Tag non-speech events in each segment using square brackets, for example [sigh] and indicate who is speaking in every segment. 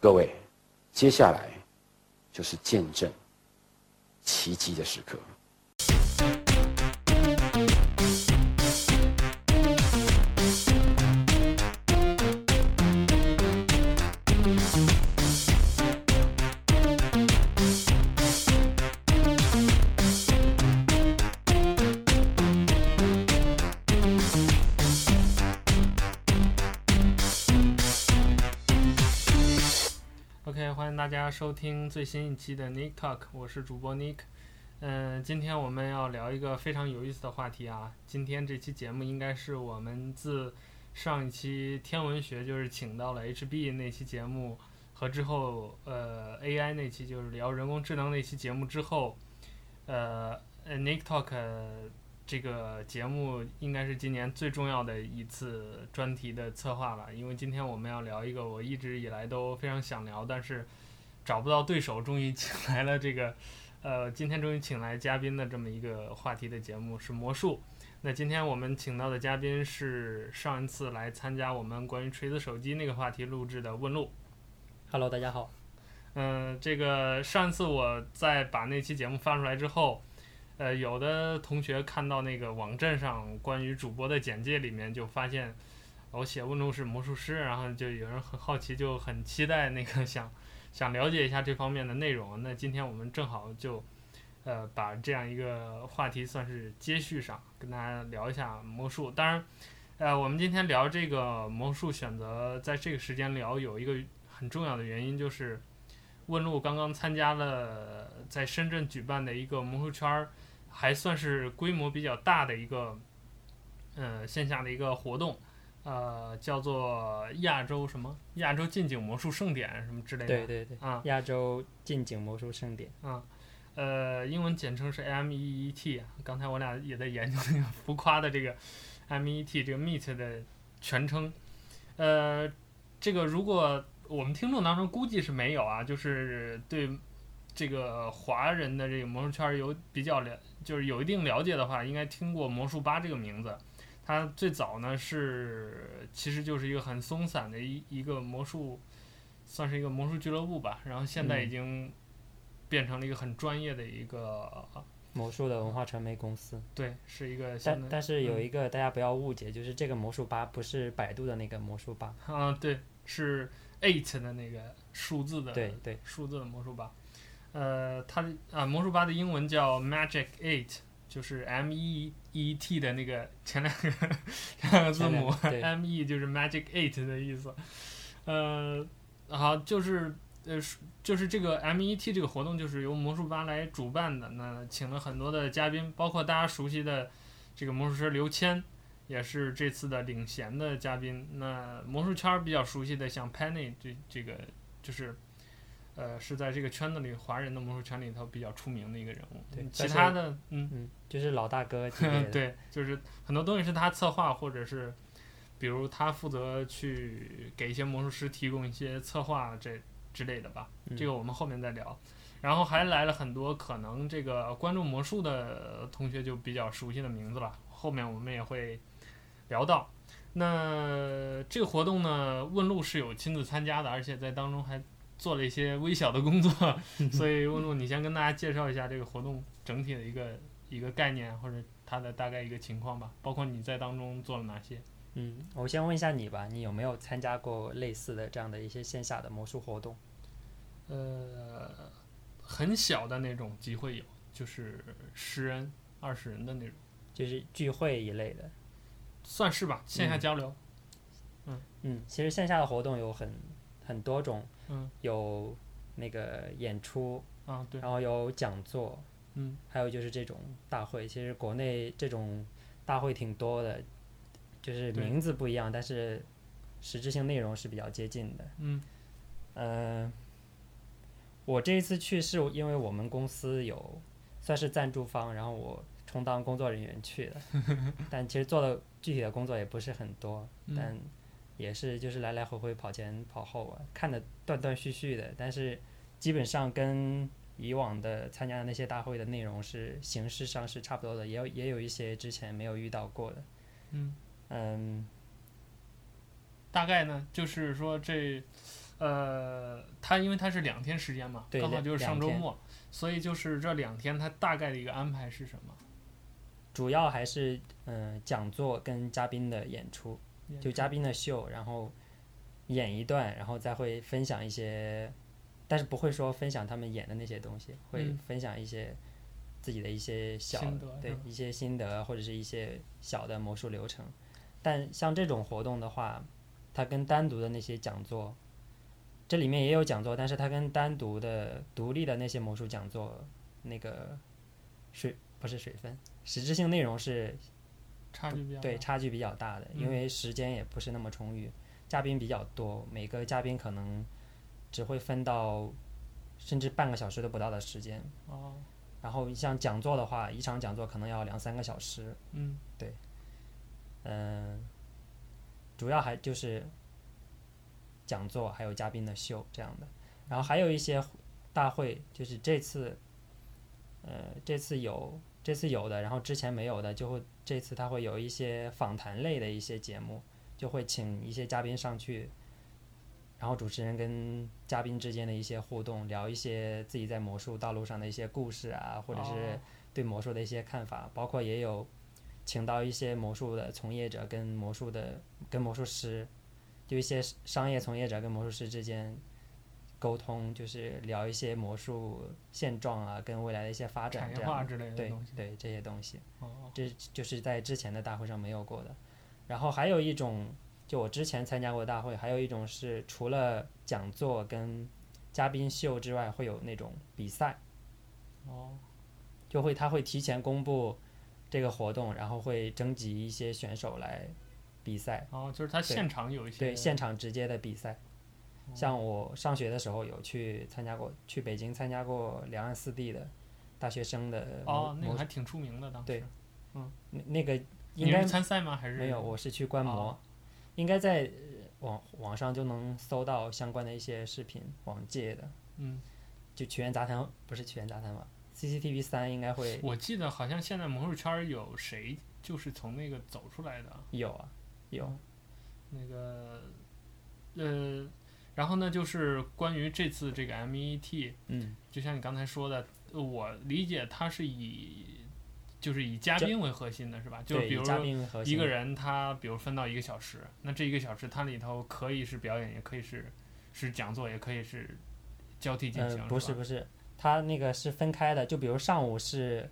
Speaker 1: 各位，接下来就是见证奇迹的时刻。
Speaker 2: OK，欢迎大家收听最新一期的 Nick Talk，我是主播 Nick。嗯，今天我们要聊一个非常有意思的话题啊。今天这期节目应该是我们自上一期天文学，就是请到了 HB 那期节目和之后呃 AI 那期，就是聊人工智能那期节目之后，呃呃 Nick Talk 这个节目应该是今年最重要的一次专题的策划了，因为今天我们要聊一个我一直以来都非常想聊，但是找不到对手，终于请来了这个，呃，今天终于请来嘉宾的这么一个话题的节目是魔术。那今天我们请到的嘉宾是上一次来参加我们关于锤子手机那个话题录制的问路。
Speaker 3: Hello，大家好。
Speaker 2: 嗯，这个上次我在把那期节目发出来之后，呃，有的同学看到那个网站上关于主播的简介里面，就发现我写问路是魔术师，然后就有人很好奇，就很期待那个想想了解一下这方面的内容。那今天我们正好就呃把这样一个话题算是接续上，跟大家聊一下魔术。当然，呃，我们今天聊这个魔术选择在这个时间聊，有一个很重要的原因就是。问路刚刚参加了在深圳举办的一个魔术圈儿，还算是规模比较大的一个，呃，线下的一个活动，呃，叫做亚洲什么亚洲近景魔术盛典什么之类的。
Speaker 3: 对对对，
Speaker 2: 啊
Speaker 3: 亚洲近景魔术盛典，
Speaker 2: 呃，英文简称是 E MEET。刚啊才我俩也在研究那个浮夸的这个 MEET E 这个 Meet 的全称。呃，这个如果我们听众当中估计是没有啊，就是对这个华人的这个魔术圈有比较了，就是有一定了解的话，应该听过魔术吧这个名字。它最早呢是其实就是一个很松散的一一个魔术，算是一个魔术俱乐部吧。然后现在已经、变成了一个很专业的一个，
Speaker 3: 魔术的文化传媒公司。
Speaker 2: 对，是一个相
Speaker 3: 但
Speaker 2: 当
Speaker 3: 但是有
Speaker 2: 嗯
Speaker 3: 一个大家不要误解，就是这个魔术吧不是百度的那个魔术吧？
Speaker 2: 啊，对，是 eight 的那个数字的，
Speaker 3: 对对，
Speaker 2: 数字的魔术吧。呃，它的啊，魔术吧的英文叫 Magic Eight，就是 M E E T 的那个前两个前两个字
Speaker 3: 前两
Speaker 2: 母
Speaker 3: 个对
Speaker 2: [laughs] ，M E 就是 Magic Eight 的意思。呃，好，就是呃，是就是这个 M E T 这个活动就是由魔术吧来主办的，那请了很多的嘉宾，包括大家熟悉的这个魔术师刘谦。也是这次的领衔的嘉宾。那魔术圈儿比较熟悉的，像 Penny 这这个就是，呃，是在这个圈子里华人的魔术圈里头比较出名的一个人物。
Speaker 3: 对
Speaker 2: 其
Speaker 3: 但是
Speaker 2: 他的，嗯，
Speaker 3: 嗯，就是老大
Speaker 2: [laughs]
Speaker 3: 哥级别的。
Speaker 2: 对，就是很多东西是他策划，或者是比如他负责去给一些魔术师提供一些策划这之类的吧。
Speaker 3: 嗯
Speaker 2: 这个我们后面再聊。然后还来了很多可能这个关注魔术的同学就比较熟悉的名字了，后面我们也会聊到。那这个活动呢，问路是有亲自参加的，而且在当中还做了一些微小的工作，所以问路，你先跟大家介绍一下这个活动整体的一个一个概念或者它的大概一个情况吧，包括你在当中做了哪些。
Speaker 3: 嗯，我先问一下你吧，你有没有参加过类似的这样的一些线下的魔术活动？
Speaker 2: 呃，很小的那种集会有，就是十人、二十人的那种，
Speaker 3: 就是聚会一类的？
Speaker 2: 算是吧，线下交流。
Speaker 3: 嗯，其实线下的活动有很很多种，
Speaker 2: 嗯，
Speaker 3: 有那个演出，
Speaker 2: 啊，对，
Speaker 3: 然后有讲座，
Speaker 2: 嗯，
Speaker 3: 还有就是这种大会，其实国内这种大会挺多的，就是
Speaker 2: 对
Speaker 3: 名字不一样，但是实质性内容是比较接近的。
Speaker 2: 嗯
Speaker 3: 嗯、我这一次去是因为我们公司有算是赞助方，然后我充当工作人员去的，
Speaker 2: [laughs]
Speaker 3: 但其实做的具体的工作也不是很多，
Speaker 2: 嗯
Speaker 3: 但也是就是来来回回跑前跑后啊，看的断断续续的，但是基本上跟以往的参加的那些大会的内容是形式上是差不多的，也有也有一些之前没有遇到过的。
Speaker 2: 嗯，
Speaker 3: 嗯，
Speaker 2: 大概呢，就是说这，呃，他因为他是两天时间嘛，
Speaker 3: 对
Speaker 2: 刚好就是上周
Speaker 3: 两天
Speaker 2: 末，所以就是这两天他大概的一个安排是什么？
Speaker 3: 主要还是嗯、呃讲座跟嘉宾的演出，就嘉宾的秀，然后演一段，然后再会分享一些，但是不会说分享他们演的那些东西，会
Speaker 2: 嗯
Speaker 3: 分享一些自己的一些小
Speaker 2: 心得
Speaker 3: 对
Speaker 2: 嗯
Speaker 3: 一些心得或者是一些小的魔术流程。但像这种活动的话，它跟单独的那些讲座，这里面也有讲座，但是它跟单独的独立的那些魔术讲座那个水不是水分，实质性内容是
Speaker 2: 差距比较大
Speaker 3: 对，差距比较大的，因
Speaker 2: 嗯
Speaker 3: 为时间也不是那么充裕，嘉宾比较多，每个嘉宾可能只会分到甚至半个小时都不到的时间。
Speaker 2: 哦，
Speaker 3: 然后像讲座的话，一场讲座可能要两三个小时，
Speaker 2: 嗯，
Speaker 3: 嗯、主要还就是讲座还有嘉宾的秀这样的，然后还有一些大会，就是这次，呃，这次有这次有的，然后之前没有的，就会这次他会有一些访谈类的一些节目，就会请一些嘉宾上去，然后主持人跟嘉宾之间的一些互动，聊一些自己在魔术道路上的一些故事啊，或者是
Speaker 2: 哦
Speaker 3: 对魔术的一些看法，包括也有请到一些魔术的从业者跟魔术的跟魔术师，就一些商业从业者跟魔术师之间沟通，就是聊一些魔术现状啊，跟未来的一些发展
Speaker 2: 产
Speaker 3: 这
Speaker 2: 业
Speaker 3: 样
Speaker 2: 化
Speaker 3: 的。
Speaker 2: 之类的
Speaker 3: 对
Speaker 2: 东西。
Speaker 3: 对，这些东西，
Speaker 2: 哦，
Speaker 3: 这就是在之前的大会上没有过的。然后还有一种，就我之前参加过的大会，还有一种是除了讲座跟嘉宾秀之外，会有那种比赛。
Speaker 2: 哦，
Speaker 3: 就会他会提前公布这个活动，然后会征集一些选手来比赛，
Speaker 2: 哦，就是他现场有一些哦
Speaker 3: 对，现场直接的比赛。像我上学的时候有去参加过，去北京参加过两岸四地的大学生的
Speaker 2: 哦，
Speaker 3: 模
Speaker 2: 那个
Speaker 3: 模
Speaker 2: 还挺出名的当时。
Speaker 3: 对那那个应
Speaker 2: 你
Speaker 3: 该
Speaker 2: 是参赛吗？还是
Speaker 3: 没有，？我是去观摩，
Speaker 2: 哦
Speaker 3: 应该在呃网网上就能搜到相关的一些视频，往届的，
Speaker 2: 嗯，
Speaker 3: 就曲苑杂谈不是曲苑杂谈吧？CCTV 三应该会
Speaker 2: 我记得好像现在魔术圈有谁就是从那个走出来的，
Speaker 3: 有啊，有。
Speaker 2: 那个，呃，然后呢，就是关于这次这个 MET，
Speaker 3: 嗯，
Speaker 2: 就像你刚才说的，呃我理解它是以就是以嘉宾为核心的，是吧？就
Speaker 3: 对，
Speaker 2: 比
Speaker 3: 以
Speaker 2: 如
Speaker 3: 嘉
Speaker 2: 说
Speaker 3: 宾为核
Speaker 2: 一
Speaker 3: 心
Speaker 2: 个人他比如分到一个小时，那这一个小时它里头可以是表演，也可以是是讲座，也可以是交替进行，
Speaker 3: 嗯，不
Speaker 2: 是
Speaker 3: 是
Speaker 2: 吧
Speaker 3: 不是，它那个是分开的。就比如上午是，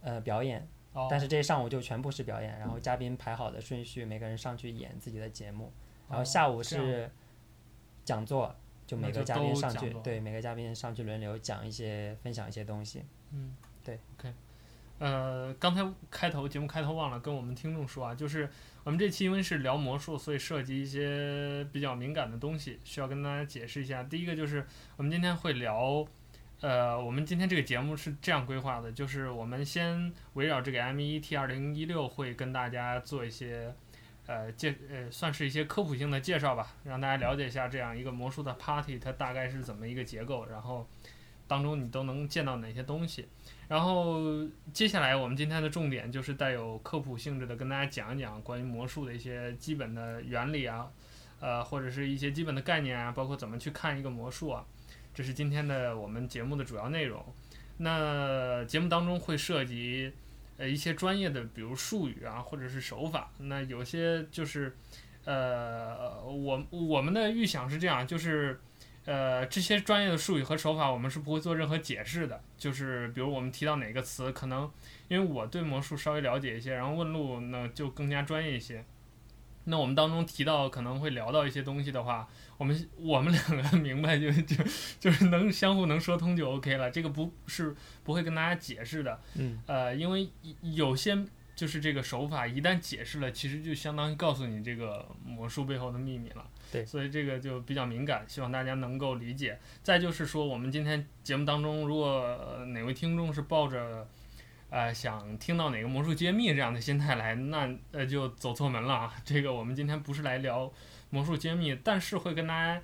Speaker 3: 呃，表演，
Speaker 2: 哦，嗯
Speaker 3: 但是这上午就全部是表演，然后嘉宾排好的顺序，每个人上去演自己的节目，然后
Speaker 2: 哦
Speaker 3: 下午
Speaker 2: 这样
Speaker 3: 是讲座，就
Speaker 2: 那
Speaker 3: 每个
Speaker 2: 就
Speaker 3: 嘉宾
Speaker 2: 都
Speaker 3: 上
Speaker 2: 讲
Speaker 3: 去
Speaker 2: 座，
Speaker 3: 对，每个嘉宾上去轮流讲一些，分享一些东西。
Speaker 2: 嗯，
Speaker 3: 对
Speaker 2: ，OK，呃，刚才开头节目开头忘了跟我们听众说啊，就是我们这期因为是聊魔术，所以涉及一些比较敏感的东西，需要跟大家解释一下。第一个就是我们今天会聊，呃，我们今天这个节目是这样规划的，就是我们先围绕这个 MET 二零一六会跟大家做一些。呃，介呃，算是一些科普性的介绍吧，让大家了解一下这样一个魔术的 party 它大概是怎么一个结构，然后当中你都能见到哪些东西。然后接下来我们今天的重点就是带有科普性质的，跟大家讲一讲关于魔术的一些基本的原理啊，呃，或者是一些基本的概念啊，包括怎么去看一个魔术啊，这是今天的我们节目的主要内容。那节目当中会涉及呃一些专业的，比如术语啊，或者是手法。那有些就是呃，我我们的预想是这样，就是呃，这些专业的术语和手法，我们是不会做任何解释的。就是比如我们提到哪个词，可能因为我对魔术稍微了解一些，然后问路呢就更加专业一些。那我们当中提到可能会聊到一些东西的话，我们我们两个明白就就就是能相互能说通就 OK 了，这个不是不会跟大家解释的。
Speaker 3: 嗯，
Speaker 2: 呃，因为有些就是这个手法一旦解释了，其实就相当于告诉你这个魔术背后的秘密了。
Speaker 3: 对
Speaker 2: 所以这个就比较敏感，希望大家能够理解。再就是说，我们今天节目当中，如果呃哪位听众是抱着呃想听到哪个魔术揭秘这样的心态来，那呃就走错门了啊。这个我们今天不是来聊魔术揭秘，但是会跟大家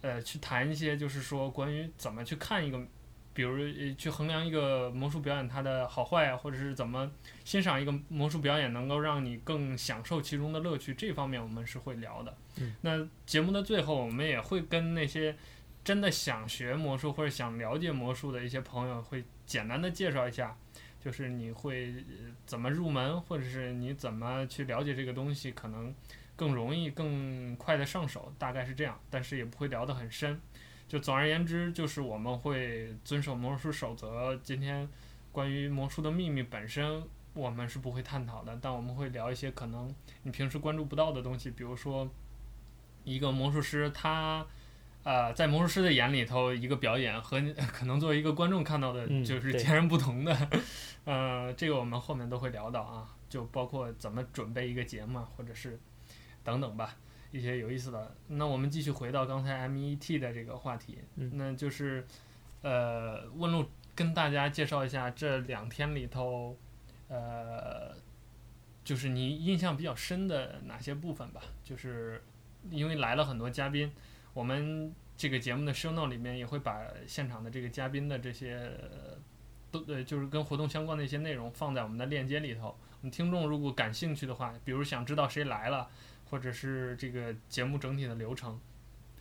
Speaker 2: 呃去谈一些，就是说关于怎么去看一个比如呃去衡量一个魔术表演它的好坏啊，或者是怎么欣赏一个魔术表演能够让你更享受其中的乐趣，这方面我们是会聊的。
Speaker 3: 嗯
Speaker 2: 那节目的最后，我们也会跟那些真的想学魔术或者想了解魔术的一些朋友，会简单的介绍一下，就是你会呃怎么入门，或者是你怎么去了解这个东西，可能更容易、更快的上手，大概是这样，但是也不会聊得很深。就总而言之，就是我们会遵守魔术守则。今天关于魔术的秘密本身，我们是不会探讨的，但我们会聊一些可能你平时关注不到的东西，比如说一个魔术师他。呃，在魔术师的眼里头，一个表演和你可能作为一个观众看到的
Speaker 3: 嗯
Speaker 2: 就是
Speaker 3: 对
Speaker 2: 截然不同的。呃，这个我们后面都会聊到啊，就包括怎么准备一个节目啊，或者是等等吧，一些有意思的。那我们继续回到刚才 MET 的这个话题，
Speaker 3: 嗯
Speaker 2: 那就是呃，问路跟大家介绍一下这两天里头，呃，就是你印象比较深的哪些部分吧？就是因为来了很多嘉宾，我们这个节目的 show note 里面也会把现场的这个嘉宾的这些呃都呃就是跟活动相关的一些内容放在我们的链接里头。我们听众如果感兴趣的话，比如想知道谁来了，或者是这个节目整体的流程，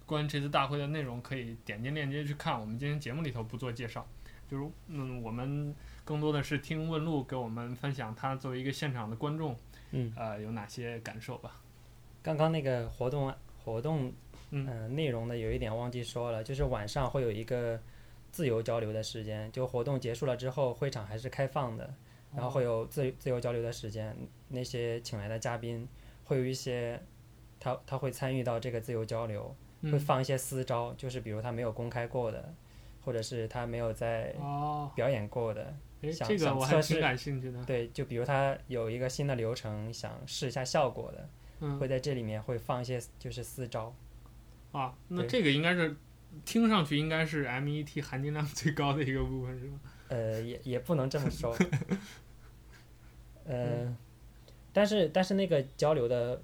Speaker 2: 关于这次大会的内容，可以点进链接去看。我们今天节目里头不做介绍，就是嗯，我们更多的是听问路给我们分享他作为一个现场的观众，
Speaker 3: 嗯，
Speaker 2: 呃，有哪些感受吧。
Speaker 3: 刚刚那个活动啊活动，
Speaker 2: 嗯
Speaker 3: 呃内容呢有一点忘记说了，就是晚上会有一个自由交流的时间，就活动结束了之后，会场还是开放的，然
Speaker 2: 哦
Speaker 3: 后会有自自由交流的时间，那些请来的嘉宾会有一些。他他会参与到这个自由交流，会
Speaker 2: 嗯，
Speaker 3: 放一些私招，就是比如他没有公开过的，或者是他没有在
Speaker 2: 哦，
Speaker 3: 表演过的，
Speaker 2: 诶，
Speaker 3: 想
Speaker 2: 这个
Speaker 3: 想
Speaker 2: 我还
Speaker 3: 测试
Speaker 2: 挺感兴趣的。
Speaker 3: 对，就比如他有一个新的流程，想试一下效果的，
Speaker 2: 嗯
Speaker 3: 会在这里面会放一些就是私招，
Speaker 2: 啊，那
Speaker 3: 对
Speaker 2: 这个应该是听上去应该是 MET 含金量最高的一个部分是吧？
Speaker 3: 呃，也也不能这么说，呃，
Speaker 2: 嗯
Speaker 3: 但是但是那个交流的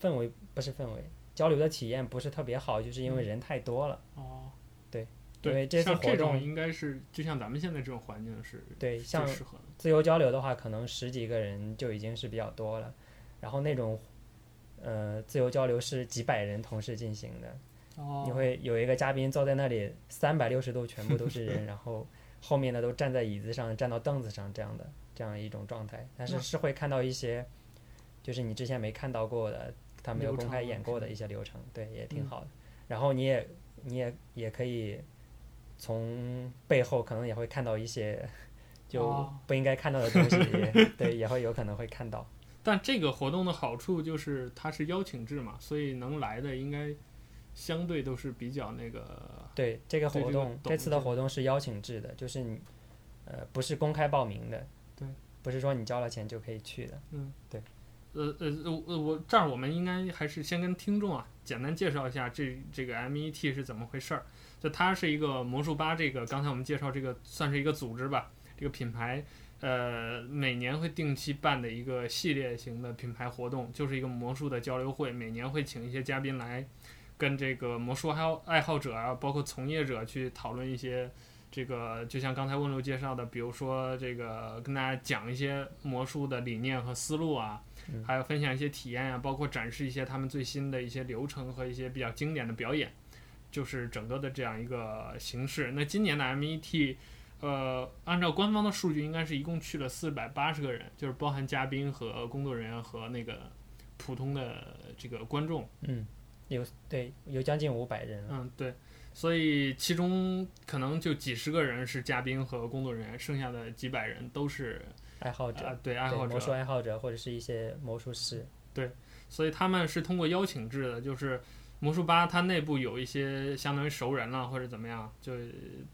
Speaker 3: 氛围不是氛围，交流的体验不是特别好，就是因为人太多了，
Speaker 2: 哦，
Speaker 3: 对，因为
Speaker 2: 嗯对，
Speaker 3: 这次
Speaker 2: 像
Speaker 3: 活
Speaker 2: 这种
Speaker 3: 动
Speaker 2: 应该是就像咱们现在这种环境是
Speaker 3: 对，
Speaker 2: 最
Speaker 3: 像
Speaker 2: 适合的。
Speaker 3: 自由交流的话，可能十几个人就已经是比较多了，然后那种。呃，自由交流是几百人同时进行的，
Speaker 2: 哦
Speaker 3: 你会有一个嘉宾坐在那里，三百六十度全部都是
Speaker 2: [laughs]
Speaker 3: 人，然后后面的都站在椅子上、站到凳子上这样的这样一种状态。但是
Speaker 2: 那
Speaker 3: 是会看到一些，就是你之前没看到过的，他没有
Speaker 2: 流
Speaker 3: 公
Speaker 2: 程
Speaker 3: 开
Speaker 2: 啊
Speaker 3: 演
Speaker 2: 是
Speaker 3: 过的
Speaker 2: 吗
Speaker 3: 一些流程，对，也挺
Speaker 2: 嗯
Speaker 3: 好的。然后你也你也也可以从背后可能也会看到一些就
Speaker 2: 哦
Speaker 3: 不应该看到的东西也， [laughs] 对，也会有可能会看到。
Speaker 2: 但这个活动的好处就是它是邀请制嘛，所以能来的应该相对都是比较那个
Speaker 3: 对这个
Speaker 2: 对
Speaker 3: 活
Speaker 2: 这个
Speaker 3: 动，
Speaker 2: 懂
Speaker 3: 次的
Speaker 2: 这
Speaker 3: 活动是邀请制的，就是你，呃，不是公开报名的，
Speaker 2: 对，
Speaker 3: 不是说你交了钱就可以去的。
Speaker 2: 呃呃呃我我这儿我们应该还是先跟听众啊简单介绍一下这这个 MET 是怎么回事儿。就它是一个魔术吧，这个刚才我们介绍这个算是一个组织吧，这个品牌呃每年会定期办的一个系列型的品牌活动，就是一个魔术的交流会，每年会请一些嘉宾来跟这个魔术爱好爱好者啊，包括从业者去讨论一些。这个就像刚才问路介绍的，比如说这个跟大家讲一些魔术的理念和思路啊，还有分享一些体验啊，包括展示一些他们最新的一些流程和一些比较经典的表演，就是整个的这样一个形式。那今年的 MET，呃，按照官方的数据，应该是一共去了四百八十个人，就是包含嘉宾和工作人员和那个普通的这个观众。
Speaker 3: 嗯，有对有将近五百人了。
Speaker 2: 嗯，对，所以其中可能就几十个人是嘉宾和工作人员，剩下的几百人都是
Speaker 3: 爱好者，
Speaker 2: 啊、对爱
Speaker 3: 哦对
Speaker 2: 好
Speaker 3: 魔
Speaker 2: 者
Speaker 3: 术爱好者或者是一些魔术师，
Speaker 2: 所以他们是通过邀请制的，就是魔术吧，它内部有一些相当于熟人了或者怎么样，就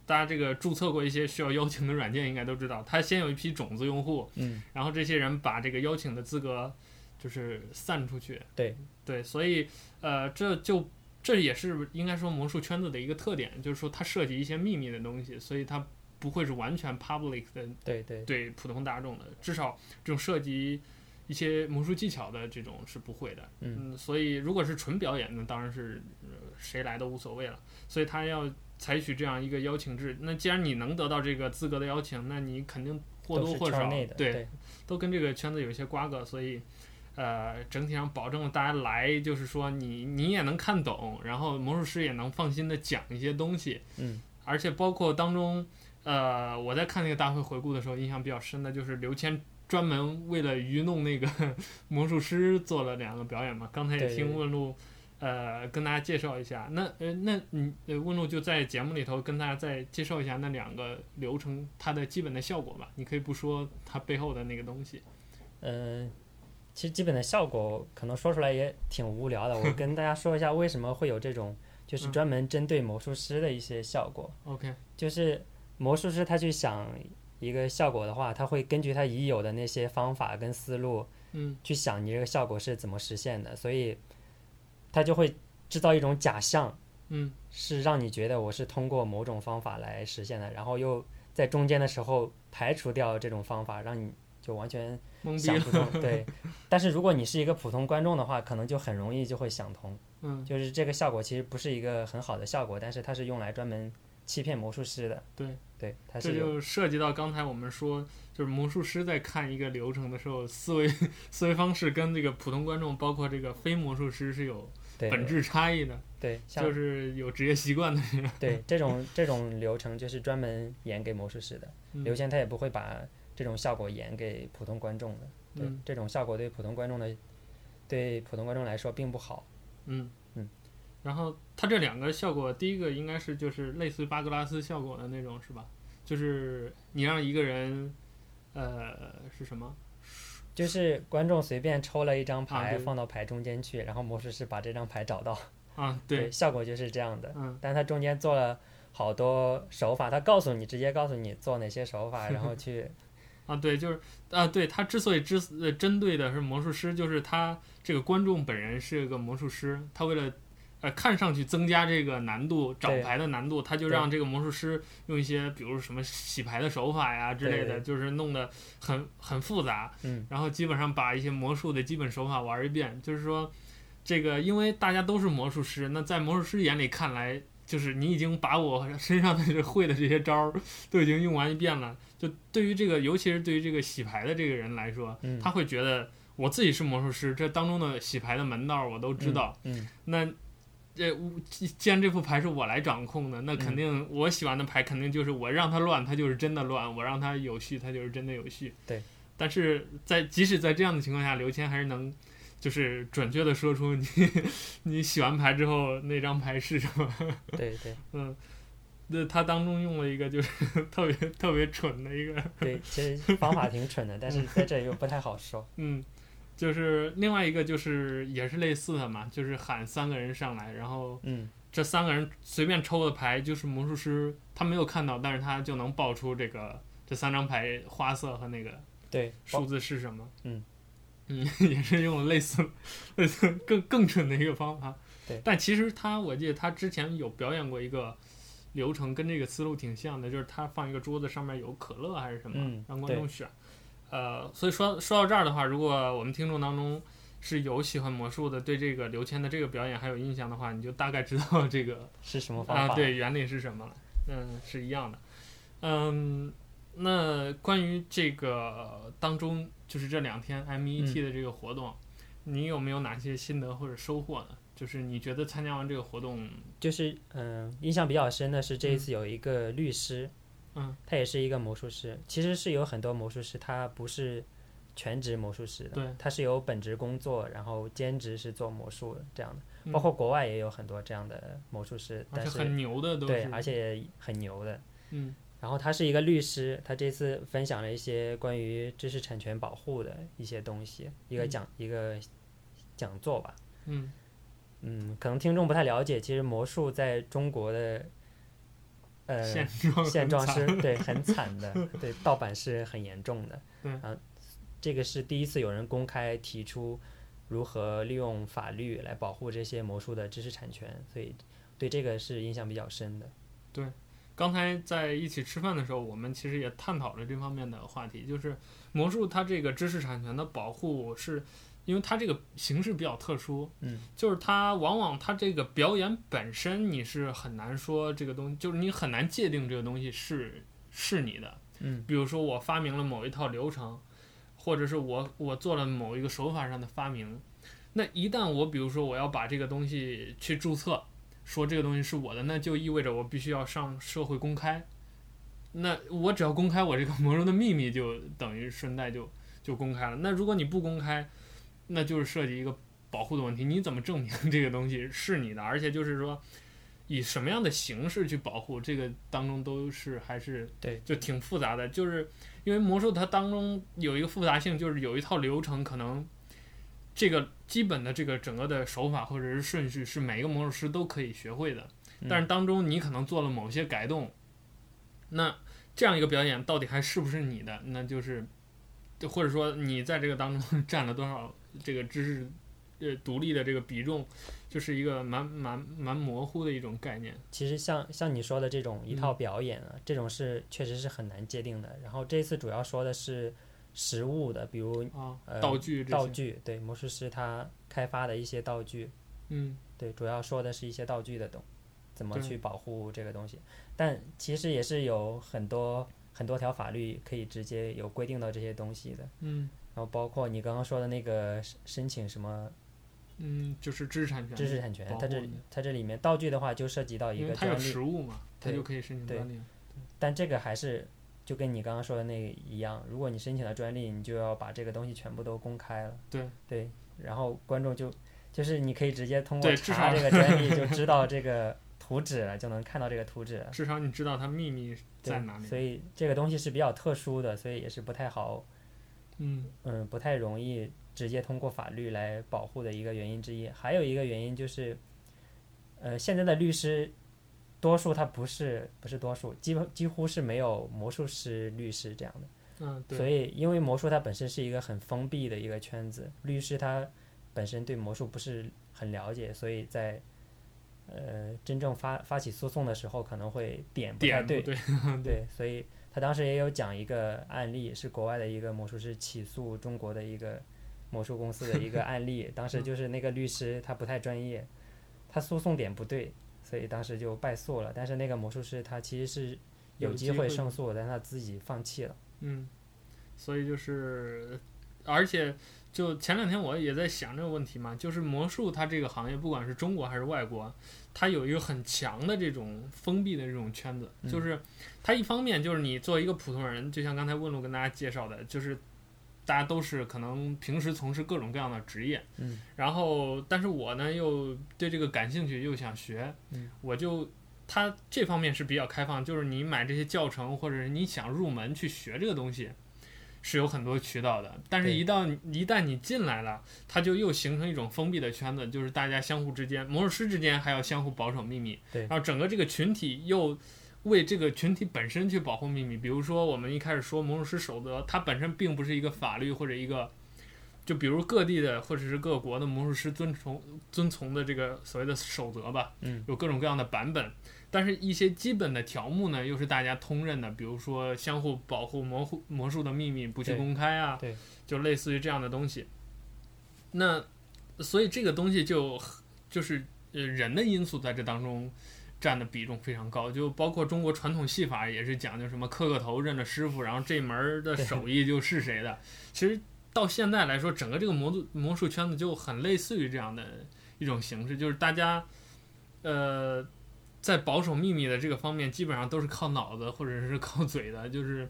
Speaker 2: 大家这个注册过一些需要邀请的软件，应该都知道，它先有一批种子用户，
Speaker 3: 嗯，
Speaker 2: 然后这些人把这个邀请的资格就是散出去，
Speaker 3: 对
Speaker 2: 对，所以呃，这就这也是应该说魔术圈子的一个特点，就是说它涉及一些秘密的东西，所以它不会是完全 public 的
Speaker 3: 对对
Speaker 2: 对普通大众的，至少这种涉及一些魔术技巧的这种是不会的。
Speaker 3: 嗯
Speaker 2: 嗯，所以如果是纯表演，那当然是、呃谁来都无所谓了。所以他要采取这样一个邀请制。那既然你能得到这个资格的邀请，那你肯定或
Speaker 3: 都
Speaker 2: 多
Speaker 3: 是
Speaker 2: 或
Speaker 3: 圈
Speaker 2: 少
Speaker 3: 内的，
Speaker 2: 对
Speaker 3: 对，
Speaker 2: 都跟这个圈子有一些瓜葛，所以，呃，整体上保证大家来，就是说你你也能看懂，然后魔术师也能放心的讲一些东西，
Speaker 3: 嗯，
Speaker 2: 而且包括当中，呃，我在看那个大会回顾的时候，印象比较深的就是刘谦专门为了愚弄那个 [laughs] 魔术师做了两个表演嘛，刚才也
Speaker 3: 对对
Speaker 2: 听
Speaker 3: 对
Speaker 2: 问路。呃，跟大家介绍一下，那呃，那你呃，问路就在节目里头跟大家再介绍一下那两个流程它的基本的效果吧。你可以不说它背后的那个东西。
Speaker 3: 嗯、其实基本的效果可能说出来也挺无聊的，我跟大家说一下为什么会有这种就是
Speaker 2: 嗯
Speaker 3: 专门针对魔术师的一些效果，
Speaker 2: OK，
Speaker 3: 就是魔术师他去想一个效果的话，他会根据他已有的那些方法跟思路，
Speaker 2: 嗯
Speaker 3: 去想你这个效果是怎么实现的，所以它就会制造一种假象，
Speaker 2: 嗯
Speaker 3: 是让你觉得我是通过某种方法来实现的，然后又在中间的时候排除掉这种方法，让你就完全
Speaker 2: 懵逼
Speaker 3: 想
Speaker 2: 了，
Speaker 3: 不
Speaker 2: [laughs]
Speaker 3: 通。对，但是如果你是一个普通观众的话，可能就很容易就会想通，
Speaker 2: 嗯，
Speaker 3: 就是这个效果其实不是一个很好的效果，但是它是用来专门欺骗魔术师的。
Speaker 2: 对
Speaker 3: 对，它
Speaker 2: 这
Speaker 3: 是有
Speaker 2: 就涉及到刚才我们说，就是魔术师在看一个流程的时候，思维思维方式跟这个普通观众，包括这个非魔术师是有
Speaker 3: 对
Speaker 2: 本质差异的，
Speaker 3: 对，像
Speaker 2: 就是有职业习惯的人。
Speaker 3: 对这种这种流程就是专门演给魔术师的。
Speaker 2: 嗯
Speaker 3: 刘谦他也不会把这种效果演给普通观众的。对，
Speaker 2: 嗯
Speaker 3: 这种效果对普通观众的，对普通观众来说并不好。
Speaker 2: 嗯
Speaker 3: 嗯。
Speaker 2: 然后它这两个效果，第一个应该是就是类似于巴格拉斯效果的那种，是吧？就是你让一个人，呃，是什么？
Speaker 3: 就是观众随便抽了一张
Speaker 2: 啊
Speaker 3: 牌
Speaker 2: 对
Speaker 3: 放到牌中间去，然后魔术师把这张牌找到。
Speaker 2: 啊，对，
Speaker 3: 效果就是这样的。
Speaker 2: 嗯，
Speaker 3: 但他中间做了好多手法，他告诉你直接告诉你做哪些手法，然
Speaker 2: [laughs]
Speaker 3: 后去
Speaker 2: 啊，对，就是啊，对他之所以之呃针对的是魔术师，就是他这个观众本人是个魔术师，他为了呃看上去增加这个难度，找
Speaker 3: 对
Speaker 2: 牌的难度，他就让这个魔术师用一些比如什么洗牌的手法呀之类
Speaker 3: 对
Speaker 2: 的，
Speaker 3: 对
Speaker 2: 就是弄得很很复杂，
Speaker 3: 嗯，
Speaker 2: 然后基本上把一些魔术的基本手法玩一遍，就是说这个因为大家都是魔术师，那在魔术师眼里看来。就是你已经把我身上的这会的这些招儿都已经用完一遍了，就对于这个，尤其是对于这个洗牌的这个人来说，
Speaker 3: 嗯
Speaker 2: 他会觉得我自己是魔术师，这当中的洗牌的门道儿我都知道。
Speaker 3: 嗯嗯
Speaker 2: 那这我既既然这副牌是我来掌控的，那肯定我洗完的牌肯定就是我让它乱，它就是真的乱；我让它有序，它就是真的有序。
Speaker 3: 对。
Speaker 2: 但是在即使在这样的情况下，刘谦还是能。就是准确的说出你 [laughs] 你洗完牌之后那张牌是什么，
Speaker 3: 对对
Speaker 2: 嗯，那他当中用了一个就是特别特别蠢的一个
Speaker 3: 对，其实方法挺蠢的，但是在这里又不太好说。
Speaker 2: 嗯，就是另外一个就是也是类似的嘛，就是喊三个人上来，然后
Speaker 3: 嗯，
Speaker 2: 这三个人随便抽的牌就是魔术师他没有看到，但是他就能报出这个这三张牌花色和那个
Speaker 3: 对，
Speaker 2: 数字是什么。
Speaker 3: 嗯
Speaker 2: 嗯， [laughs] 也是用了类似类似更更蠢的一个方法。
Speaker 3: 对
Speaker 2: 但其实他我记得他之前有表演过一个流程，跟这个思路挺像的，就是他放一个桌子上面有可乐还是什么，
Speaker 3: 嗯
Speaker 2: 让观众选。呃，所以说说到这儿的话，如果我们听众当中是有喜欢魔术的，对这个刘谦的这个表演还有印象的话，你就大概知道这个
Speaker 3: 是什么方
Speaker 2: 啊，
Speaker 3: 法？
Speaker 2: 对，原理是什么了？嗯，是一样的。嗯，那关于这个当中，就是这两天 MET 的这个活动，你有没有哪些心得或者收获呢？就是你觉得参加完这个活动，
Speaker 3: 就是嗯、印象比较深的是这一次有一个律师，
Speaker 2: 嗯，
Speaker 3: 他也是一个魔术师。其实是有很多魔术师，他不是全职魔术师的，
Speaker 2: 对
Speaker 3: 他是有本职工作，然后兼职是做魔术这样的。
Speaker 2: 嗯
Speaker 3: 包括国外也有很多这样的魔术师，
Speaker 2: 而
Speaker 3: 呃但
Speaker 2: 且
Speaker 3: 是
Speaker 2: 很牛的都
Speaker 3: 对
Speaker 2: 是，，
Speaker 3: 而且很牛的。
Speaker 2: 嗯
Speaker 3: 然后他是一个律师，他这次分享了一些关于知识产权保护的一些东西，一个
Speaker 2: 嗯
Speaker 3: 讲、一个讲座吧。
Speaker 2: 嗯
Speaker 3: 嗯，可能听众不太了解，其实魔术在中国的呃
Speaker 2: 现状
Speaker 3: 现状
Speaker 2: 很
Speaker 3: 是
Speaker 2: 惨 [laughs]
Speaker 3: 对很惨的，对盗版是很严重的。
Speaker 2: 对
Speaker 3: 啊，这个是第一次有人公开提出如何利用法律来保护这些魔术的知识产权，所以对这个是印象比较深的。
Speaker 2: 刚才在一起吃饭的时候，我们其实也探讨了这方面的话题，就是魔术它这个知识产权的保护是。因为它这个形式比较特殊，
Speaker 3: 嗯，
Speaker 2: 就是它往往它这个表演本身你是很难说这个东西，就是你很难界定这个东西是是你的，
Speaker 3: 嗯，
Speaker 2: 比如说我发明了某一套流程，或者是我我做了某一个手法上的发明，那一旦我比如说我要把这个东西去注册，说这个东西是我的，那就意味着我必须要上社会公开，那我只要公开我这个魔术的秘密，就等于顺带就就公开了。那如果你不公开，那就是涉及一个保护的问题，你怎么证明这个东西是你的？而且就是说，以什么样的形式去保护，这个当中都是还是
Speaker 3: 对
Speaker 2: 就挺复杂的。就是因为魔术它当中有一个复杂性，就是有一套流程，可能这个基本的这个整个的手法或者是顺序是每一个魔术师都可以学会的，
Speaker 3: 嗯
Speaker 2: 但是当中你可能做了某些改动，那这样一个表演到底还是不是你的？那就是。就或者说你在这个当中 [laughs] 占了多少这个知识呃独立的这个比重，就是一个蛮蛮蛮模糊的一种概念。
Speaker 3: 其实像像你说的这种一套
Speaker 2: 嗯
Speaker 3: 表演啊，这种是确实是很难界定的。然后这次主要说的是实物的，比如
Speaker 2: 啊
Speaker 3: 呃，
Speaker 2: 道具这些，
Speaker 3: 道具，对魔术师他开发的一些道具，
Speaker 2: 嗯，
Speaker 3: 对，主要说的是一些道具的东，怎么
Speaker 2: 对
Speaker 3: 去保护这个东西。但其实也是有很多很多条法律可以直接有规定到这些东西的。
Speaker 2: 嗯
Speaker 3: 然后包括你刚刚说的那个申申请什么
Speaker 2: 嗯，就是知识产权，
Speaker 3: 知识产权
Speaker 2: 保，护
Speaker 3: 它这
Speaker 2: 的
Speaker 3: 它这里面道具的话就涉及到一
Speaker 2: 因
Speaker 3: 个
Speaker 2: 为它有
Speaker 3: 专利
Speaker 2: 实，物嘛，它
Speaker 3: 对
Speaker 2: 就可以申请
Speaker 3: 对
Speaker 2: 专利。
Speaker 3: 但这个还是就跟你刚刚说的那个一样，如果你申请了专利，你就要把这个东西全部都公开了。
Speaker 2: 对
Speaker 3: 对，然后观众就就是你可以直接通过
Speaker 2: 对至
Speaker 3: 查
Speaker 2: 少
Speaker 3: 这个专利就知道这个图纸了，就能看到这个图纸了。
Speaker 2: 至少你知道它秘密在哪
Speaker 3: 对，
Speaker 2: 里。
Speaker 3: 所以这个东西是比较特殊的，所以也是不太好，
Speaker 2: 嗯
Speaker 3: 嗯，不太容易直接通过法律来保护的一个原因之一。还有一个原因就是，呃，现在的律师多数他不是不是多数，几乎几乎是没有魔术师律师这样的。
Speaker 2: 嗯，
Speaker 3: 所
Speaker 2: 对，
Speaker 3: 以，因为魔术它本身是一个很封闭的一个圈子，律师他本身对魔术不是很了解，所以在呃真正发发起诉讼的时候，可能会点不太
Speaker 2: 点
Speaker 3: 对。
Speaker 2: 对，
Speaker 3: 对，所以他当时也有讲一个案例，是国外的一个魔术师起诉中国的一个魔术公司的一个案例。当时就是那个律师他不太专业，他诉讼点不对，所以当时就败诉了。但是那个魔术师他其实是有
Speaker 2: 有
Speaker 3: 机
Speaker 2: 机
Speaker 3: 会
Speaker 2: 会
Speaker 3: 胜
Speaker 2: 的
Speaker 3: 诉的，但他自己放弃了。
Speaker 2: 嗯，所以就是，而且就前两天我也在想这个问题嘛，就是魔术它这个行业，不管是中国还是外国，它有一个很强的这种封闭的这种圈子，
Speaker 3: 嗯
Speaker 2: 就是它一方面就是你作为一个普通人，就像刚才问路跟大家介绍的，就是大家都是可能平时从事各种各样的职业，
Speaker 3: 嗯，
Speaker 2: 然后但是我呢又对这个感兴趣，又想学，
Speaker 3: 嗯，
Speaker 2: 我就。它这方面是比较开放，就是你买这些教程，或者是你想入门去学这个东西，是有很多渠道的。但是，
Speaker 3: 对
Speaker 2: 一到你一旦你进来了，它就又形成一种封闭的圈子，就是大家相互之间，魔术师之间还要相互保守秘密，
Speaker 3: 对
Speaker 2: 然后整个这个群体又为这个群体本身去保护秘密。比如说，我们一开始说魔术师守则，它本身并不是一个法律或者一个，就比如各地的或者是各国的魔术师遵从遵从的这个所谓的守则吧，
Speaker 3: 嗯，
Speaker 2: 有各种各样的版本。但是，一些基本的条目呢，又是大家通认的，比如说相互保护魔术魔术的秘密不去
Speaker 3: 对
Speaker 2: 公开啊，
Speaker 3: 对
Speaker 2: 就类似于这样的东西。那所以这个东西就就是呃人的因素在这当中占的比重非常高，就包括中国传统戏法也是讲究什么磕个头认了师傅，然后这门儿的
Speaker 3: 对
Speaker 2: 手艺就是谁的。其实到现在来说，整个这个魔术魔术圈子就很类似于这样的一种形式，就是大家呃在保守秘密的这个方面，基本上都是靠脑子或者是靠嘴的，就是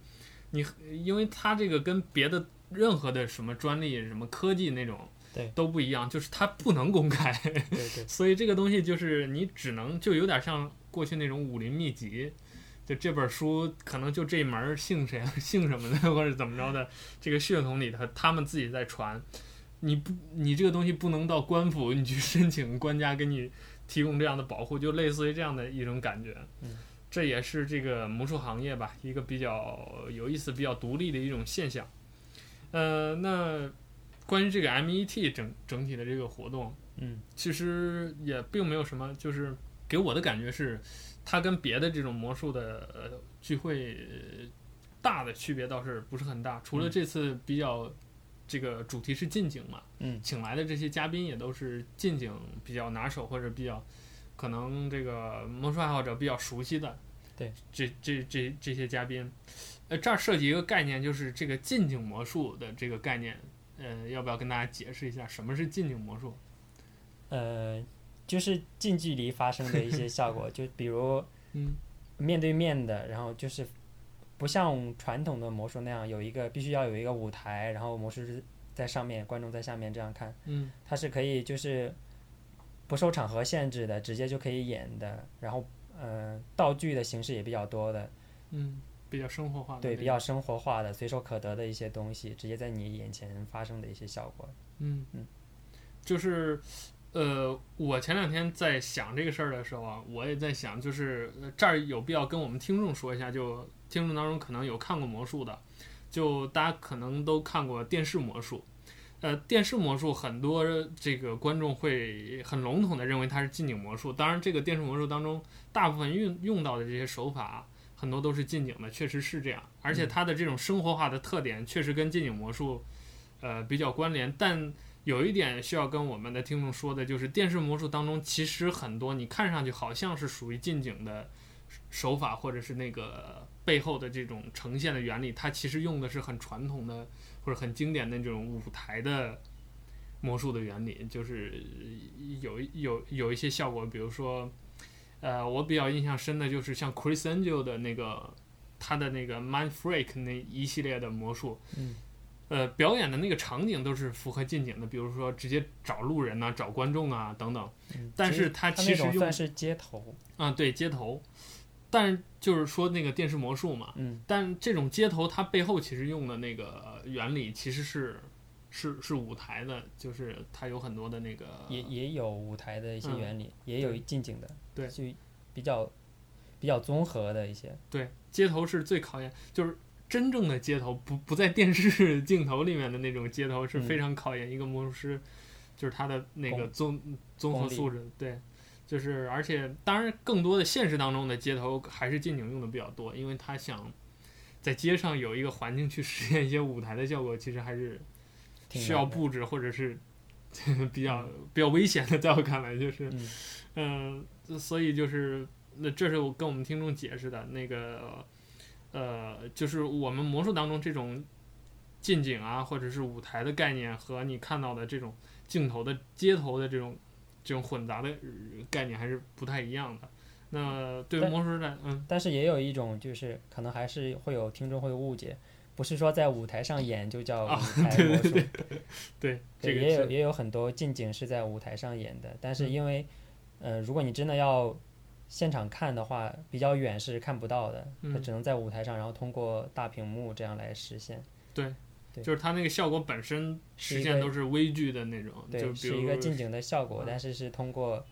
Speaker 2: 你因为它这个跟别的任何的什么专利、什么科技那种。
Speaker 3: 对
Speaker 2: 都不一样，就是它不能公开，
Speaker 3: 对对。
Speaker 2: 所以这个东西就是你只能就有点像过去那种武林秘籍，就这本书可能就这门儿姓谁啊 [laughs] 姓什么的或者怎么着的这个血统里头，他们自己在传。你不，你这个东西不能到官府你去申请官家给你提供这样的保护，就类似于这样的一种感觉。
Speaker 3: 嗯，
Speaker 2: 这也是这个魔术行业吧一个比较有意思、比较独立的一种现象。呃，那关于这个 E MET 整整体的这个活动，
Speaker 3: 嗯，
Speaker 2: 其实也并没有什么，就是给我的感觉是，它跟别的这种魔术的呃聚会呃大的区别倒是不是很大，除了这次比较这个主题是近景嘛，
Speaker 3: 嗯，
Speaker 2: 请来的这些嘉宾也都是近景比较拿手或者比较可能这个魔术爱好者比较熟悉的，
Speaker 3: 对，
Speaker 2: 这这这这些嘉宾，呃，这儿涉及一个概念，就是这个近景魔术的这个概念，呃，要不要跟大家解释一下什么是近景魔术？
Speaker 3: 呃，就是近距离发生的一些效
Speaker 2: [laughs]
Speaker 3: 果，就比如
Speaker 2: 嗯
Speaker 3: 面对面的，然后就是不像传统的魔术那样有一个必须要有一个舞台，然后魔术师在上面，观众在下面这样看，
Speaker 2: 嗯
Speaker 3: 它是可以就是不受场合限制的，直接就可以演的，然后呃道具的形式也比较多的，
Speaker 2: 嗯，比较生活化的那
Speaker 3: 对，
Speaker 2: 种，
Speaker 3: 比较生活化的、随手可得的一些东西，直接在你眼前发生的一些效果，
Speaker 2: 嗯
Speaker 3: 嗯，
Speaker 2: 就是呃，我前两天在想这个事儿的时候啊，我也在想，就是呃这儿有必要跟我们听众说一下，就听众当中可能有看过魔术的，就大家可能都看过电视魔术。呃，电视魔术很多这个观众会很笼统的认为它是近景魔术，当然这个电视魔术当中大部分运用到的这些手法很多都是近景的，确实是这样，而且它的这种生活化的特点确实跟近景魔术呃比较关联。但有一点需要跟我们的听众说的，就是电视魔术当中其实很多你看上去好像是属于近景的手法，或者是那个背后的这种呈现的原理，它其实用的是很传统的或者很经典的那种舞台的。魔术的原理就是有有有一些效果，比如说，呃，我比较印象深的就是像 Chris Angel 的那个他的那个 Mind Freak 那一系列的魔术，呃，表演的那个场景都是符合近景的，比如说直接找路人呐、找观众啊等等。
Speaker 3: 嗯
Speaker 2: 但
Speaker 3: 其实
Speaker 2: 是它
Speaker 3: 它
Speaker 2: 其
Speaker 3: 那
Speaker 2: 实
Speaker 3: 种
Speaker 2: 用
Speaker 3: 算是街头，
Speaker 2: 啊，对街头，但是就是说那个电视魔术嘛，
Speaker 3: 嗯，
Speaker 2: 但这种街头它背后其实用的那个原理其实是是是舞台的，就是它有很多的那个
Speaker 3: 也也有舞台的一些
Speaker 2: 啊嗯
Speaker 3: 原理，也有
Speaker 2: 对
Speaker 3: 近景的，
Speaker 2: 对
Speaker 3: 就比较比较综合的一些，
Speaker 2: 对，街头是最考验，就是真正的街头，不不在电视 [laughs] 镜头里面的那种街头，是非常考验一个魔术师，就是他的那个
Speaker 3: 嗯功
Speaker 2: 综综合
Speaker 3: 功力
Speaker 2: 素质。对，就是而且当然，更多的现实当中的街头还是近景用的比较多，因为他想在街上有一个环境去实现一些舞台的效果，其实还是
Speaker 3: 挺
Speaker 2: 需要
Speaker 3: 难的
Speaker 2: 布置或者是 [laughs] 比较比较危险的，在我看来就是。
Speaker 3: 嗯
Speaker 2: 嗯，所以就是那这是我跟我们听众解释的那个，呃，就是我们魔术当中这种近景啊，或者是舞台的概念和你看到的这种镜头的街头的这种这种混杂的呃概念还是不太一样的。那对于
Speaker 3: 但
Speaker 2: 魔术师来，嗯
Speaker 3: 但是也有一种就是可能还是会有听众会误解，不是说在舞台上演就叫舞
Speaker 2: 啊
Speaker 3: 台
Speaker 2: 对
Speaker 3: 魔
Speaker 2: 对
Speaker 3: 术，
Speaker 2: 对，这
Speaker 3: 对，
Speaker 2: 个
Speaker 3: 也有
Speaker 2: 是
Speaker 3: 也有很多近景是在舞台上演的，但是
Speaker 2: 嗯
Speaker 3: 因为，呃，如果你真的要现场看的话，比较远是看不到的，它
Speaker 2: 嗯
Speaker 3: 只能在舞台上，然后通过大屏幕这样来实现。对
Speaker 2: 就是它那个效果本身
Speaker 3: 是
Speaker 2: 实
Speaker 3: 一
Speaker 2: 现
Speaker 3: 个
Speaker 2: 都是微距的那种，就
Speaker 3: 对，
Speaker 2: 比
Speaker 3: 是
Speaker 2: 如
Speaker 3: 一个近景的效果
Speaker 2: 嗯，
Speaker 3: 但是是通过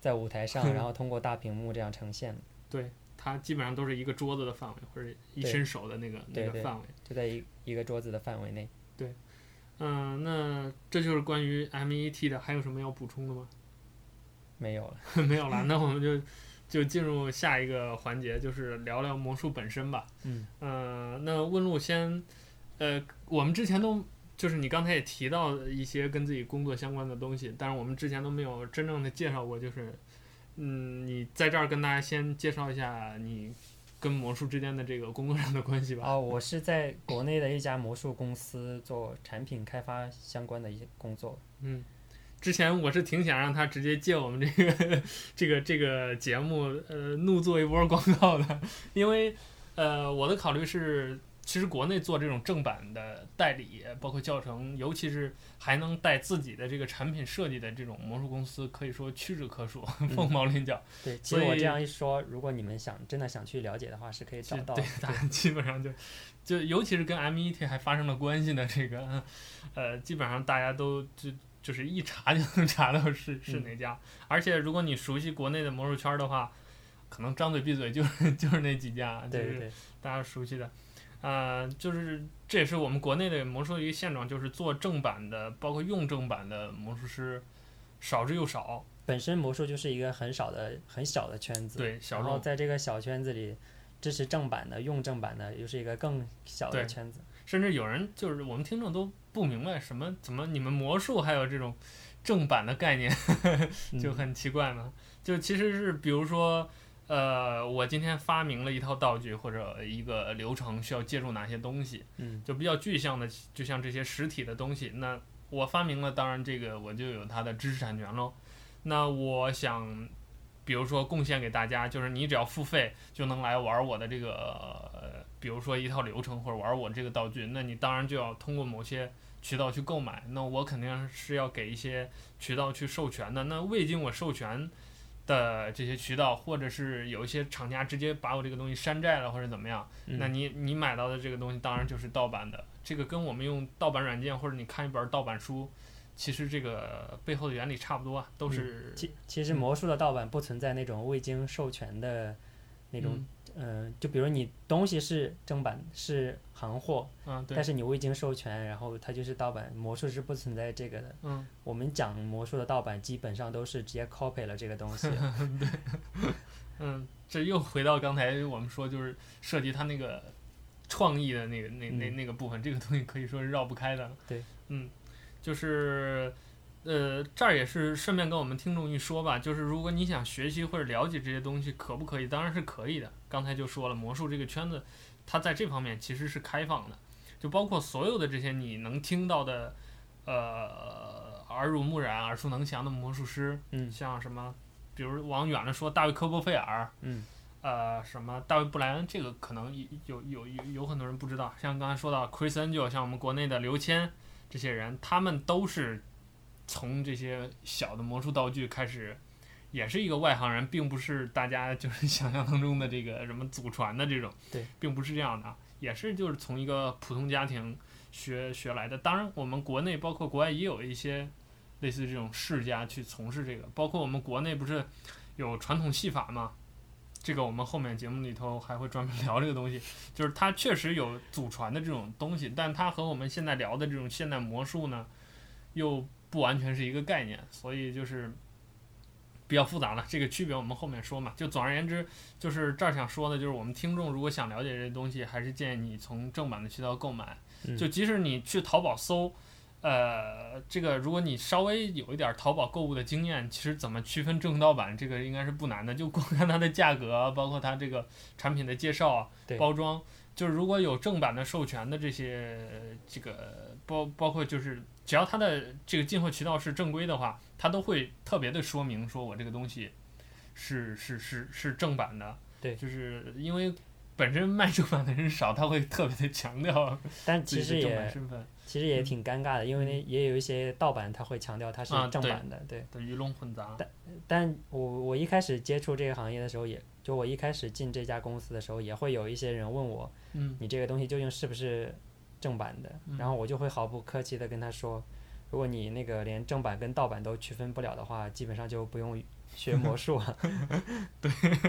Speaker 3: 在舞台上，
Speaker 2: [laughs]
Speaker 3: 然后通过大屏幕这样呈现的，
Speaker 2: 对它基本上都是一个桌子的范围或者一
Speaker 3: 对
Speaker 2: 伸手的那个那
Speaker 3: 对
Speaker 2: 个
Speaker 3: 对
Speaker 2: 范围。
Speaker 3: 就在一一个桌子的范围内。
Speaker 2: 嗯，那这就是关于 MET 的，还有什么要补充的吗？ [laughs]
Speaker 3: 没有了，
Speaker 2: 没有了，那我们就就进入下一个环节，就是聊聊魔术本身吧。
Speaker 3: 嗯，
Speaker 2: 呃，那问路先，呃，我们之前都就是你刚才也提到一些跟自己工作相关的东西，但是我们之前都没有真正的介绍过，就是嗯，你在这儿跟大家先介绍一下你跟魔术之间的这个工作上的关系吧。
Speaker 3: 哦，我是在国内的一家魔术公司做产品开发相关的一些工作。
Speaker 2: 嗯，之前我是挺想让他直接借我们这个这个这个节目，呃，怒做一波广告的，因为呃，我的考虑是，其实国内做这种正版的代理，包括教程，尤其是还能带自己的这个产品设计的这种魔术公司，可以说屈指可数，凤毛麟角。
Speaker 3: 对，其
Speaker 2: 所
Speaker 3: 实我
Speaker 2: 以
Speaker 3: 这样一说，如果你们想真的想去了解的话，是可以找
Speaker 2: 是
Speaker 3: 到
Speaker 2: 对， [laughs] 大家基本上就就尤其是跟 MET 还发生了关系的这个，呃，基本上大家都就就是一查就能查到是是哪家。而且如果你熟悉国内的魔术圈的话，可能张嘴闭嘴就是 [laughs] 就是那几家，就
Speaker 3: 对
Speaker 2: 是
Speaker 3: 对对，
Speaker 2: 大家熟悉的。呃，就是这也是我们国内的魔术的一个现状，就是做正版的，包括用正版的魔术师少之又少。
Speaker 3: 本身魔术就是一个很少的、很小的圈子，
Speaker 2: 对小
Speaker 3: 然后
Speaker 2: 众，
Speaker 3: 在这个小圈子里，支持正版的、用正版的，又是一个更小的
Speaker 2: 对
Speaker 3: 圈子。
Speaker 2: 甚至有人就是我们听众都不明白什么怎么你们魔术还有这种正版的概念。[laughs]
Speaker 3: 嗯
Speaker 2: 就很奇怪嘛。就其实是比如说，呃，我今天发明了一套道具或者一个流程，需要借助哪些东西，
Speaker 3: 嗯，
Speaker 2: 就比较具象的，就像这些实体的东西。那我发明了，当然这个我就有它的知识产权喽。那我想，比如说贡献给大家，就是你只要付费就能来玩我的这个，呃、比如说一套流程或者玩我这个呃道具，那你当然就要通过某些渠道去购买。那我肯定是要给一些渠道去授权的。那未经我授权的这些渠道，或者是有一些厂家直接把我这个东西山寨了，或者怎么样。
Speaker 3: 嗯
Speaker 2: 那你你买到的这个东西当然就是盗版的，这个跟我们用盗版软件或者你看一本盗版书，其实这个背后的原理差不多啊，都是、
Speaker 3: 其其实魔术的盗版不存在那种未经授权的那种，嗯、就比如你东西是正版是行货，
Speaker 2: 嗯、啊对
Speaker 3: 但，是你未经授权，然后它就是盗版。魔术是不存在这个的。
Speaker 2: 嗯，
Speaker 3: 我们讲魔术的盗版，基本上都是直接 copy 了这
Speaker 2: [laughs]
Speaker 3: 个东西。
Speaker 2: 嗯，这又回到刚才我们说就是涉及它那个创意的那个那那
Speaker 3: 嗯
Speaker 2: 那个部分，这个东西可以说是绕不开的。
Speaker 3: 对，
Speaker 2: 嗯，就是。呃，这儿也是顺便跟我们听众一说吧，就是如果你想学习或者了解这些东西，可不可以？当然是可以的。刚才就说了，魔术这个圈子，它在这方面其实是开放的，就包括所有的这些你能听到的，呃，耳濡目染、耳熟能详的魔术师，
Speaker 3: 嗯
Speaker 2: 像什么，比如往远了说，大卫科波菲尔，
Speaker 3: 嗯，
Speaker 2: 呃，什么大卫布莱恩，这个可能有有有有很多人不知道，像刚才说到 Chris Angel，像我们国内的刘谦这些人，他们都是从这些小的魔术道具开始，也是一个外行人，并不是大家就是 [laughs] 想象当中的这个什么祖传的这种，
Speaker 3: 对，
Speaker 2: 并不是这样的，也是就是从一个普通家庭学学来的。当然，我们国内包括国外也有一些类似这种世家去从事这个，包括我们国内不是有传统戏法嘛。这个我们后面节目里头还会专门聊这个东西， [laughs] 就是它确实有祖传的这种东西，但它和我们现在聊的这种现代魔术呢，又不完全是一个概念，所以就是比较复杂了。这个区别我们后面说嘛。就总而言之，就是这儿想说的就是，我们听众如果想了解这些东西，还是建议你从正版的渠道购买。
Speaker 3: 嗯
Speaker 2: 就即使你去淘宝搜，呃，这个如果你稍微有一点淘宝购物的经验，其实怎么区分正盗版，这个应该是不难的。就光看它的价格啊，包括它这个产品的介绍啊
Speaker 3: 对、
Speaker 2: 包装，就是如果有正版的授权的这些，呃这个包包括就是只要它的这个进货渠道是正规的话，它都会特别的说明说我这个东西是是是是正版的。
Speaker 3: 对
Speaker 2: 就是因为本身卖正版的人少，他会特别的强调
Speaker 3: 但
Speaker 2: 自
Speaker 3: 其
Speaker 2: 己的
Speaker 3: 实
Speaker 2: 正版
Speaker 3: 也
Speaker 2: 身份，
Speaker 3: 其实也挺尴尬的，因为
Speaker 2: 嗯
Speaker 3: 那也有一些盗版，它会强调它是
Speaker 2: 啊
Speaker 3: 正
Speaker 2: 对
Speaker 3: 版的，对。
Speaker 2: 对鱼龙混杂。
Speaker 3: 但我我一开始接触这个行业的时候也，就我一开始进这家公司的时候，也会有一些人问我，
Speaker 2: 嗯
Speaker 3: 你这个东西究竟是不是正版的？
Speaker 2: 嗯
Speaker 3: 然后我就会毫不客气的跟他说，如果你那个连正版跟盗版都区分不了的话，基本上就不用学魔术
Speaker 2: [laughs]
Speaker 3: 了。
Speaker 2: 嗯、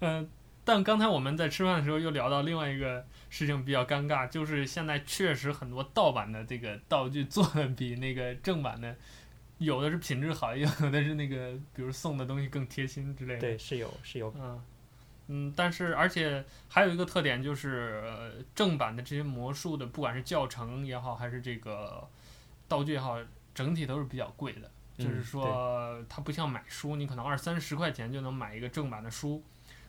Speaker 2: 呃，但刚才我们在吃饭的时候又聊到另外一个事情比较尴尬，就是现在确实很多盗版的这个道具做的比那个正版的。有的是品质好，也有的是那个，比如送的东西更贴心之类的。
Speaker 3: 对，是有是有，
Speaker 2: 嗯，嗯，但是而且还有一个特点就是，呃，正版的这些魔术的，不管是教程也好，还是这个道具也好，整体都是比较贵的。就是
Speaker 3: 嗯
Speaker 2: 说，它不像买书，你可能二三十块钱就能买一个正版的书，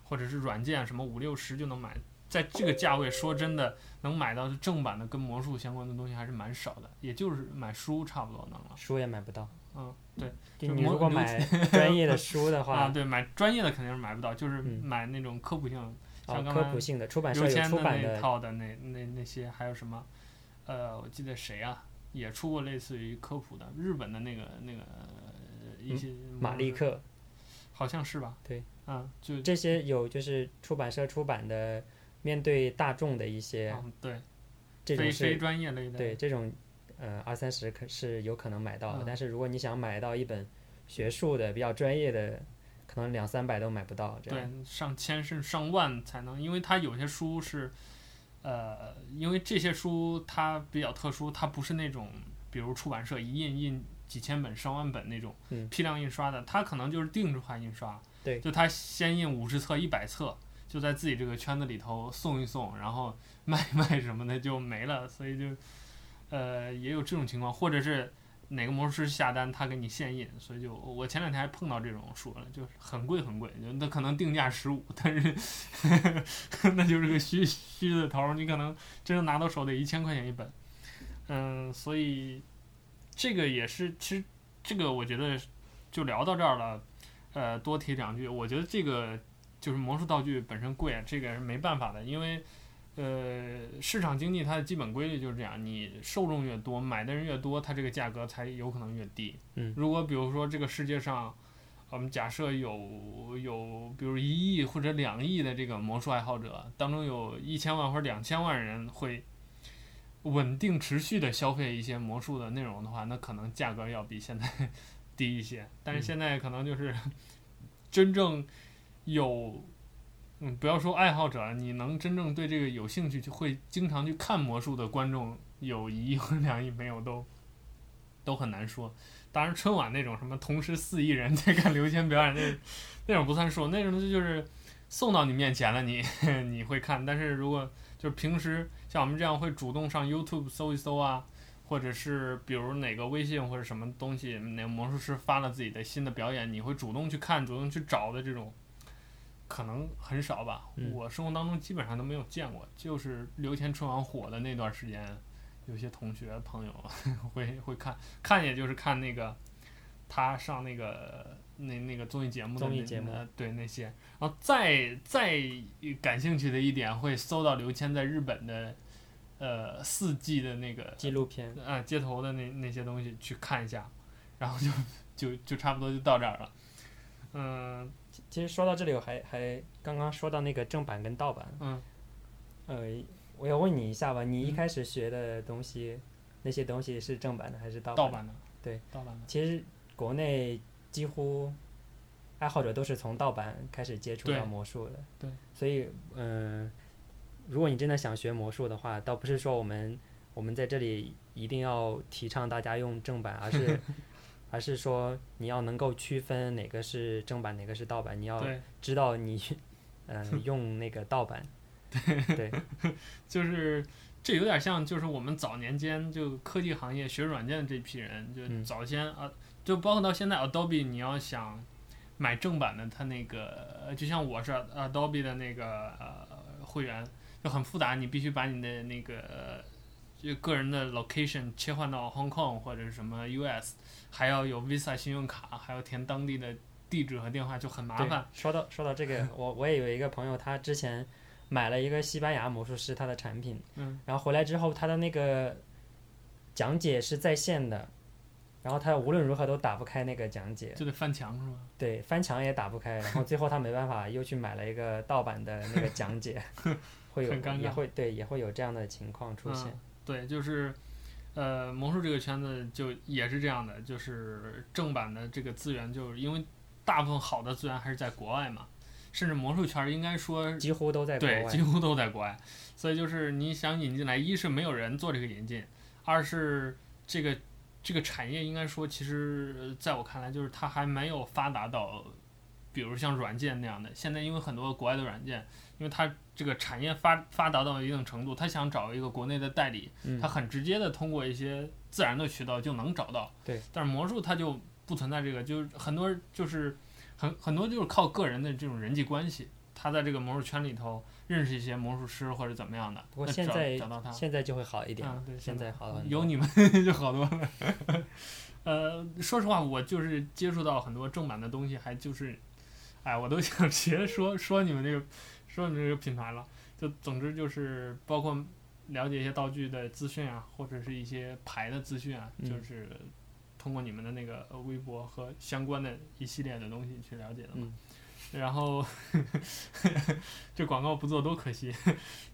Speaker 2: 或者是软件什么五六十就能买。在这个价位，说真的，能买到正版的跟魔术相关的东西还是蛮少的，也就是买书差不多能了。
Speaker 3: 书也买不到。
Speaker 2: 嗯，对，
Speaker 3: 就
Speaker 2: 就
Speaker 3: 你
Speaker 2: 魔
Speaker 3: 如果
Speaker 2: 你
Speaker 3: 买 [laughs] 专业的书的
Speaker 2: [laughs] 啊，
Speaker 3: 话，
Speaker 2: 对，买专业的肯定是买不到，就是
Speaker 3: 嗯
Speaker 2: 买那种科普性的
Speaker 3: 啊
Speaker 2: 像，刚
Speaker 3: 科
Speaker 2: 才
Speaker 3: 普性的出版社
Speaker 2: 刘
Speaker 3: 有
Speaker 2: 谦
Speaker 3: 出
Speaker 2: 的
Speaker 3: 版
Speaker 2: 那
Speaker 3: 的，
Speaker 2: 套的那那那些，还有什么？呃，我记得谁啊，也出过类似于科普的，日本的那个那个呃一
Speaker 3: 嗯
Speaker 2: 些、
Speaker 3: 马利，克。
Speaker 2: 好像是吧？
Speaker 3: 对，
Speaker 2: 嗯，就
Speaker 3: 这些有就是出版社出版的，面对大众的一些、
Speaker 2: 嗯对，
Speaker 3: 这种
Speaker 2: 非非
Speaker 3: 是，
Speaker 2: 专业类的，
Speaker 3: 对这种，呃，二三十可是有可能买到
Speaker 2: 嗯
Speaker 3: 的，但是如果你想买到一本学术的比较专业的，可能两三百都买不到这
Speaker 2: 对
Speaker 3: 样。，
Speaker 2: 上千甚至上万才能，因为它有些书是，呃，因为这些书它比较特殊，它不是那种比如出版社一印印几千本、上万本那种
Speaker 3: 嗯
Speaker 2: 批量印刷的，它可能就是定制化印刷，
Speaker 3: 对
Speaker 2: 就它先印五十册、一百册，就在自己这个圈子里头送一送，然后 [laughs] 卖一卖什么的就没了，所以就呃也有这种情况，或者是哪个魔术师下单他给你现印，所以就我前两天还碰到这种说了，就是很贵很贵，就那可能定价十五，但是 [laughs] 那就是个虚虚的头儿，你可能真正拿到手得一千块钱一本，嗯，所以这个也是，其实这个我觉得就聊到这儿了，呃，多提两句，我觉得这个就是魔术道具本身贵啊，这个是没办法的，因为。呃，市场经济它的基本规律就是这样，你受众越多，买的人越多，它这个价格才有可能越低。
Speaker 3: 嗯
Speaker 2: 如果比如说这个世界上，我们假设有有，比如一亿或者两亿的这个魔术爱好者，当中有一千万或者两千万人会稳定持续的消费一些魔术的内容的话，那可能价格要比现在 [laughs] 低一些。但是
Speaker 3: 嗯
Speaker 2: 现在可能就是真正有嗯，不要说爱好者，你能真正对这个有兴趣，就会经常去看魔术的观众，有一亿或者两亿没有都 [laughs] 都很难说。当然，春晚那种什么同时四亿人在看刘谦表演那那种不算数，那种就是送到你面前了，你你会看。但是如果就是平时像我们这样会主动上 YouTube 搜一搜啊，或者是比如哪个微信或者什么东西，哪个魔术师发了自己的新的表演，你会主动去看、主动去找的这种，可能很少吧。
Speaker 3: 嗯
Speaker 2: 我生活当中基本上都没有见过，就是刘谦春晚火的那段时间，有些同学朋友 [laughs] 会会看，看也就是看那个他上那个那那个综艺节目的
Speaker 3: 综艺
Speaker 2: 那
Speaker 3: 节目
Speaker 2: 那对那些，然后再再感兴趣的一点会搜到刘谦在日本的。呃，四季的那个
Speaker 3: 纪录片，
Speaker 2: 啊街头的那那些东西去看一下，然后就就就差不多就到这儿了。嗯
Speaker 3: 其实说到这里，我还还刚刚说到那个正版跟盗版，
Speaker 2: 嗯，
Speaker 3: 呃，我要问你一下吧，你一开始学的东西，那些东西是正版的还是盗版的？
Speaker 2: 盗版的
Speaker 3: 对
Speaker 2: 盗版的，
Speaker 3: 其实国内几乎爱好者都是从盗版开始接触
Speaker 2: 对
Speaker 3: 到魔术的。
Speaker 2: 对
Speaker 3: 所以嗯、呃如果你真的想学魔术的话，倒不是说我们我们在这里一定要提倡大家用正版，
Speaker 2: [laughs]
Speaker 3: 而是而是说你要能够区分哪个是正版，哪个是盗版，你要
Speaker 2: 对，
Speaker 3: 知道你
Speaker 2: [laughs]
Speaker 3: 嗯、用那个盗版。对，
Speaker 2: 就是这有点像，就是我们早年间就科技行业学软件这批人，就
Speaker 3: 嗯
Speaker 2: 早先啊，就包括到现在 Adobe，你要想买正版的，它那个呃就像我是 Adobe 的那个呃会员，就很复杂，你必须把你的那个呃就个人的 location 切换到 Hong Kong 或者是什么 US，还要有 Visa 信用卡，还要填当地的地址和电话，就很麻
Speaker 3: 对
Speaker 2: 烦。
Speaker 3: 说到说到这个，我我也有一个朋友，他之前买了一个西班牙魔术师他的产品，
Speaker 2: 嗯，
Speaker 3: 然后回来之后，他的那个讲解是在线的，然后他无论如何都打不开那个讲解，
Speaker 2: 就得翻墙是吧？
Speaker 3: 对，翻墙也打不开，然后最后他没办法，又去买了一个盗版的那个
Speaker 2: [laughs]
Speaker 3: 讲解，会有
Speaker 2: 很尴尬
Speaker 3: 也会对也会有这样的情况出现，
Speaker 2: 嗯对，就是，呃，魔术这个圈子就也是这样的，就是正版的这个资源，就是因为大部分好的资源还是在国外嘛，甚至魔术圈儿应该说
Speaker 3: 几乎都在国
Speaker 2: 嗯对，
Speaker 3: 外
Speaker 2: 几，乎都在国外。所以就是你想引进来，一是没有人做这个引进，二是这个这个产业应该说，其实呃在我看来，就是它还没有发达到，比如像软件那样的。现在因为很多国外的软件，因为它这个产业发发达到一定程度，它想找一个国内的代理，
Speaker 3: 嗯
Speaker 2: 它，很直接的通过一些自然的渠道就能找到。
Speaker 3: 对，
Speaker 2: 但是魔术它就不存在这个，就是很多就是很很多就是靠个人的这种人际关系，他在这个魔术圈里头认识一些魔术师或者怎么样的，
Speaker 3: 不过
Speaker 2: 那
Speaker 3: 现
Speaker 2: 找
Speaker 3: 在
Speaker 2: 找到他。
Speaker 3: 现在就会好一点，
Speaker 2: 嗯对
Speaker 3: 现
Speaker 2: 现在
Speaker 3: 在好很
Speaker 2: 有
Speaker 3: 多，
Speaker 2: 你们 [laughs] 就好多了。呃，说实话，我就是接触到很多正版的东西，还就是，哎，我都想直接说说你们这个，说你们这个品牌了。就总之就是包括了解一些道具的资讯啊，或者是一些牌的资讯啊，
Speaker 3: 嗯
Speaker 2: 就是通过你们的那个呃微博和相关的一系列的东西去了解的嘛。
Speaker 3: 嗯
Speaker 2: 然后 [laughs] 这广告不做多可惜。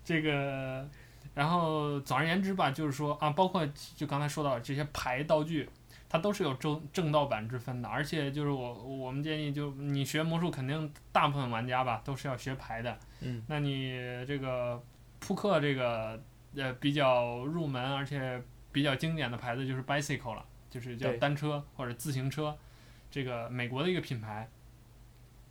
Speaker 2: 这个，然后总而言之吧，就是说啊，包括就刚才说到这些牌道具，它都是有正正盗版之分的，而且就是我我们建议就你学魔术，肯定大部分玩家吧都是要学牌的，
Speaker 3: 嗯，
Speaker 2: 那你这个扑克这个呃比较入门而且比较经典的牌子就是 bicycle 了，就是叫
Speaker 3: 对
Speaker 2: 单车或者自行车，这个美国的一个品牌，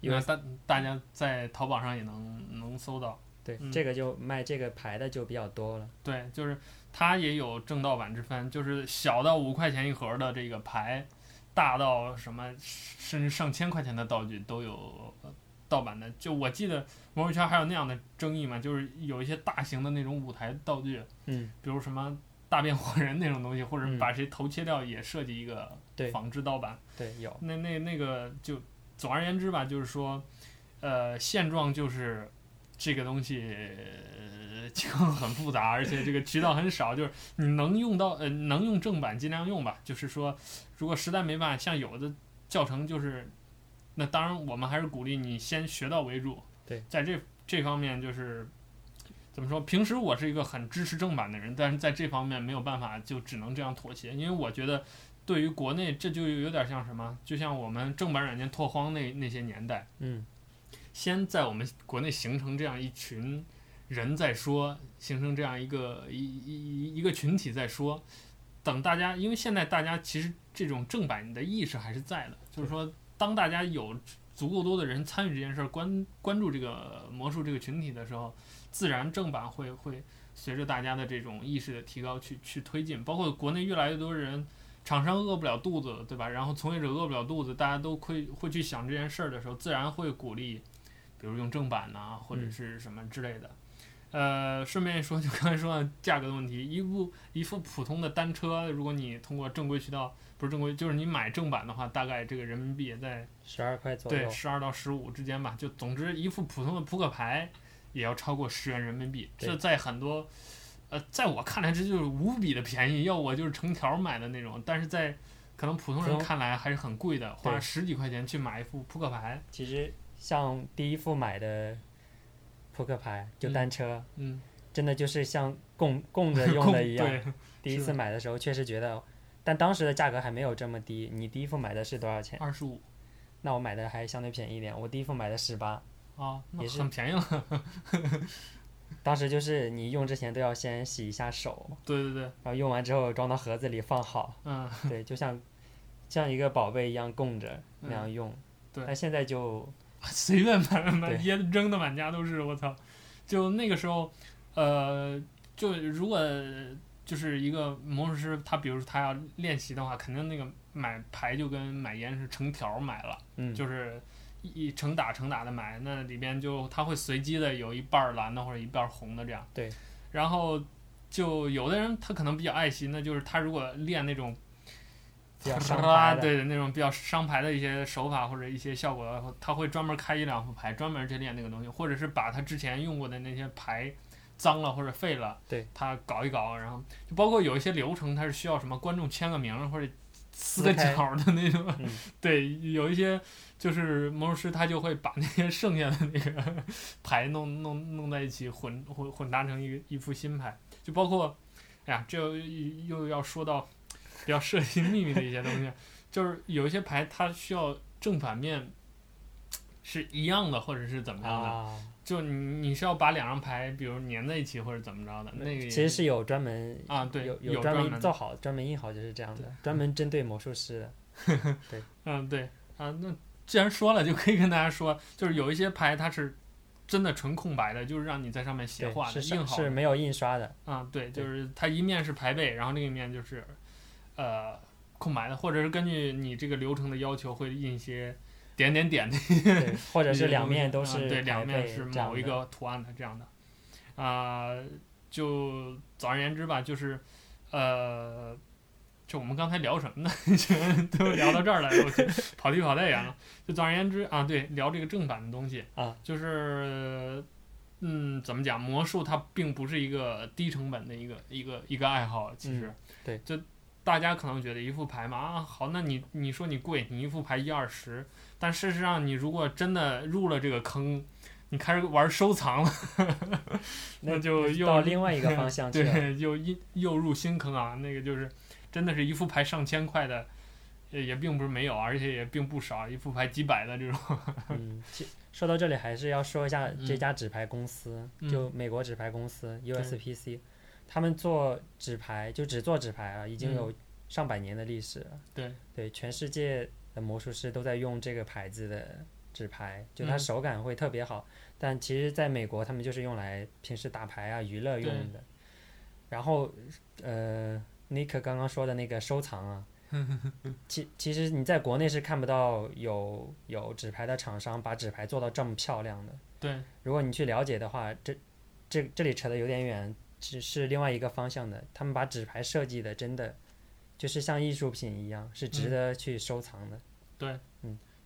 Speaker 3: 有
Speaker 2: 那大大家在淘宝上也能能搜到。
Speaker 3: 对，
Speaker 2: 嗯
Speaker 3: 这个就卖这个牌的就比较多了。
Speaker 2: 对，就是它也有正盗版之分，就是小到五块钱一盒的这个牌，大到什么甚至上千块钱的道具都有呃盗版的。就我记得魔术圈还有那样的争议嘛，就是有一些大型的那种舞台道具，
Speaker 3: 嗯，
Speaker 2: 比如什么大变活人那种东西，或者
Speaker 3: 嗯
Speaker 2: 把谁头切掉也设计一个
Speaker 3: 对
Speaker 2: 仿制盗版。
Speaker 3: 对，有，
Speaker 2: 那那那个就总而言之吧，就是说，呃，现状就是这个东西、呃、情况很复杂，而且这个渠道很少，就是你能用到呃能用正版尽量用吧。就是说，如果实在没办法，像有的教程就是，那当然我们还是鼓励你先学到为主。
Speaker 3: 对，
Speaker 2: 在这这方面就是。怎么说？平时我是一个很支持正版的人，但是在这方面没有办法，就只能这样妥协。因为我觉得对于国内，这就有点像什么，就像我们正版软件拓荒那那些年代，
Speaker 3: 嗯，
Speaker 2: 先在我们国内形成这样一群人再说，形成这样一个一一一一个群体再说。等大家，因为现在大家其实这种正版的意识还是在的，就是说，当大家有足够多的人参与这件事儿，关关注这个魔术这个群体的时候，自然正版会会随着大家的这种意识的提高去去推进，包括国内越来越多人。厂商饿不了肚子，对吧？然后从业者饿不了肚子，大家都会会去想这件事儿的时候，自然会鼓励比如用正版呐、或者
Speaker 3: 嗯
Speaker 2: 是什么之类的。呃，顺便说，就刚才说的价格的问题，一部一副普通的单车，如果你通过正规渠道，不是正规，就是你买正版的话，大概这个人民币也在
Speaker 3: 十二块左
Speaker 2: 对
Speaker 3: 右。
Speaker 2: 十二到十五之间吧。就总之，一副普通的扑克牌也要超过十元人民币，
Speaker 3: 对
Speaker 2: 这在很多。呃，在我看来，这就是无比的便宜，要我就是成条买的那种，但是在可能普通人
Speaker 3: 普通
Speaker 2: 看来还是很贵的，花
Speaker 3: 对
Speaker 2: 十几块钱去买一副扑克牌，
Speaker 3: 其实像第一副买的扑克牌，就
Speaker 2: 嗯
Speaker 3: 单车，
Speaker 2: 嗯，
Speaker 3: 真的就是像供供
Speaker 2: [laughs]
Speaker 3: 着用的一样。
Speaker 2: 对，
Speaker 3: 第一
Speaker 2: 是
Speaker 3: 次买的时候确实觉得，但当时的价格还没有这么低。你第一副买的是多少钱？
Speaker 2: 二十五
Speaker 3: 那我买的还相对便宜一点，我第一副买的十八。
Speaker 2: 啊，那
Speaker 3: 也是
Speaker 2: 很便宜了。 [laughs]
Speaker 3: 当时就是你用之前都要先洗一下手，
Speaker 2: 对对对，
Speaker 3: 然后用完之后装到盒子里放好，
Speaker 2: 嗯， [laughs]
Speaker 3: 对，就像像一个宝贝一样供着那样用。
Speaker 2: 嗯对
Speaker 3: 但现在就
Speaker 2: [laughs] 随便买买
Speaker 3: 对
Speaker 2: 椰子扔的满家都是，我操！就那个时候，呃，就如果就是一个魔术师，他比如说他要练习的话，肯定那个买牌就跟买烟是成条买了，
Speaker 3: 嗯，
Speaker 2: 就是一一成打成打的买，那里边就他会随机的有一半儿蓝的或者一半儿红的这样。
Speaker 3: 对。
Speaker 2: 然后就有的人他可能比较爱惜，那就是他如果练那种 [laughs]
Speaker 3: 比较伤
Speaker 2: 啊，
Speaker 3: 牌的。
Speaker 2: 对那种比较伤牌的一些手法或者一些效果，他会专门开一两副牌，专门去练那个东西，或者是把他之前用过的那些牌脏了或者废了，
Speaker 3: 对
Speaker 2: 他搞一搞，然后就包括有一些流程，它是需要什么观众签个名儿或者撕个
Speaker 3: 撕开
Speaker 2: 角儿的那种，
Speaker 3: 嗯
Speaker 2: [laughs] 对，有一些就是魔术师他就会把那些剩下的那个 [laughs] 牌弄弄弄在一起混混混搭成一个一副新牌，就包括，哎呀，这又又要说到比较涉及秘密的一些东西，就是有一些牌它需要正反面是一样的，或者是怎么样的，
Speaker 3: 啊，
Speaker 2: 就你你是要把两张牌比如粘在一起或者怎么着的，那个也
Speaker 3: 其实是有专门
Speaker 2: 啊，对，
Speaker 3: 有
Speaker 2: 有
Speaker 3: 专
Speaker 2: 门
Speaker 3: 门
Speaker 2: 的
Speaker 3: 做好专门印好就是这样的，专门针对魔术师的。
Speaker 2: 嗯，对啊，那既然说了，就可以跟大家说，就是有一些牌它是真的纯空白的，就是让你在上面斜
Speaker 3: 对，
Speaker 2: 画的、
Speaker 3: 是
Speaker 2: 印
Speaker 3: 是
Speaker 2: 好
Speaker 3: 是
Speaker 2: 的
Speaker 3: 没有印
Speaker 2: [laughs]
Speaker 3: 刷的，
Speaker 2: 啊，对，就
Speaker 3: 对
Speaker 2: 是它一面是牌背，然后另一面就是呃空白的，或者是根据你这个流程的要求会印一些点点点的，
Speaker 3: 对，或者是
Speaker 2: 这些
Speaker 3: 两
Speaker 2: 东西
Speaker 3: 面都
Speaker 2: 啊
Speaker 3: 是
Speaker 2: 对，
Speaker 3: 牌
Speaker 2: 两面
Speaker 3: 背
Speaker 2: 是
Speaker 3: 这样
Speaker 2: 某一
Speaker 3: 的
Speaker 2: 个图案的这样的啊、就总而言之吧，就是呃。就我们刚才聊什么呢？ [laughs] 都聊到这儿来了，我去跑题跑太远了。就总而言之啊，对，聊这个正版的东西 [laughs]
Speaker 3: 啊，
Speaker 2: 就是嗯，怎么讲？魔术它并不是一个低成本的一个一个一个爱好，其实、
Speaker 3: 嗯对，
Speaker 2: 就大家可能觉得一副牌嘛啊，好，那你你说你贵，你一副牌一二十，但事实上你如果真的入了这个坑，你开始玩收藏了，那就又
Speaker 3: 到另外
Speaker 2: [laughs]
Speaker 3: 一个方向去了。
Speaker 2: 对，又一又入新坑啊，那个就是真的是一副牌上千块的，也也并不是没有，而且也并不少，一副牌几百的这种。
Speaker 3: 嗯，其说到这里还是要说一下
Speaker 2: 嗯
Speaker 3: 这家纸牌公司，
Speaker 2: 嗯
Speaker 3: 就美国纸牌公司 USPC，他们做纸牌就只做纸牌啊，已经有上百年的历史了。
Speaker 2: 嗯对
Speaker 3: 对，全世界的魔术师都在用这个牌子的纸牌，就它
Speaker 2: 嗯
Speaker 3: 手感会特别好。但其实，在美国，他们就是用来平时打牌啊、娱乐用的。然后，呃，Nick 刚刚说的那个收
Speaker 2: [laughs]
Speaker 3: 藏啊，其其实你在国内是看不到有有纸牌的厂商把纸牌做到这么漂亮的。
Speaker 2: 对，
Speaker 3: 如果你去了解的话，这这这里扯得有点远，只是另外一个方向的。他们把纸牌设计的真的就是像艺术品一样，是
Speaker 2: 嗯
Speaker 3: 值得去收藏的。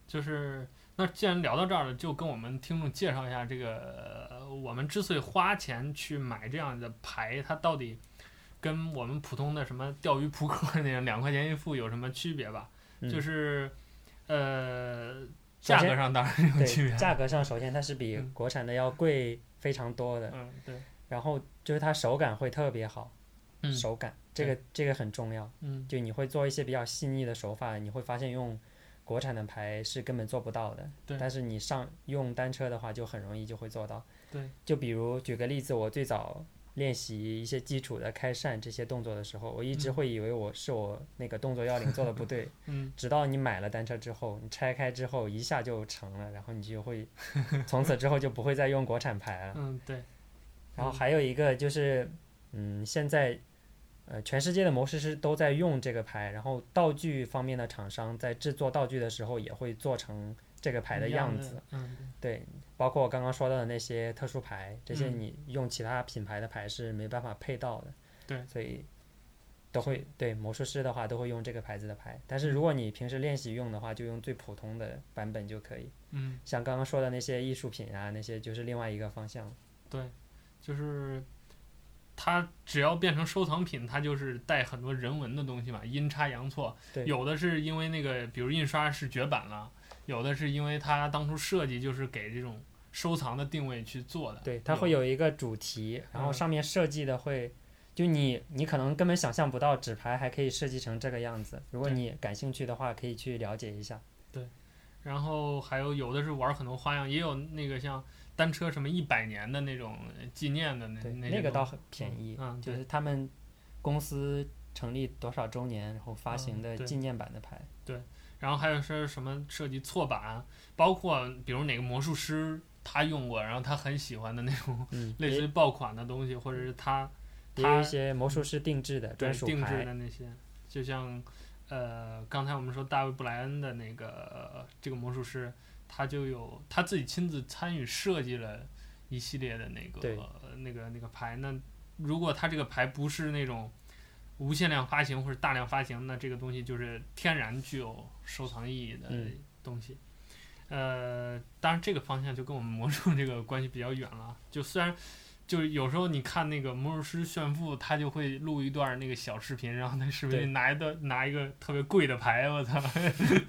Speaker 2: 就是那既然聊到这儿了，就跟我们听众介绍一下这个、呃我们之所以花钱去买这样的牌，它到底跟我们普通的什么钓鱼扑克那种两块钱一副有什么区别吧？
Speaker 3: 嗯
Speaker 2: 就是呃，
Speaker 3: 首
Speaker 2: 价
Speaker 3: 先
Speaker 2: 格上当然有
Speaker 3: [laughs]
Speaker 2: 区别
Speaker 3: 对，
Speaker 2: 了。
Speaker 3: 价格上首先它是比
Speaker 2: 嗯
Speaker 3: 国产的要贵非常多的，
Speaker 2: 嗯，对，
Speaker 3: 然后就是它手感会特别好，
Speaker 2: 嗯
Speaker 3: 手感这个这个很重要。
Speaker 2: 嗯，
Speaker 3: 就你会做一些比较细腻的手法，你会发现用国产的牌是根本做不到的。
Speaker 2: 对
Speaker 3: 但是你上用单车的话，就很容易就会做到。
Speaker 2: 对，
Speaker 3: 就比如举个例子，我最早练习一些基础的开扇这些动作的时
Speaker 2: 嗯
Speaker 3: 候，我一直会以为我是我那个动作要领做的不
Speaker 2: [laughs]
Speaker 3: 对，
Speaker 2: 嗯，
Speaker 3: 直到你买了单车之后，你拆开之后一下就成了，然后你就会从此之后就不会再用国产牌了。
Speaker 2: 嗯，对，
Speaker 3: 然后还有一个就是，嗯，现在呃，全世界的魔术师都在用这个牌，然后道具方面的厂商在制作道具的时候也会做成这个牌的
Speaker 2: 一样
Speaker 3: 样
Speaker 2: 的
Speaker 3: 子，，
Speaker 2: 嗯，
Speaker 3: 对，包括我刚刚说到的那些特殊牌，这些
Speaker 2: 嗯
Speaker 3: 你用其他品牌的牌是没办法配到的，
Speaker 2: 对
Speaker 3: 所以都会对魔术师的话都会用这个牌子的牌，但是如果你平时练习用的话，就用最普通的版本就可以。
Speaker 2: 嗯。
Speaker 3: 像刚刚说的那些艺术品啊，那些就是另外一个方向。
Speaker 2: 对，就是它只要变成收藏品，它就是带很多人文的东西嘛，阴差阳错。
Speaker 3: 对
Speaker 2: 有的是因为那个，比如印刷是绝版了，有的是因为它当初设计就是给这种收藏的定位去做的。嗯
Speaker 3: 对，它会有一个主题，然后上面设计的会，就你你可能根本想象不到纸牌还可以设计成这个样子。如果
Speaker 2: 对
Speaker 3: 你感兴趣的话，可以去了解一下。
Speaker 2: 然后还有有的是玩很多花样，也有那个像单车什么一百年的那种纪念的那
Speaker 3: 对，
Speaker 2: 那
Speaker 3: 那个倒很便宜，
Speaker 2: 嗯
Speaker 3: 就
Speaker 2: 对
Speaker 3: 是他们公司成立多少周年，然后发行
Speaker 2: 嗯
Speaker 3: 的
Speaker 2: 对
Speaker 3: 纪念版的牌。
Speaker 2: 然后还有是什么设计错版，包括比如哪个魔术师他用过，然后他很喜欢的那种 [laughs]
Speaker 3: 嗯，
Speaker 2: 类似于爆款的东西，或者是他
Speaker 3: 也也有
Speaker 2: 他
Speaker 3: 一些魔术师定制的
Speaker 2: 对
Speaker 3: 专属
Speaker 2: 定制
Speaker 3: 牌。
Speaker 2: 的那些，就像呃刚才我们说大卫布莱恩的那个、这个魔术师，他就有他自己亲自参与设计了一系列的那个
Speaker 3: 对
Speaker 2: 呃那个那个牌。那如果他这个牌不是那种无限量发行或者大量发行，那这个东西就是天然具有收藏意义的
Speaker 3: 嗯
Speaker 2: 东西。呃，当然这个方向就跟我们魔术这个关系比较远了。啊就虽然就是有时候你看那个魔术师炫富，他就会录一段那个小视频，然后那视频里
Speaker 3: 对
Speaker 2: 拿一段拿一个特别贵的牌，我操， [laughs]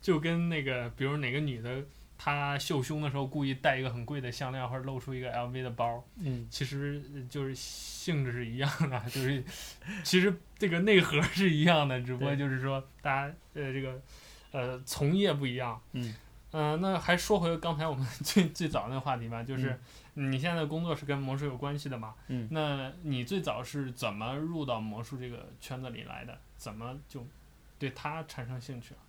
Speaker 2: 就跟那个比如哪个女的她秀胸的时候故意戴一个很贵的项链或者露出一个 LV 的包，
Speaker 3: 嗯，
Speaker 2: 其实呃就是性质是一样的， [laughs] 就是其实这个内核是一样的，只不过
Speaker 3: 对
Speaker 2: 就是说大家呃这个呃从业不一样。
Speaker 3: 嗯
Speaker 2: 呃，那还说回刚才我们 [laughs] 最最早那个话题吧，就是你现在的工作是跟魔术有关系的嘛？
Speaker 3: 嗯
Speaker 2: 那你最早是怎么入到魔术这个圈子里来的？怎么就对它产生兴趣了？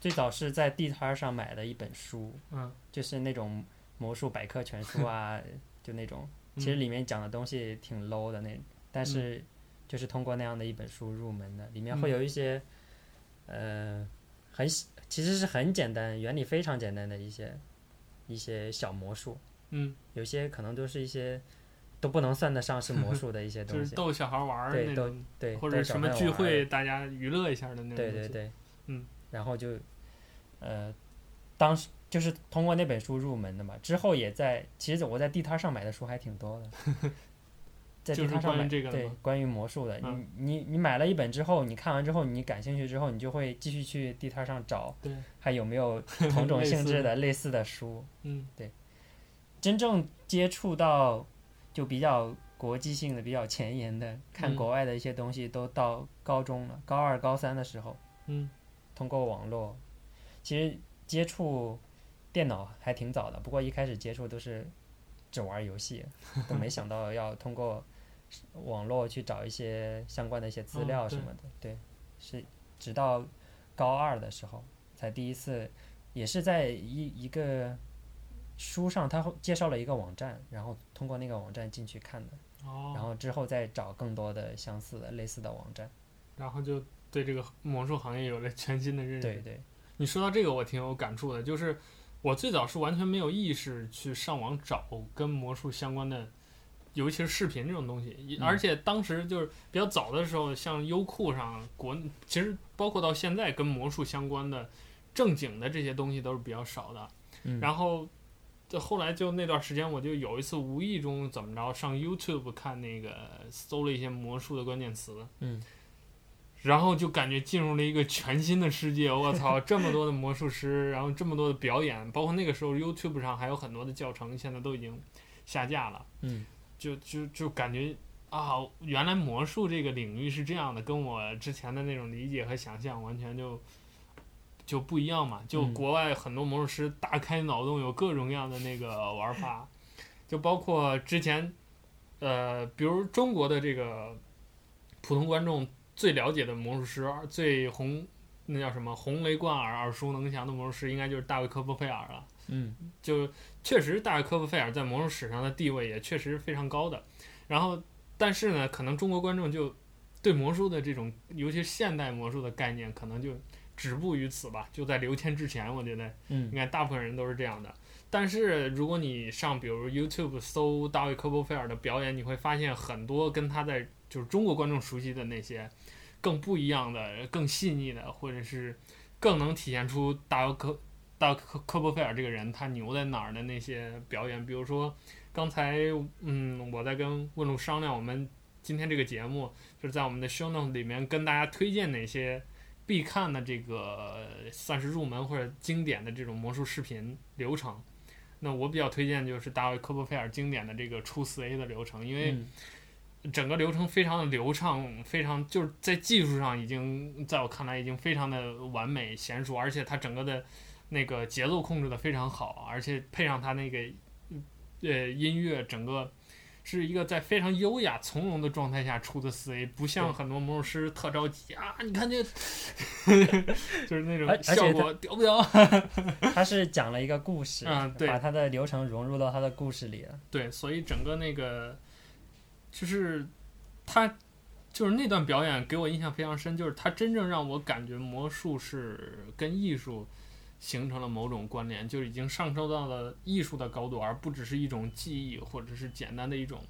Speaker 3: 最早是在地摊儿上买的一本书，
Speaker 2: 嗯，
Speaker 3: 就是那种魔术百科全
Speaker 2: [laughs]
Speaker 3: 书啊，就那种，
Speaker 2: 嗯
Speaker 3: 其实里面讲的东西挺 low 的那，但是就是通过那样的一本书入门的，
Speaker 2: 嗯
Speaker 3: 里面会有一些，呃，很喜其实是很简单，原理非常简单的一些一些小魔术，
Speaker 2: 嗯，
Speaker 3: 有些可能都是一些都不能算得上是魔术的一些
Speaker 2: [laughs] 就
Speaker 3: 东
Speaker 2: 是
Speaker 3: 西，
Speaker 2: 逗小孩玩儿
Speaker 3: 对
Speaker 2: 那
Speaker 3: 逗
Speaker 2: 种，
Speaker 3: 对，
Speaker 2: 或者
Speaker 3: 逗小
Speaker 2: 什么
Speaker 3: 朋友
Speaker 2: 聚
Speaker 3: 玩儿
Speaker 2: 会大家娱乐一下的那种东
Speaker 3: 对
Speaker 2: 西。
Speaker 3: 对对，
Speaker 2: 嗯，
Speaker 3: 然后就，呃，当时就是通过那本书入门的嘛，之后也在，其实我在地摊上买的书还挺多的，
Speaker 2: [laughs]
Speaker 3: 在
Speaker 2: 就
Speaker 3: 地
Speaker 2: 是
Speaker 3: 摊上
Speaker 2: 关于
Speaker 3: 买
Speaker 2: 这个的
Speaker 3: 对
Speaker 2: 吗
Speaker 3: 关于魔术的，
Speaker 2: 嗯
Speaker 3: 你你你买了一本之后，你看完之后你感兴趣之后，你就会继续去地摊上找
Speaker 2: 对
Speaker 3: 还有
Speaker 2: [laughs]
Speaker 3: 没有同种
Speaker 2: 类
Speaker 3: 性
Speaker 2: 似
Speaker 3: 质
Speaker 2: 的
Speaker 3: 的类似的书，
Speaker 2: 嗯
Speaker 3: 真正接触到就比较国际性的、比较前沿的，看
Speaker 2: 嗯
Speaker 3: 国外的一些东西，都到高中了，高二、高三的时候。
Speaker 2: 嗯
Speaker 3: 通过网络，其实接触电脑还挺早的，不过一开始接触都是只玩游戏，都没想到要通过网络去找一些相关的一些资
Speaker 2: 嗯
Speaker 3: 料什
Speaker 2: 对
Speaker 3: 么的。对，是直到高二的时候才第一次，也是在一一个书上，他会介绍了一个网站，然后通过那个网站进去看的，然
Speaker 2: 哦，
Speaker 3: 后之后再找更多的相似的、类似的网站。
Speaker 2: 然后就对这个魔术行业有了全新的认识。
Speaker 3: 对对，
Speaker 2: 你说到这个，我挺有感触的，就是我最早是完全没有意识去上网找跟魔术相关的，尤其是视频这种东西。一
Speaker 3: 嗯
Speaker 2: 而且当时就是比较早的时候，像优酷上国，其实包括到现在跟魔术相关的正经的这些东西都是比较少的。
Speaker 3: 嗯，
Speaker 2: 然后这后来就那段时间，我就有一次无意中怎么着上 YouTube 看那个搜了一些魔术的关键词，
Speaker 3: 嗯，
Speaker 2: 然后就感觉进入了一个全新的世界。我操，这么多的魔术师，然后这么多的表演，包括那个时候 YouTube 上还有很多的教程，现在都已经下架了。
Speaker 3: 嗯，
Speaker 2: 就就就感觉啊，原来魔术这个领域是这样的，跟我之前的那种理解和想象完全就就不一样嘛。就
Speaker 3: 嗯
Speaker 2: 国外很多魔术师大开脑洞，有各种各样的那个玩法，就包括之前呃，比如中国的这个普通观众最了解的魔术师，最红那叫什么红雷贯耳、耳熟能详的魔术师，应该就是大卫科波菲尔了。
Speaker 3: 嗯
Speaker 2: 就确实大卫科波菲尔在魔术史上的地位也确实非常高的。然后，但是呢，可能中国观众就对魔术的这种，尤其是现代魔术的概念，可能就止步于此吧。就在刘谦之前，我觉得
Speaker 3: 嗯
Speaker 2: 应该大部分人都是这样的。但是如果你上比如 YouTube 搜大卫科波菲尔的表演，你会发现很多跟他在就是中国观众熟悉的那些更不一样的、更细腻的，或者是更能体现出大卫科大卫科科波菲尔这个人他牛在哪儿的那些表演，比如说刚才嗯我在跟问路商量，我们今天这个节目就是在我们的 show note 里面跟大家推荐哪些必看的这个呃算是入门或者经典的这种魔术视频流程。那我比较推荐就是大卫科波菲尔经典的这个出四 A 的流程，因为
Speaker 3: 嗯
Speaker 2: 整个流程非常的流畅，非常就是在技术上已经在我看来已经非常的完美娴熟，而且它整个的那个节奏控制的非常好，而且配上它那个嗯呃音乐，整个是一个在非常优雅从容的状态下出的四 A，不像
Speaker 3: 对
Speaker 2: 很多魔术师特着急啊，你看这 [laughs] 就是那
Speaker 3: 而
Speaker 2: 种
Speaker 3: 而且
Speaker 2: 效果屌不屌？
Speaker 3: [laughs] 他是讲了一个故事，
Speaker 2: 嗯对
Speaker 3: 把他的流程融入到他的故事里了。
Speaker 2: 对，所以整个那个就是他就是那段表演给我印象非常深，就是他真正让我感觉魔术是跟艺术形成了某种关联，就已经上升到了艺术的高度，而不只是一种技艺或者是简单的一种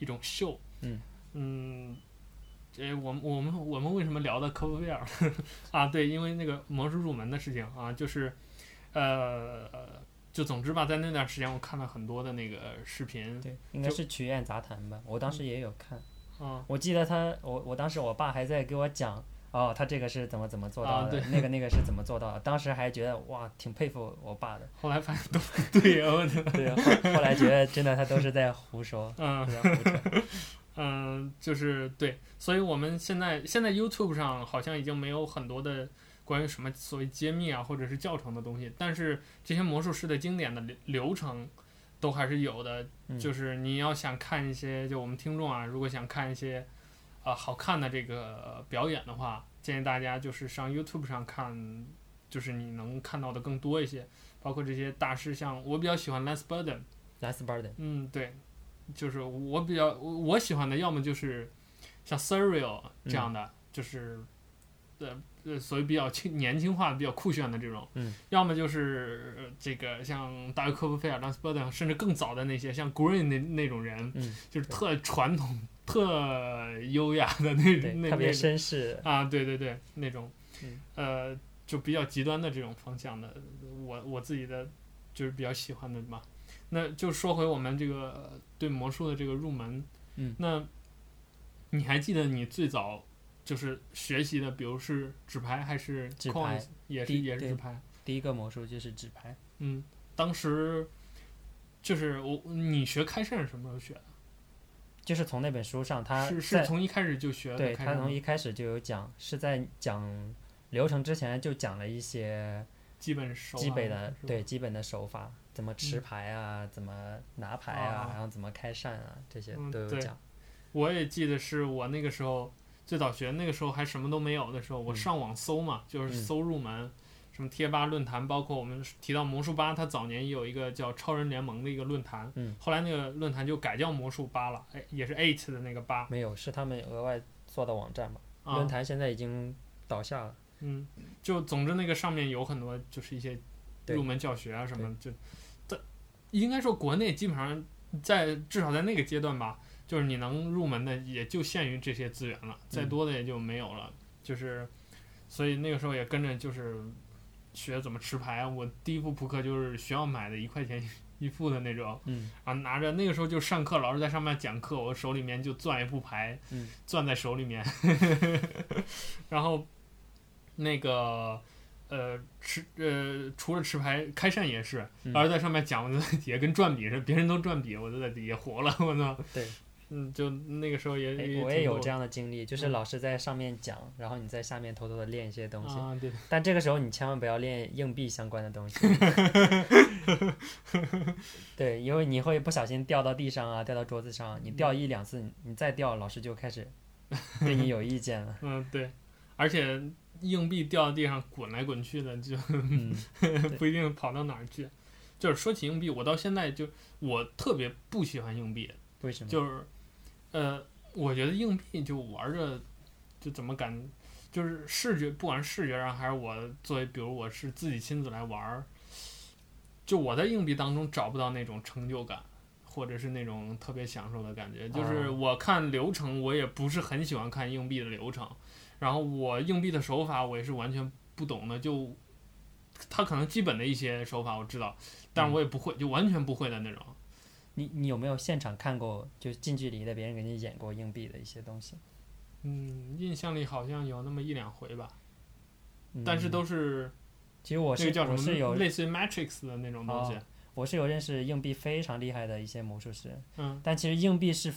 Speaker 2: 一种秀。
Speaker 3: 嗯
Speaker 2: 嗯。这我们我们我们为什么聊到科波菲尔 [laughs] 啊？对，因为那个魔术入门的事情啊，就是，呃，就总之吧，在那段时间我看了很多的那个视频，
Speaker 3: 对，应该
Speaker 2: 就是
Speaker 3: 曲苑杂谈吧，我当时也有看。
Speaker 2: 嗯，
Speaker 3: 我记得他，我我当时我爸还在给我讲，哦，他这个是怎么怎么做到
Speaker 2: 啊
Speaker 3: 的，
Speaker 2: 对
Speaker 3: [laughs] 那个那个是怎么做到的。当时还觉得哇，挺佩服我爸的。
Speaker 2: 后来发现都不 [laughs] 对啊，我的，
Speaker 3: 对，后后来觉得真的他都是在胡
Speaker 2: [laughs]
Speaker 3: 说，
Speaker 2: 嗯
Speaker 3: 都在胡扯。
Speaker 2: 嗯，就是对，所以我们现在现在 YouTube 上好像已经没有很多的关于什么所谓揭秘啊或者是教程的东西，但是这些魔术师的经典的流流程都还是有的，
Speaker 3: 嗯
Speaker 2: 就是你要想看一些，就我们听众啊，如果想看一些啊、呃好看的这个表演的话，建议大家就是上 YouTube 上看，就是你能看到的更多一些，包括这些大师像，我比较喜欢 Les Burden，[laughs]
Speaker 3: Last Burden，
Speaker 2: 嗯，对，就是我比较我我喜欢的，要么就是像 Serial 这样
Speaker 3: 嗯
Speaker 2: 的，就是呃呃，所谓比较轻年轻化、比较酷炫的这种，
Speaker 3: 嗯，
Speaker 2: 要么就是、呃这个像大卫科波菲尔、兰斯伯登，甚至更早的那些像 Green 那那种人，
Speaker 3: 嗯，
Speaker 2: 就是特传统、特优雅的那那
Speaker 3: 对，特别
Speaker 2: 那种
Speaker 3: 绅士。
Speaker 2: 啊，对对对，那种，
Speaker 3: 嗯
Speaker 2: 呃，就比较极端的这种方向的，我我自己的就是比较喜欢的嘛。那就说回我们这个呃对魔术的这个入门，
Speaker 3: 嗯
Speaker 2: 那你还记得你最早就是学习的，比如是纸牌还是
Speaker 3: 纸
Speaker 2: coins，
Speaker 3: 牌
Speaker 2: 也是
Speaker 3: 第一
Speaker 2: 也是
Speaker 3: 对
Speaker 2: 纸牌，
Speaker 3: 第一个魔术就是纸牌，
Speaker 2: 嗯，当时就是我你学开肾是什么时候学的？
Speaker 3: 就是从那本书上他
Speaker 2: 是
Speaker 3: 在
Speaker 2: 是从一开始就学的
Speaker 3: 对
Speaker 2: 开
Speaker 3: 他
Speaker 2: 始吗
Speaker 3: 从一开始就有讲，是在讲流程之前就讲了一些
Speaker 2: 基本熟
Speaker 3: 基本
Speaker 2: 啊
Speaker 3: 的
Speaker 2: 是吧
Speaker 3: 对基本的手法，怎么持
Speaker 2: 嗯
Speaker 3: 牌啊，怎么拿牌啊，
Speaker 2: 啊
Speaker 3: 然后怎么开扇啊，这些
Speaker 2: 嗯
Speaker 3: 都有
Speaker 2: 对
Speaker 3: 讲。
Speaker 2: 我也记得是我那个时候最早学那个时候还什么都没有的时候，
Speaker 3: 嗯
Speaker 2: 我上网搜嘛，就是搜入门，什么贴吧论坛，包括我们提到魔术吧，它早年也有一个叫超人联盟的一个论坛，
Speaker 3: 嗯
Speaker 2: 后来那个论坛就改叫魔术吧了，哎，也是 eight 的那个吧
Speaker 3: 没有，是他们额外做的网站嘛？
Speaker 2: 啊
Speaker 3: 论，坛现在已经倒下了。
Speaker 2: 嗯，就总之那个上面有很多就是一些
Speaker 3: 对
Speaker 2: 入门教学啊什么的，就但应该说国内基本上在至少在那个阶段吧，就是你能入门的也就限于这些资源了，
Speaker 3: 嗯
Speaker 2: 再多的也就没有了。就是所以那个时候也跟着就是学怎么持牌，啊我第一副扑克就是学校买的一块钱一副的那种，
Speaker 3: 嗯，
Speaker 2: 啊，拿着那个时候就上课，老师在上面讲课，我手里面就攥一副牌，
Speaker 3: 嗯
Speaker 2: 攥在手里面， [laughs] 然后那个呃持呃除了持牌，开扇也是，
Speaker 3: 嗯
Speaker 2: 老师在上面讲，我就在底下跟转笔似的，别人都转笔，我就在底下活了，我操，
Speaker 3: 对，
Speaker 2: 嗯，就那个时候也
Speaker 3: 哎我也有这
Speaker 2: 样
Speaker 3: 样的经历，就是
Speaker 2: 嗯
Speaker 3: 老师在上面讲，然后你在下面偷偷的练一些东西，
Speaker 2: 啊，对，
Speaker 3: 但这个时候你千万不要练硬币相关的
Speaker 2: [laughs]
Speaker 3: 东西。对，因为你会不小心掉到地上啊，掉到桌子上，你
Speaker 2: 嗯
Speaker 3: 掉一两次，你你再掉，老师就开始对你有意见了。
Speaker 2: 嗯对，而且硬币掉地上滚来滚去的，就 [laughs]
Speaker 3: 嗯，
Speaker 2: 不一定跑到哪儿去。就是说起硬币，我到现在就我特别不喜欢硬币，
Speaker 3: 为什么？
Speaker 2: 就是，呃，我觉得硬币就玩着，就怎么感，就是视觉，不管是视觉上还是我作为，比如我是自己亲自来玩儿，就我在硬币当中找不到那种成就感，或者是那种特别享受的感觉。就是
Speaker 3: 啊
Speaker 2: 我看流程，我也不是很喜欢看硬币的流程，然后我硬币的手法我也是完全不懂的，就它可能基本的一些手法我知道，但
Speaker 3: 嗯
Speaker 2: 是我也不会，就完全不会的那种。
Speaker 3: 你你有没有现场看过，就近距离的别人给你演过硬币的一些东西？
Speaker 2: 嗯，印象里好像有那么一两回吧，
Speaker 3: 嗯
Speaker 2: 但是都是
Speaker 3: 其实我
Speaker 2: 那
Speaker 3: 是
Speaker 2: 个叫什
Speaker 3: 我是
Speaker 2: 么，
Speaker 3: 有哦
Speaker 2: 类似于 Matrix 的那种东西。
Speaker 3: 我是有认识硬币非常厉害的一些魔术师，
Speaker 2: 嗯，
Speaker 3: 但其实硬币是，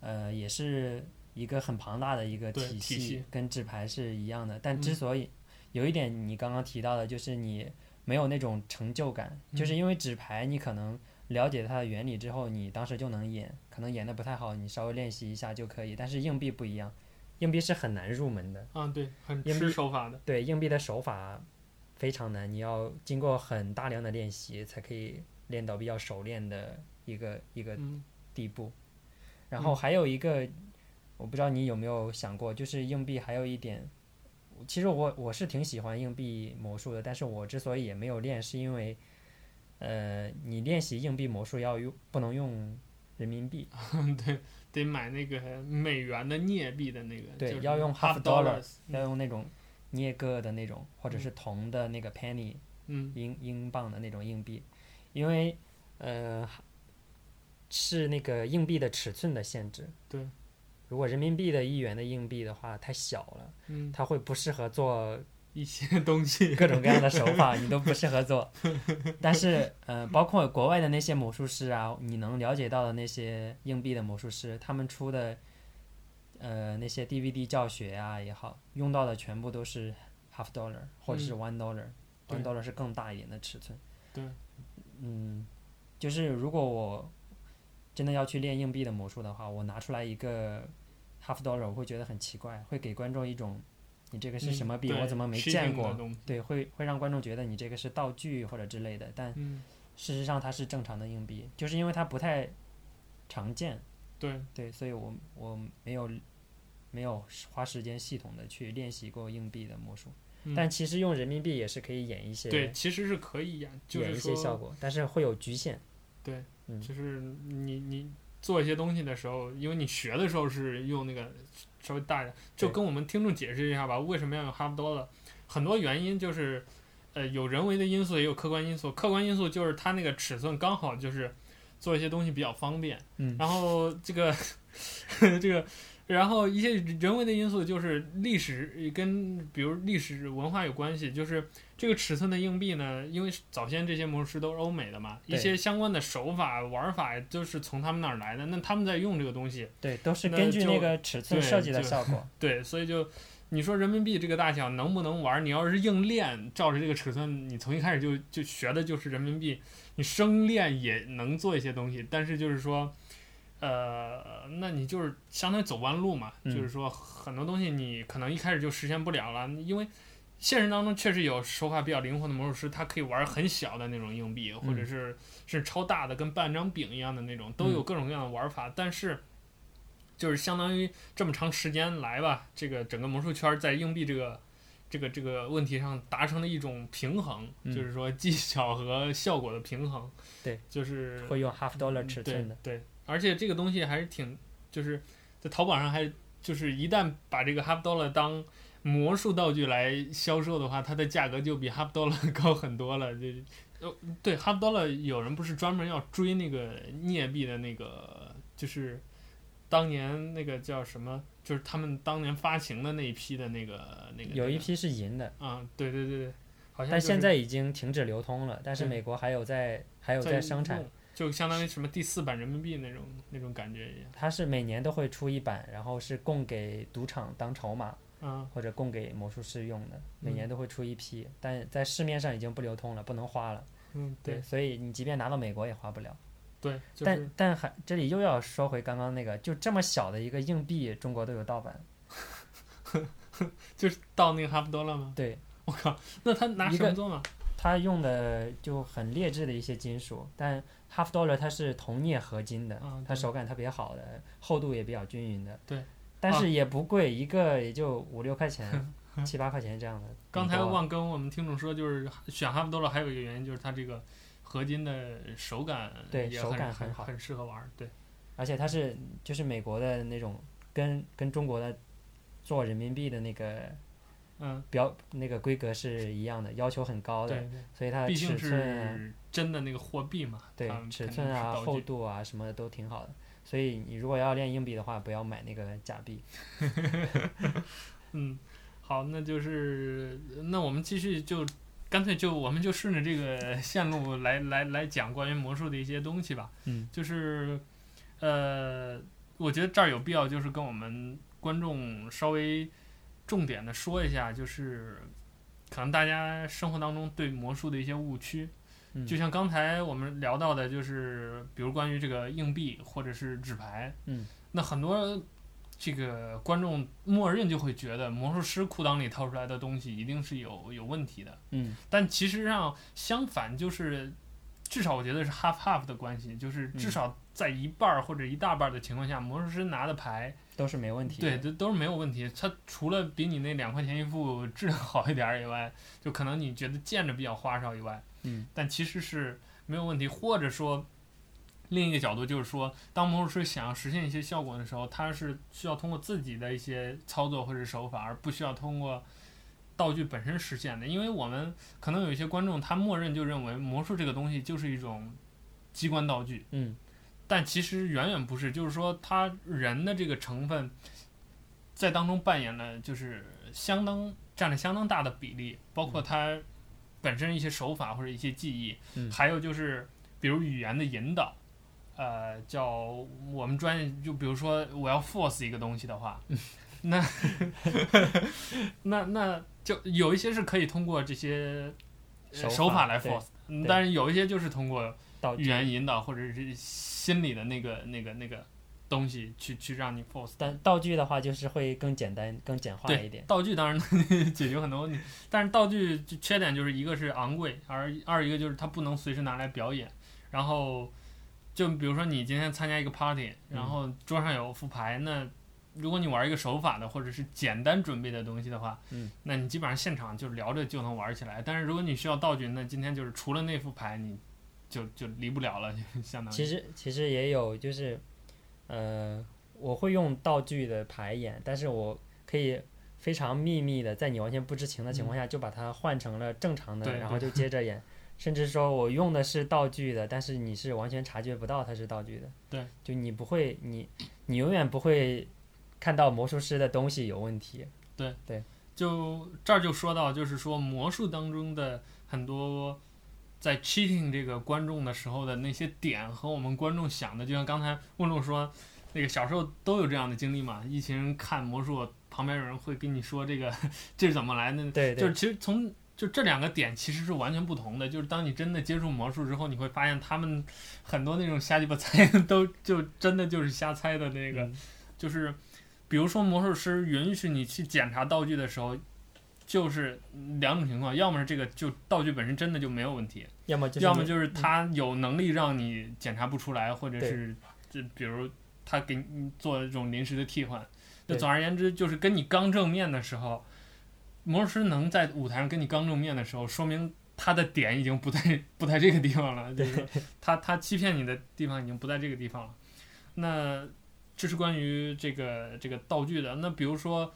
Speaker 3: 呃，也是一个很庞大的一个
Speaker 2: 对
Speaker 3: 体
Speaker 2: 体系
Speaker 3: 跟纸牌是一样的。但
Speaker 2: 嗯
Speaker 3: 之所以有一点你刚刚提到的，就是你没有那种成就感，
Speaker 2: 嗯
Speaker 3: 就是因为纸牌你可能了解它的原理之后，你当时就能演，可能演的不太好，你稍微练习一下就可以。但是硬币不一样，硬币是很难入门的。
Speaker 2: 啊，对，很
Speaker 3: 硬
Speaker 2: 吃
Speaker 3: 币
Speaker 2: 手法的。
Speaker 3: 对硬币的手法非常难，你要经过很大量的练习才可以练到比较熟练的一个一个
Speaker 2: 嗯
Speaker 3: 地步。然后还有一个，我不知道你有没有想过，就是硬币还有一点，其实我我是挺喜欢硬币魔术的，但是我之所以也没有练，是因为，呃，你练习硬币魔术要用不能用人民币，
Speaker 2: 对，得买那个美元的镍币的那个，
Speaker 3: 对
Speaker 2: 就是
Speaker 3: 要用
Speaker 2: half
Speaker 3: half dollar
Speaker 2: dollars
Speaker 3: 要用那种镍铬的那种，或者是铜的那个 penny。
Speaker 2: 嗯
Speaker 3: 英英镑的那种硬币，因为呃是那个硬币的尺寸的限制。
Speaker 2: 对，
Speaker 3: 如果人民币的一元的硬币的话太小了，
Speaker 2: 嗯，
Speaker 3: 它会不适合做
Speaker 2: 一些东西。
Speaker 3: [laughs]
Speaker 2: 嗯
Speaker 3: 各种各样的手法，你都不适合做。 [laughs] 但是呃，包括国外的那些魔术师啊，你能了解到的那些硬币的魔术师，他们出的呃那些 DVD 教学啊也好，用到的全部都是 half dollar 或者是 one dollar、
Speaker 2: 嗯对
Speaker 3: one dollar 是更大一点的尺寸。
Speaker 2: 对，
Speaker 3: 嗯，就是如果我真的要去练硬币的魔术的话，我拿出来一个 half dollar，我会觉得很奇怪，会给观众一种你这个是什么币，
Speaker 2: 嗯
Speaker 3: 我
Speaker 2: 对
Speaker 3: 怎么没
Speaker 2: cheating
Speaker 3: 见
Speaker 2: 的
Speaker 3: 过？
Speaker 2: 东西
Speaker 3: 对，会会让观众觉得你这个是道具或者之类的，但
Speaker 2: 嗯，
Speaker 3: 事实上它是正常的硬币，就是因为它不太常见，
Speaker 2: 对，
Speaker 3: 对，所以我我没有没有花时间系统的去练习过硬币的魔术，
Speaker 2: 嗯
Speaker 3: 但其实用人民币也是可以演一些
Speaker 2: 对，其实是可以演，就
Speaker 3: 演
Speaker 2: 是
Speaker 3: 一些效
Speaker 2: 说，
Speaker 3: 果，但是会有局限。
Speaker 2: 对，
Speaker 3: 嗯
Speaker 2: 就是你你做一些东西的时候，因为你学的时候是用那个稍微大一点，就
Speaker 3: 对
Speaker 2: 跟我们听众解释一下吧，为什么要用 half dollar？很多原因就是，呃，有人为的因素，也有客观因素。客观因素就是它那个尺寸刚好就是做一些东西比较方便，
Speaker 3: 嗯
Speaker 2: 然后这个 [laughs] 这个。然后一些人为的因素就是历史跟比如历史文化有关系，就是这个尺寸的硬币呢，因为早先这些魔术师都是欧美的嘛，一
Speaker 3: 对
Speaker 2: 些相关的手法玩法就是从他们那儿来的，那他们在用这个东西，
Speaker 3: 对，都是
Speaker 2: 那
Speaker 3: 根据
Speaker 2: 就
Speaker 3: 那个尺寸
Speaker 2: 对
Speaker 3: 设计的
Speaker 2: 就 [laughs]
Speaker 3: 效果。
Speaker 2: 对，所以就你说人民币这个大小能不能玩？你要是硬练，照着这个尺寸，你从一开始就就学的就是人民币，你生练也能做一些东西，但是就是说，呃，那你就是相当于走弯路嘛，
Speaker 3: 嗯
Speaker 2: 就是说很多东西你可能一开始就实现不了了，因为现实当中确实有手法比较灵活的魔术师，他可以玩很小的那种硬币，或者是是超大的跟半张饼一样的那种，都有各种各样的玩法，但是。就是相当于这么长时间来吧，这个整个魔术圈在硬币这个这个这个问题上达成了一种平衡，
Speaker 3: 嗯
Speaker 2: 就是说技巧和效果的平衡。
Speaker 3: 对，
Speaker 2: 就是
Speaker 3: 会用 half dollar 尺寸的，
Speaker 2: 嗯对。对，而且这个东西还是挺，就是在淘宝上还就是一旦把这个 half dollar 当魔术道具来销售的话，它的价格就比 half dollar [laughs] 高很多了。就呃，对 half dollar 有人不是专门要追那个镍币的那个，就是当年那个叫什么，就是他们当年发行的那一批的那个那个
Speaker 3: 有一
Speaker 2: 那个
Speaker 3: 批是银的，
Speaker 2: 啊，对对对对，好像就是
Speaker 3: 但现在已经停止流通了，但是
Speaker 2: 对
Speaker 3: 美国还有在还有在生产
Speaker 2: 用，，就相当于什么第四版人民币那种那种感觉一样，
Speaker 3: 它是每年都会出一版，然后是供给赌场当筹码
Speaker 2: 嗯。
Speaker 3: 或者供给魔术师用的，每年都会出一批，但在市面上已经不流通了，不能花了。
Speaker 2: 嗯，对
Speaker 3: 所以你即便拿到美国也花不了。
Speaker 2: 对，就
Speaker 3: 但
Speaker 2: 是
Speaker 3: 但还这里又要说回刚刚那个，就这么小的一个硬币，中国都有盗版。
Speaker 2: 就是到那个哈布多了吗？
Speaker 3: 对，
Speaker 2: 我靠，那他拿
Speaker 3: 一
Speaker 2: 什
Speaker 3: 个
Speaker 2: 么做嘛？
Speaker 3: 它用的就很劣质的一些金属，但 half dollar 它是铜镍合金的，
Speaker 2: 啊
Speaker 3: 它
Speaker 2: 对
Speaker 3: 手感特别好的，厚度也比较均匀的。
Speaker 2: 对，
Speaker 3: 但
Speaker 2: 啊
Speaker 3: 是也不贵，一个也就五六块钱、
Speaker 2: [laughs]
Speaker 3: 七八块钱这样的。
Speaker 2: 刚才
Speaker 3: 顶多
Speaker 2: 忘跟我们听众说，就是选哈布多了还有一个原因，就是它这个合金的手感
Speaker 3: 对
Speaker 2: 也
Speaker 3: 手
Speaker 2: 很
Speaker 3: 感
Speaker 2: 很
Speaker 3: 很好
Speaker 2: 很适合玩儿。对，
Speaker 3: 而且它是就是美国的那种跟跟中国的做人民币的那个
Speaker 2: 嗯，
Speaker 3: 标那个规格是一样的，要求很高的，
Speaker 2: 对，
Speaker 3: 所以它
Speaker 2: 毕
Speaker 3: 尺
Speaker 2: 竟
Speaker 3: 寸啊、
Speaker 2: 是真的那个货币嘛，
Speaker 3: 对
Speaker 2: 它肯
Speaker 3: 尺
Speaker 2: 定
Speaker 3: 寸
Speaker 2: 是
Speaker 3: 啊、
Speaker 2: 道
Speaker 3: 厚
Speaker 2: 具
Speaker 3: 度啊什么的都挺好的。所以你如果要练硬币的话，不要买那个假币。
Speaker 2: 嗯，好，那就是那我们继续就干脆就我们就顺着这个线路来来来讲关于魔术的一些东西吧。
Speaker 3: 嗯，
Speaker 2: 就是呃，我觉得这儿有必要就是跟我们观众稍微重点的说一下，就是可能大家生活当中对魔术的一些误区。
Speaker 3: 嗯
Speaker 2: 就像刚才我们聊到的，就是比如关于这个硬币或者是纸牌，
Speaker 3: 嗯，
Speaker 2: 那很多这个观众默认就会觉得魔术师裤裆里掏出来的东西一定是有有问题的，
Speaker 3: 嗯
Speaker 2: 但其实上相反，就是至少我觉得是 half half 的关系，就是至
Speaker 3: 嗯
Speaker 2: 少在一半儿或者一大半儿的情况下，魔术师拿的牌，
Speaker 3: 都是没问题的。
Speaker 2: 对，这都是没有问题。他除了比你那两块钱一副质量好一点儿以外，就可能你觉得见着比较花哨以外，
Speaker 3: 嗯
Speaker 2: 但其实是没有问题，或者说。另一个角度就是说，当魔术师想要实现一些效果的时候，他是需要通过自己的一些操作或者手法，而不需要通过道具本身实现的。因为我们可能有一些观众，他默认就认为魔术这个东西就是一种机关道具，
Speaker 3: 嗯
Speaker 2: 但其实远远不是。就是说，他人的这个成分在当中扮演了，就是相当占了相当大的比例，包括他本身一些手法或者一些技艺，
Speaker 3: 嗯
Speaker 2: 还有就是比如语言的引导。呃，叫我们专业，就比如说我要 force 一个东西的话，
Speaker 3: 嗯
Speaker 2: 那
Speaker 3: [laughs]
Speaker 2: 那那就有一些是可以通过这些
Speaker 3: 手
Speaker 2: 呃
Speaker 3: 法
Speaker 2: 手法来
Speaker 3: 对
Speaker 2: force，嗯
Speaker 3: 对
Speaker 2: 但是有一些就是通过
Speaker 3: 道
Speaker 2: 语
Speaker 3: 具。
Speaker 2: 言引导或者是心理的那个那个那个东西去去让你 force。
Speaker 3: 但道具的话，就是会更简单、更简化
Speaker 2: 对
Speaker 3: 一点。
Speaker 2: 道具当然 [laughs] 能解决很多问题，但是道具就缺点就是一个是昂贵，而二一个就是它不能随时拿来表演。然后就比如说你今天参加一个 party，
Speaker 3: 嗯
Speaker 2: 然后桌上有副牌，那如果你玩一个手法的或者是简单准备的东西的话，
Speaker 3: 嗯，
Speaker 2: 那你基本上现场就聊着就能玩起来。但是如果你需要道具，那今天就是除了那副牌，你就就离不了了，就相当于。
Speaker 3: 其实其实也有，就是呃，我会用道具的排演，但是我可以非常秘密的，在你完全不知情的情况下，就把它换成了正常的，
Speaker 2: 嗯对
Speaker 3: 然后
Speaker 2: [laughs]
Speaker 3: 就接着演。甚至说我用的是道具的，但是你是完全察觉不到它是道具的。
Speaker 2: 对，
Speaker 3: 就你不会，你你永远不会看到魔术师的东西有问题。
Speaker 2: 就这儿就说到，就是说魔术当中的很多在 cheating 这个观众的时候的那些点和我们观众想的，就像刚才问路说，那个小时候都有这样的经历嘛，一 [laughs] 群人看魔术，旁边有人会跟你说这个这是怎么来的，
Speaker 3: 对对
Speaker 2: 嗯就是其实从就这两个点其实是完全不同的。就是当你真的接触魔术之后，你会发现他们很多那种瞎鸡巴猜 [laughs] 都就真的就是瞎猜的那个，
Speaker 3: 嗯
Speaker 2: 就是比如说魔术师允许你去检查道具的时候，就是两种情况，要么是这个就道具本身真的就没有问题，
Speaker 3: 要么就是
Speaker 2: 要
Speaker 3: 你嗯
Speaker 2: 么就是他有能力让你检查不出来，或者
Speaker 3: 对
Speaker 2: 是就比如他给你做这种临时的替换。就
Speaker 3: 对
Speaker 2: 总而言之，就是跟你刚正面的时候，魔术师能在舞台上跟你刚正面的时候，说明他的点已经不在不在这个地方了，就是说他他欺骗你的地方已经不在这个地方了。那这是关于这个这个道具的。那比如说，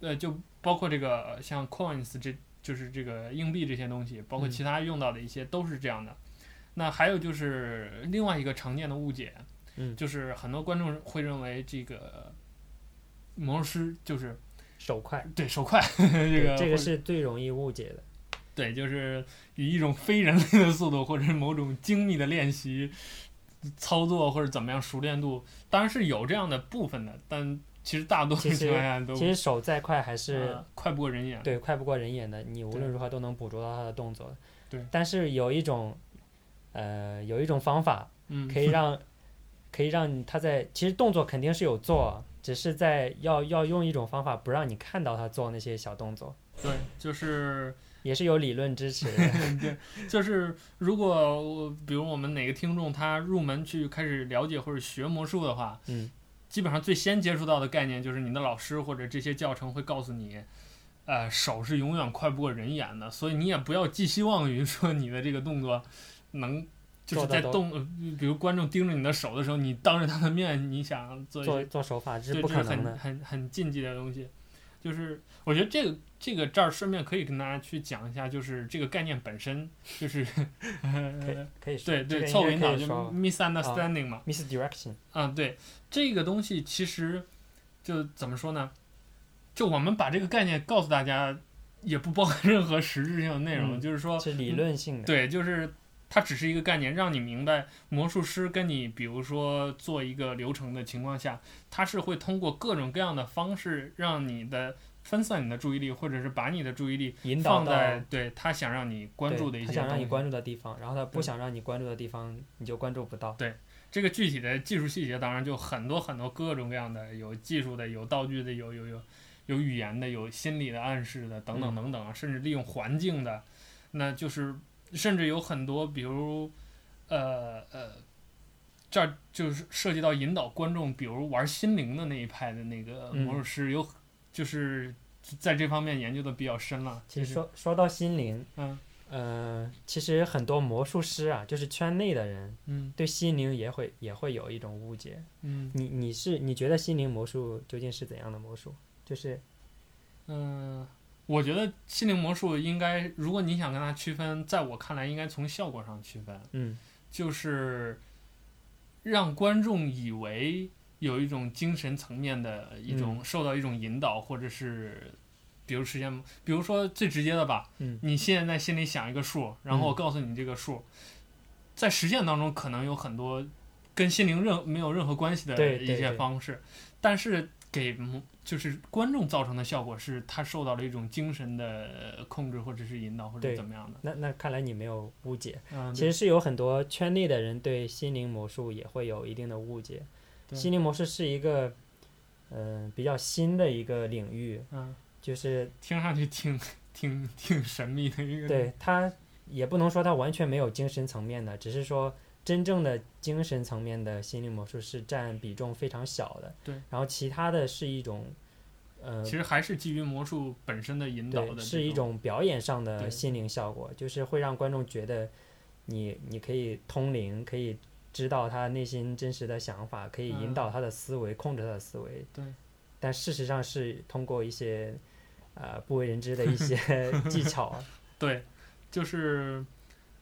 Speaker 2: 呃，就包括这个呃像 coins 这就是这个硬币这些东西，包括
Speaker 3: 嗯
Speaker 2: 其他用到的一些都是这样的。那还有就是另外一个常见的误解，
Speaker 3: 嗯
Speaker 2: 就是很多观众会认为这个魔术师就是
Speaker 3: 手快，
Speaker 2: 对手快，这个
Speaker 3: 对这个
Speaker 2: 或
Speaker 3: 是最容易误解的。
Speaker 2: 对，就是以一种非人类的速度或者是某种精密的练习操作或者怎么样熟练度，当然是有这样的部分的，但其实大多数
Speaker 3: 其实
Speaker 2: 情况下都
Speaker 3: 其实手再快还是、
Speaker 2: 呃快不过人眼。
Speaker 3: 对，快不过人眼的，你无
Speaker 2: 对
Speaker 3: 论如何都能捕捉到他的动作。
Speaker 2: 对
Speaker 3: 但是有一种，呃，有一种方法
Speaker 2: 嗯，
Speaker 3: 可以让，可以让他在，其实动作肯定是有做，只是在要要用一种方法不让你看到他做那些小动作，
Speaker 2: 对，就是
Speaker 3: 也是有理论
Speaker 2: [laughs]
Speaker 3: 支持的。
Speaker 2: 就是如果我比如我们哪个听众他入门去开始了解或者学魔术的话，
Speaker 3: 嗯，
Speaker 2: 基本上最先接触到的概念就是你的老师或者这些教程会告诉你，呃，手是永远快不过人眼的，所以你也不要寄希望于 [laughs] 说你的这个动作能。就是
Speaker 3: 做得
Speaker 2: 在
Speaker 3: 到
Speaker 2: 动，呃比如观众盯着你的手的时候，你当着他的面，你想做一些
Speaker 3: 做做手法这
Speaker 2: 对，
Speaker 3: 是不
Speaker 2: 这是
Speaker 3: 可能的
Speaker 2: 很。很很禁忌的东西。就是我觉得这个这个这儿顺便可以跟大家去讲一下，就是这个概念本身就是 [laughs]
Speaker 3: 可以
Speaker 2: 呃，
Speaker 3: 可以说
Speaker 2: 对对，
Speaker 3: 这个应
Speaker 2: 错误
Speaker 3: 该
Speaker 2: 引
Speaker 3: 可
Speaker 2: 导
Speaker 3: 以
Speaker 2: 就
Speaker 3: 说
Speaker 2: misunderstanding 嘛，
Speaker 3: misdirection，
Speaker 2: 啊，对，这个东西其实就怎么说呢？就我们把这个概念告诉大家，也不包含 [laughs] 任何实质性的内容，
Speaker 3: 嗯
Speaker 2: 就是说
Speaker 3: 是理论性的。
Speaker 2: 哦对，就是它只是一个概念，让你明白魔术师跟你，比如说做一个流程的情况下，他是会通过各种各样的方式让你的分散你的注意力，或者是把你的注意力
Speaker 3: 引导
Speaker 2: 放
Speaker 3: 到
Speaker 2: 在对他想让你关
Speaker 3: 对
Speaker 2: 注的一
Speaker 3: 他
Speaker 2: 些
Speaker 3: 想
Speaker 2: 东
Speaker 3: 让你
Speaker 2: 西。
Speaker 3: 关注的地方，然后他不
Speaker 2: 对
Speaker 3: 想让你关注的地方，你就关注不到。
Speaker 2: 这个具体的技术细节，当然就很多很多各种各样的，有技术的，有道具的，有有有有语言的，有心理的暗示的，
Speaker 3: 嗯
Speaker 2: 等等等等啊，甚至利用环境的，那就是甚至有很多，比如呃呃，这儿就是涉及到引导观众，比如玩心灵的那一派的那个
Speaker 3: 嗯
Speaker 2: 魔术师，有就是在这方面研究的比较深了。
Speaker 3: 其
Speaker 2: 就
Speaker 3: 实
Speaker 2: 是
Speaker 3: 说说到心灵，
Speaker 2: 嗯
Speaker 3: 呃，其实很多魔术师啊，就是圈内的人
Speaker 2: 嗯
Speaker 3: 对心灵也会也会有一种误解。
Speaker 2: 嗯
Speaker 3: 你你是你觉得心灵魔术究竟是怎样的魔术？就是
Speaker 2: 嗯，我觉得心灵魔术应该，如果你想跟它区分，在我看来，应该从效果上区分，
Speaker 3: 嗯
Speaker 2: 就是让观众以为有一种精神层面的一
Speaker 3: 嗯
Speaker 2: 种、受到一种引导，或者是比如实现，比如说最直接的吧，
Speaker 3: 嗯
Speaker 2: 你现在在心里想一个数，然后我告诉你这个数，在实践当中可能有很多跟心灵任没有任何关系的
Speaker 3: 对
Speaker 2: 一
Speaker 3: 对
Speaker 2: 些
Speaker 3: 对
Speaker 2: 方式，但是给嗯就是观众造成的效果是他受到了一种精神的控制或者是引导或者
Speaker 3: 对
Speaker 2: 怎么样的，
Speaker 3: 那那看来你没有误解。
Speaker 2: 嗯，
Speaker 3: 其实是有很多圈内的人对心灵魔术也会有一定的误解。
Speaker 2: 对
Speaker 3: 心灵魔术是一个嗯、呃比较新的一个领域，
Speaker 2: 嗯，
Speaker 3: 就是
Speaker 2: 听上去挺 [laughs] 挺挺神秘的一个，
Speaker 3: 对它也不能说它完全没有精神层面的，只是说真正的精神层面的心灵魔术是占比重非常小的。
Speaker 2: 对，
Speaker 3: 然后其他的是一种，呃
Speaker 2: 其，实还是基于魔术本身的引导的
Speaker 3: 对，
Speaker 2: 这，
Speaker 3: 是一种表演上的
Speaker 2: 对
Speaker 3: 心灵效果，就是会让观众觉得你你可以通灵，可以知道他内心真实的想法，可以引
Speaker 2: 嗯
Speaker 3: 导他的思维，控制他的思维。
Speaker 2: 对，
Speaker 3: 但事实上是通过一些。呃，不为人知的一些 [laughs] 技巧，
Speaker 2: 对，就是，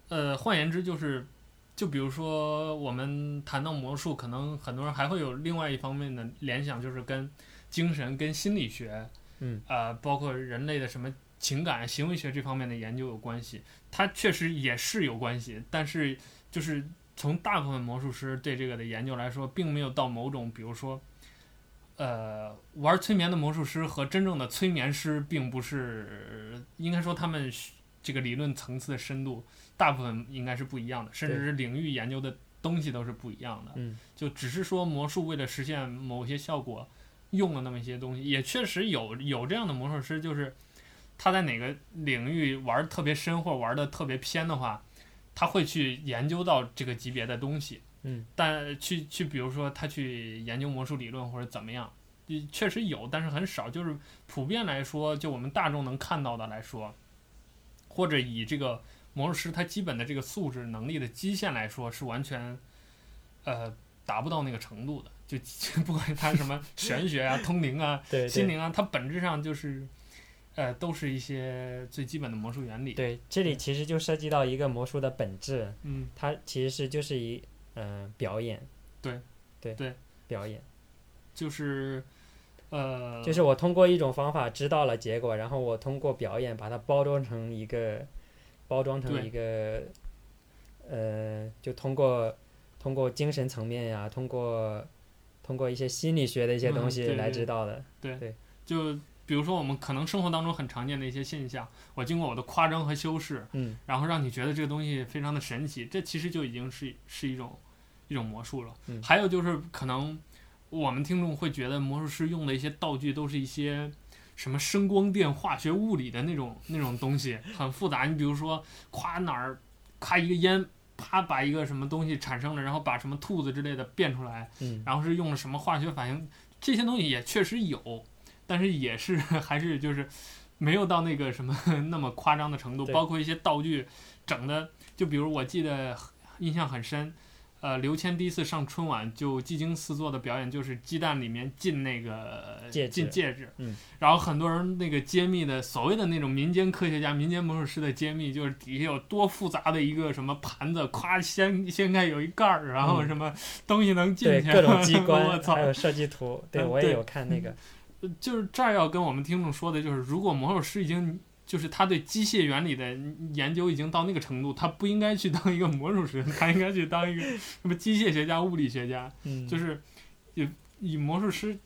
Speaker 2: 呃，换言之就是，就比如说我们谈到魔术，可能很多人还会有另外一方面的联想，就是跟精神、跟心理学，
Speaker 3: 嗯，
Speaker 2: 呃，包括人类的什么情感、行为学这方面的研究有关系。它确实也是有关系，但是就是从大部分魔术师对这个的研究来说，并没有到某种，比如说。呃，玩催眠的魔术师和真正的催眠师并不是，应该说他们这个理论层次的深度，大部分应该是不一样的，甚至是领域研究的东西都是不一样的。
Speaker 3: 嗯，
Speaker 2: 就只是说魔术为了实现某些效果，用了那么一些东西，也确实有有这样的魔术师，就是他在哪个领域玩得特别深或玩的特别偏的话，他会去研究到这个级别的东西。
Speaker 3: 嗯，
Speaker 2: 但去去比如说他去研究魔术理论或者怎么样，嗯确实有，但是很少。就是普遍来说，就我们大众能看到的来说，或者以这个魔术师他基本的这个素质能力的基线来说，是完全呃达不到那个程度的。就 [laughs] 不管是他什么玄学啊、通灵啊、
Speaker 3: 对
Speaker 2: 心灵啊，它本质上就是呃都是一些最基本的魔术原理。
Speaker 3: 对，这里其实就涉及到一个魔术的本质，
Speaker 2: 嗯，
Speaker 3: 它其实是就是一嗯、呃表演，
Speaker 2: 对
Speaker 3: 对
Speaker 2: 对
Speaker 3: 表演，
Speaker 2: 就是呃，
Speaker 3: 就是我通过一种方法知道了结果，然后我通过表演把它包装成一个包装成
Speaker 2: 对
Speaker 3: 一个呃，就通过通过精神层面呀、通过通过一些心理学的一些
Speaker 2: 嗯
Speaker 3: 东西
Speaker 2: 对
Speaker 3: 来
Speaker 2: 对
Speaker 3: 知道的，
Speaker 2: 就比如说我们可能生活当中很常见的一些现象，我经过我的夸张和修饰，
Speaker 3: 嗯，
Speaker 2: 然后让你觉得这个东西非常的神奇，这其实就已经是是一种一种魔术了。
Speaker 3: 嗯
Speaker 2: 还有就是可能我们听众会觉得魔术师用的一些道具都是一些。什么声光电、化学、物理的那种那种东西很复杂，你比如说，夸哪儿，咔一个烟，啪把一个什么东西产生了，然后把什么兔子之类的变出来，
Speaker 3: 嗯
Speaker 2: 然后是用了什么化学反应，这些东西也确实有，但是也是 [laughs] 还是就是没有到那个什么 [laughs] 那么夸张的程度，
Speaker 3: 对
Speaker 2: 包括一些道具整的，就比如我记得印象很深，呃，刘谦第一次上春晚就技惊四座的表演，就是鸡蛋里面进那个
Speaker 3: 戒指
Speaker 2: 进戒指，
Speaker 3: 嗯，
Speaker 2: 然后很多人那个揭秘的所谓的那种民间科学家、民间魔术师的揭秘，就是底下有多复杂的一个什么盘子，咵掀掀开有一盖儿，然后
Speaker 3: 嗯
Speaker 2: 什么东西能进
Speaker 3: 对
Speaker 2: 去，啊 [laughs]
Speaker 3: 各种机
Speaker 2: 我
Speaker 3: 关，
Speaker 2: 操
Speaker 3: 还！有设计图，对
Speaker 2: 嗯
Speaker 3: 我
Speaker 2: 对
Speaker 3: 也有看那个，
Speaker 2: 就是这儿要跟我们听众说的，就是如果魔术师已经就是他对机械原理的研究已经到那个程度，他不应该去当一个魔术师， [laughs] 他应该去当一个什么机械学家、物理学家，
Speaker 3: 嗯，
Speaker 2: 就是以以魔术师，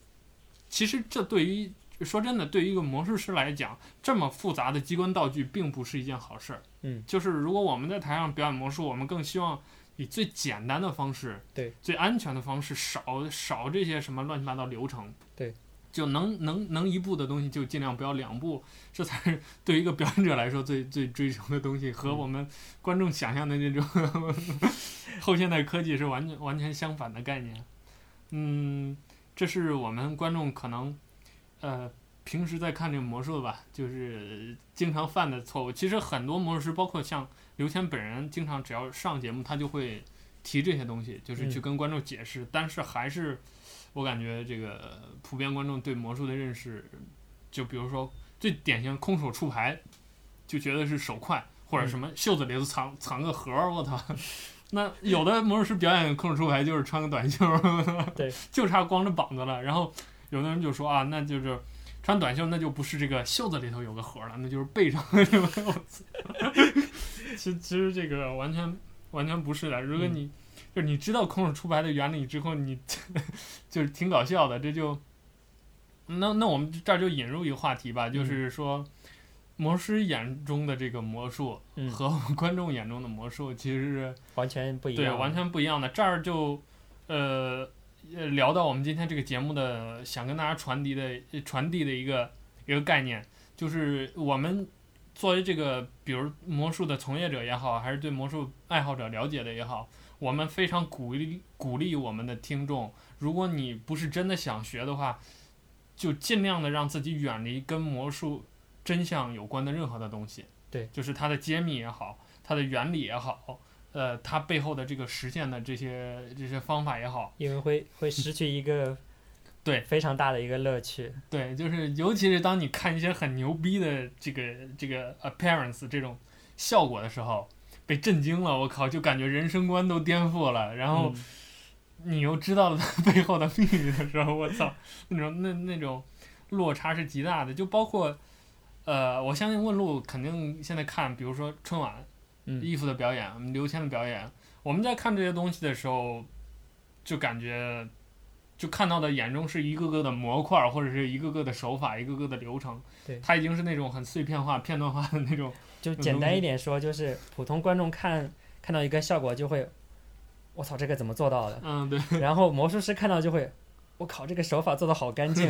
Speaker 2: 其实这对于说真的，对于一个魔术师来讲，这么复杂的机关道具并不是一件好事儿。
Speaker 3: 嗯，
Speaker 2: 就是如果我们在台上表演魔术，我们更希望以最简单的方式，
Speaker 3: 对，
Speaker 2: 最安全的方式，少少这些什么乱七八糟流程，
Speaker 3: 对。
Speaker 2: 就能能能一步的东西就尽量不要两步，这才是对于一个表演者来说最最追求的东西，和
Speaker 3: 嗯
Speaker 2: 我们观众想象的那种后现代科技是完全完全相反的概念。嗯，这是我们观众可能，呃，平时在看这个魔术吧，就是经常犯的错误。其实很多魔术师，包括像刘谦本人，经常只要上节目，他就会提这些东西，就是去
Speaker 3: 嗯
Speaker 2: 跟观众解释。但是还是，我感觉这个普遍观众对魔术的认识，就比如说最典型空手出牌，就觉得是手快，或者什么袖子里头藏藏个盒儿，我操！那有的魔术师表演空手出牌就是穿个短袖儿，
Speaker 3: 对，
Speaker 2: [laughs] 就差光着膀子了。然后有的人就说啊，那就是穿短袖，那就不是这个袖子里头有个盒儿了，那就是背上。 [laughs] 是吧我操其其实这个完全完全不是的。如果你、就是你知道空手出牌的原理之后，你 [laughs] 就是挺搞笑的。这就那那我们这儿就引入一个话题吧，就是说。魔师眼中的这个魔术
Speaker 3: 嗯，
Speaker 2: 和我们观众眼中的魔术其实是
Speaker 3: 完全不一样，
Speaker 2: 对，完全不一样的。这儿就，呃，呃聊到我们今天这个节目的想跟大家传递的呃传递的一个一个概念，就是我们作为这个，比如魔术的从业者也好，还是对魔术爱好者了解的也好，我们非常鼓励鼓励我们的听众，如果你不是真的想学的话，就尽量的让自己远离跟魔术真相有关的任何的东西。
Speaker 3: 对，
Speaker 2: 就是它的揭秘也好，它的原理也好，呃，它背后的这个实现的这些这些方法也好，
Speaker 3: 因为会会失去一个
Speaker 2: [laughs] 对
Speaker 3: 非常大的一个乐趣。
Speaker 2: 对，就是尤其是当你看一些很牛逼的这个这个 appearance 这种效果的时候，被震惊了，我靠，就感觉人生观都颠覆了，然后
Speaker 3: 嗯
Speaker 2: 你又知道了它背后的秘密的时候，我操，那种那那种落差是极大的，就包括。呃，我相信问路肯定现在看，比如说春晚，
Speaker 3: 嗯
Speaker 2: 衣服的表演，我们刘谦的表演，我们在看这些东西的时候，就感觉就看到的眼中是一个个的模块儿，或者是一个个的手法，一个个的流程。
Speaker 3: 对
Speaker 2: 它已经是那种很碎片化、片段化的那种。
Speaker 3: 就简单一点说，就是普通观众看看到一个效果就会，我操，这个怎么做到的？ [laughs]
Speaker 2: 嗯，对
Speaker 3: 然后魔术师看到就会，我靠，这个手法做的好
Speaker 2: [laughs]
Speaker 3: 干净。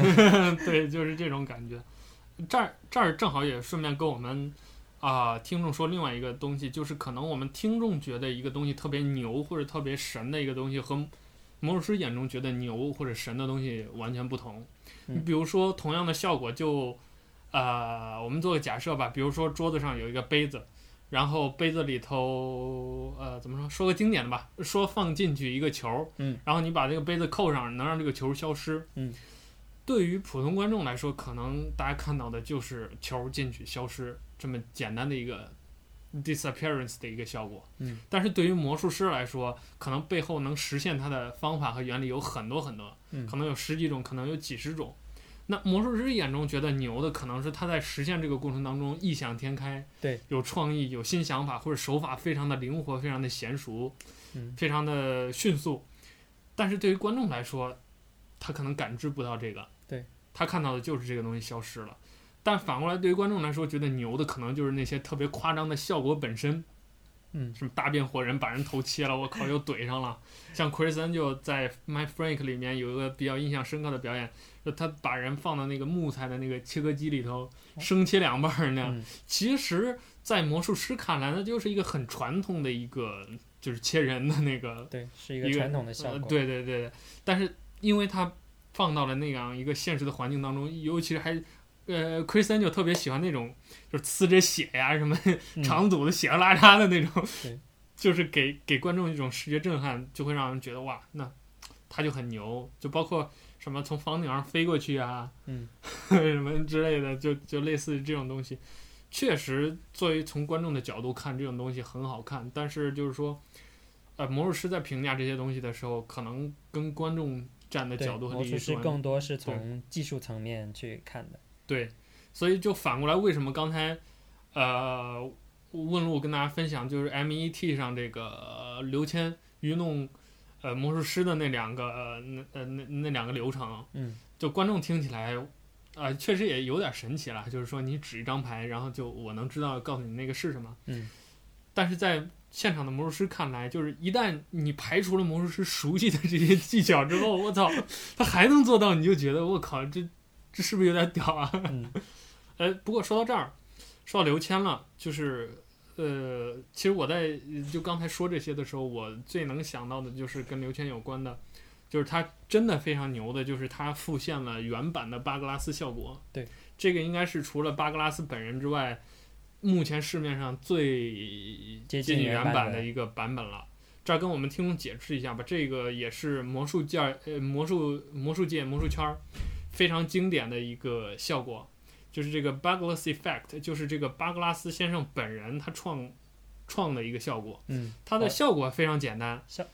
Speaker 2: 对，就是这种感觉。这儿这儿正好也顺便跟我们啊、听众说另外一个东西，就是可能我们听众觉得一个东西特别牛或者特别神的一个东西，和魔术师眼中觉得牛或者神的东西完全不同。
Speaker 3: 嗯
Speaker 2: 你比如说，同样的效果就，呃，我们做个假设吧，比如说桌子上有一个杯子，然后杯子里头，呃，怎么说？说个经典的吧，说放进去一个球，
Speaker 3: 嗯，
Speaker 2: 然后你把这个杯子扣上，能让这个球消失，
Speaker 3: 嗯。
Speaker 2: 对于普通观众来说，可能大家看到的就是球进去消失这么简单的一个 disappearance 的一个效果，
Speaker 3: 嗯，
Speaker 2: 但是对于魔术师来说，可能背后能实现它的方法和原理有很多很多，
Speaker 3: 嗯
Speaker 2: 可能有十几种，可能有几十种。那魔术师眼中觉得牛的，可能是他在实现这个过程当中异想天开，
Speaker 3: 对，
Speaker 2: 有创意，有新想法，或者手法非常的灵活，非常的娴熟，
Speaker 3: 嗯
Speaker 2: 非常的迅速。但是对于观众来说，他可能感知不到这个，
Speaker 3: 对
Speaker 2: 他看到的就是这个东西消失了。但反过来，对于观众来说，觉得牛的可能就是那些特别夸张的效果本身，
Speaker 3: 嗯
Speaker 2: 什么大变活人把人头切了，我靠，又怼上了。像 Chris Angel 在《My Frank》里面有一个比较印象深刻的表演，就他把人放到那个木材的那个切割机里头，
Speaker 3: 哦
Speaker 2: 生切两半儿那样。
Speaker 3: 嗯
Speaker 2: 其实，在魔术师看来，那就是一个很传统的一个，就是切人的那个
Speaker 3: 对，是一
Speaker 2: 一
Speaker 3: 个
Speaker 2: 个
Speaker 3: 传统的效
Speaker 2: 呃
Speaker 3: 果。
Speaker 2: 对对对对，但是因为他放到了那样一个现实的环境当中，尤其是还呃，Chris a n 就特别喜欢那种就是呲着血呀、什么
Speaker 3: 嗯
Speaker 2: 长组的血拉碴的那种，
Speaker 3: 对
Speaker 2: 就是给给观众一种视觉震撼，就会让人觉得哇，那他就很牛，就包括什么从房顶上飞过去啊，
Speaker 3: 嗯，
Speaker 2: [laughs] 什么之类的，就就类似于这种东西，确实作为从观众的角度看这种东西很好看，但是就是说，呃，魔术师在评价这些东西的时候，可能跟观众站的
Speaker 3: 对，
Speaker 2: 角度和
Speaker 3: 魔
Speaker 2: 利益
Speaker 3: 术
Speaker 2: 是
Speaker 3: 师
Speaker 2: 完
Speaker 3: 更多是从技术层面去看的。
Speaker 2: 对，所以就反过来，为什么刚才呃问路跟大家分享，就是 MET 上这个、呃刘谦愚弄呃魔术师的那两个呃那呃那那两个流程，
Speaker 3: 嗯，
Speaker 2: 就观众听起来。啊、确实也有点神奇了，就是说你指一张牌，然后就我能知道告诉你那个是什么。
Speaker 3: 嗯，
Speaker 2: 但是在现场的魔术师看来，就是一旦你排除了魔术师熟悉的这些技巧之后，我操，他还能做到，你就觉得我靠，这这是不是有点屌啊？
Speaker 3: 嗯
Speaker 2: 呃，不过说到这儿，说到刘谦了，就是呃，其实我在呃就刚才说这些的时候，我最能想到的就是跟刘谦有关的，就是他真的非常牛的，就是他复现了原版的巴格拉斯效果。
Speaker 3: 对，
Speaker 2: 这个应该是除了巴格拉斯本人之外，目前市面上最
Speaker 3: 接
Speaker 2: 近
Speaker 3: 近原
Speaker 2: 原
Speaker 3: 版
Speaker 2: 版
Speaker 3: 的
Speaker 2: 的一个版本了。这儿跟我们听众解释一下吧，这个也是魔术界儿呃魔术魔术界魔术圈儿非常经典的一个效果。就是这个巴格拉斯 effect，就是这个巴格拉斯先生本人他创创的一个效果，
Speaker 3: 嗯，
Speaker 2: 它的
Speaker 3: 好
Speaker 2: 效果非常简单
Speaker 3: 效，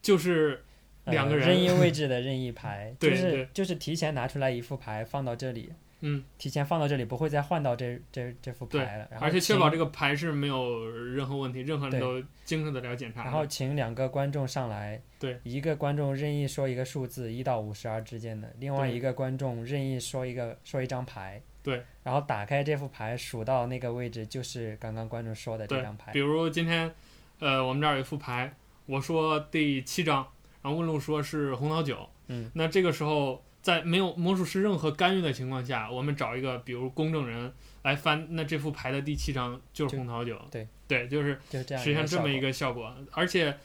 Speaker 2: 就是
Speaker 3: 呃
Speaker 2: 两个人
Speaker 3: 任意位置的任
Speaker 2: [laughs]
Speaker 3: 意牌，
Speaker 2: 对
Speaker 3: 就是
Speaker 2: 对
Speaker 3: 就是提前拿出来一副牌放到这里，
Speaker 2: 嗯，
Speaker 3: 提前放到这里不会再换到这这这副
Speaker 2: 对
Speaker 3: 牌了，然后
Speaker 2: 而且确保
Speaker 3: 请
Speaker 2: 这个牌是没有任何问题，任何人
Speaker 3: 对
Speaker 2: 都经受得了检查的。
Speaker 3: 然后请两个观众上来，
Speaker 2: 对，
Speaker 3: 一个观众任意说一个数字一到五十二之间的，另外
Speaker 2: 对
Speaker 3: 一个观众任意说一个说一张牌，
Speaker 2: 对，
Speaker 3: 然后打开这副牌数到那个位置就是刚刚观众说的这
Speaker 2: 对
Speaker 3: 张牌
Speaker 2: 比，如今天，呃，我们这儿有一副牌，我说第七张，然后问路说是红桃九，
Speaker 3: 嗯，
Speaker 2: 那这个时候在没有魔术师任何干预的情况下，我们找一个比如公证人来翻，那这副牌的第七张就是
Speaker 3: 就
Speaker 2: 红桃九，
Speaker 3: 对
Speaker 2: 对，就是
Speaker 3: 就这样
Speaker 2: 实现
Speaker 3: 个
Speaker 2: 这么
Speaker 3: 效
Speaker 2: 一
Speaker 3: 果，
Speaker 2: 个效果，而且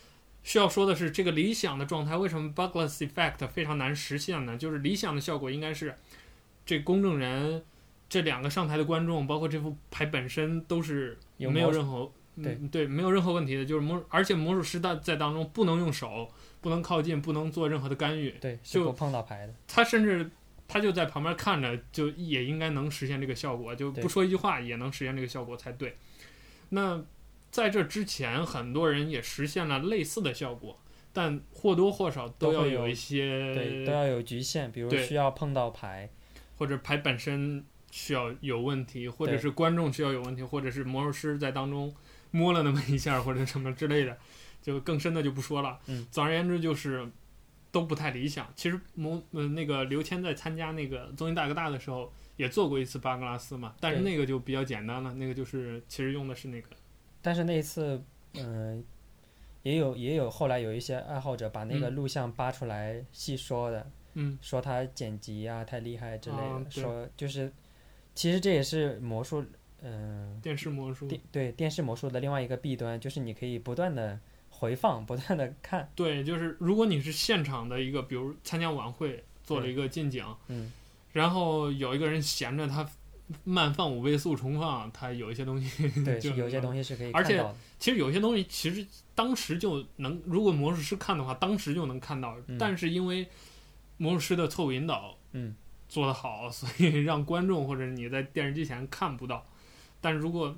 Speaker 2: 需要说的是，这个理想的状态为什么 Bugless Effect 非常难实现呢？就是理想的效果应该是这公证人、这两个上台的观众，包括这副牌本身都是
Speaker 3: 有
Speaker 2: 没有
Speaker 3: 魔术
Speaker 2: 任何嗯
Speaker 3: 对
Speaker 2: 对没有任何问题的，就是魔，而且魔术师在在当中不能用手，不能靠近，不能做任何的干预，
Speaker 3: 对，是
Speaker 2: 就
Speaker 3: 不碰到牌的，
Speaker 2: 他甚至他就在旁边看着，就也应该能实现这个效果，就
Speaker 3: 对
Speaker 2: 不说一句话也能实现这个效果才对。那在这之前，很多人也实现了类似的效果，但或多或少都
Speaker 3: 都
Speaker 2: 要
Speaker 3: 会
Speaker 2: 有
Speaker 3: 有
Speaker 2: 一
Speaker 3: 对，
Speaker 2: 些
Speaker 3: 都要有局限，比如
Speaker 2: 呃对
Speaker 3: 需要碰到牌，
Speaker 2: 或者牌本身需要有问题，或者
Speaker 3: 对
Speaker 2: 是观众需要有问题，或者是魔术师在当中摸了那么一下或者什么之类的，就更深的就不说了。
Speaker 3: 嗯，
Speaker 2: 总而言之就是都不太理想。其实某呃那个刘谦在参加那个综艺大哥大的时候也做过一次八格拉斯嘛，但是
Speaker 3: 对
Speaker 2: 那个就比较简单了，那个就是其实用的是那个
Speaker 3: 但是那一次，嗯、也有也有后来有一些爱好者把那个
Speaker 2: 嗯
Speaker 3: 录像扒出来细说的，
Speaker 2: 嗯
Speaker 3: 说他剪辑啊太厉害之类的，
Speaker 2: 啊对
Speaker 3: 说就是其实这也是魔术，嗯、
Speaker 2: 电视魔术。
Speaker 3: 电对电视魔术的另外一个弊端，就是你可以不断的回放，不断的
Speaker 2: [laughs]
Speaker 3: 看，
Speaker 2: 对，就是如果你是现场的一个，比如参加晚会做了一个近景，
Speaker 3: 嗯，
Speaker 2: 然后有一个人闲着他慢放五倍速重放，他有一些东西
Speaker 3: 对，
Speaker 2: 就是
Speaker 3: 有一些东西是可以
Speaker 2: 而
Speaker 3: 看
Speaker 2: 且
Speaker 3: 到的，
Speaker 2: 其实有些东西其实当时就能，如果魔术师看的话，当时就能看到。
Speaker 3: 嗯
Speaker 2: 但是因为魔术师的错误引导，
Speaker 3: 嗯，
Speaker 2: 做得好，所以让观众或者你在电视机前看不到。但如果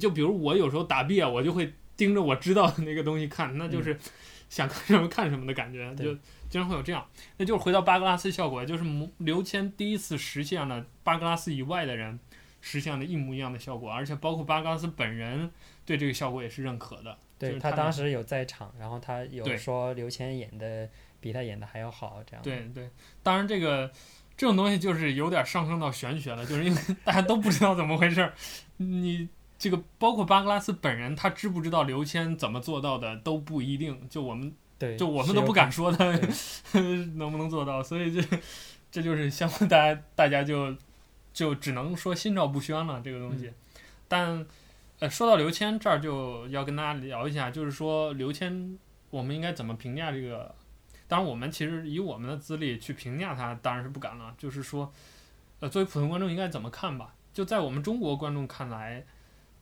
Speaker 2: 就比如我有时候打别，我就会盯着我知道的那个东西看，那
Speaker 3: 嗯
Speaker 2: 就是想看什么看什么的感觉，
Speaker 3: 对
Speaker 2: 就经常会有这样。那就是回到巴格拉斯效果，就是魔刘谦第一次实现了巴格拉斯以外的人实现了一模一样的效果，而且包括巴格拉斯本人对这个效果也是认可的。就
Speaker 3: 对
Speaker 2: 是
Speaker 3: 他
Speaker 2: 他
Speaker 3: 当
Speaker 2: 们
Speaker 3: 时有在场，然后他有
Speaker 2: 对
Speaker 3: 说刘谦演的比他演的还要好，这样，
Speaker 2: 对对，当然这个这种东西就是有点上升到玄学了，就是因为大家都不知道怎么回事儿。你这个包括巴格拉斯本人，他知不知道刘谦怎么做到的都不一定，就我们
Speaker 3: 对，
Speaker 2: 就我
Speaker 3: 是
Speaker 2: 们都
Speaker 3: 有
Speaker 2: 不
Speaker 3: 可
Speaker 2: 敢说他能不能做到，所以这这就是相互大家大家就就只能说心照不宣了这个东西。但呃，说到刘谦这儿，就要跟大家聊一下，就是说刘谦，我们应该怎么评价这个？当然，我们其实以我们的资历去评价他，当然是不敢了。就是说，呃，作为普通观众应该怎么看吧？就在我们中国观众看来，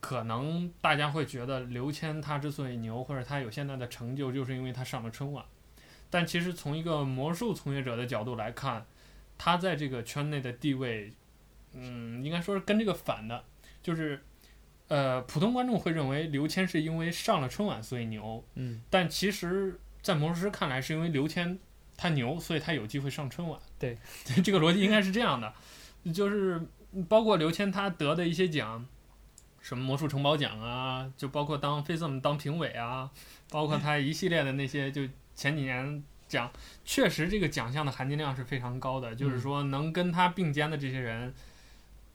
Speaker 2: 可能大家会觉得刘谦他之所以牛，或者他有现在的成就，就是因为他上了春晚。但其实从一个魔术从业者的角度来看，他在这个圈内的地位，嗯，应该说是跟这个反的，就是呃，普通观众会认为刘谦是因为上了春晚所以牛，
Speaker 3: 嗯，
Speaker 2: 但其实，在魔术师看来，是因为刘谦他牛，所以他有机会上春晚。
Speaker 3: 对，
Speaker 2: 这个逻辑应该是这样的，就是包括刘谦他得的一些奖，什么魔术城堡奖啊，就包括当 FISM 当评委啊，包括他一系列的那些，就前几年奖，确实这个奖项的含金量是非常高的，
Speaker 3: 嗯
Speaker 2: 就是说能跟他并肩的这些人。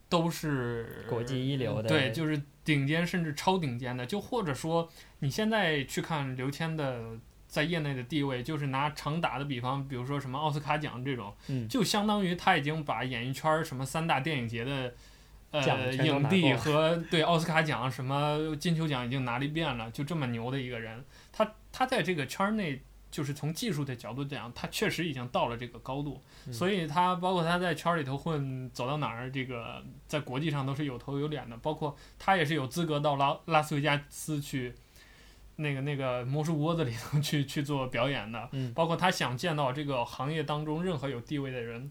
Speaker 2: 都是
Speaker 3: 国际一流的
Speaker 2: 对，就是顶尖甚至超顶尖的，就或者说你现在去看刘谦的在业内的地位，就是拿常打的比方，比如说什么奥斯卡奖这种，
Speaker 3: 嗯
Speaker 2: 就相当于他已经把演艺圈儿什么三大电影节的
Speaker 3: 奖
Speaker 2: 呃
Speaker 3: 全都
Speaker 2: 影
Speaker 3: 拿过
Speaker 2: 帝
Speaker 3: 了
Speaker 2: 和对奥斯卡奖、什么金球奖已经拿了一遍了，就这么牛的一个人，他他在这个圈儿内。就是从技术的角度讲，他确实已经到了这个高度，
Speaker 3: 嗯
Speaker 2: 所以他包括他在圈儿里头混，走到哪儿，这个在国际上都是有头有脸的。包括他也是有资格到拉拉斯维加斯去，那个那个魔术窝子里头去去做表演的。
Speaker 3: 嗯
Speaker 2: 包括他想见到这个行业当中任何有地位的人，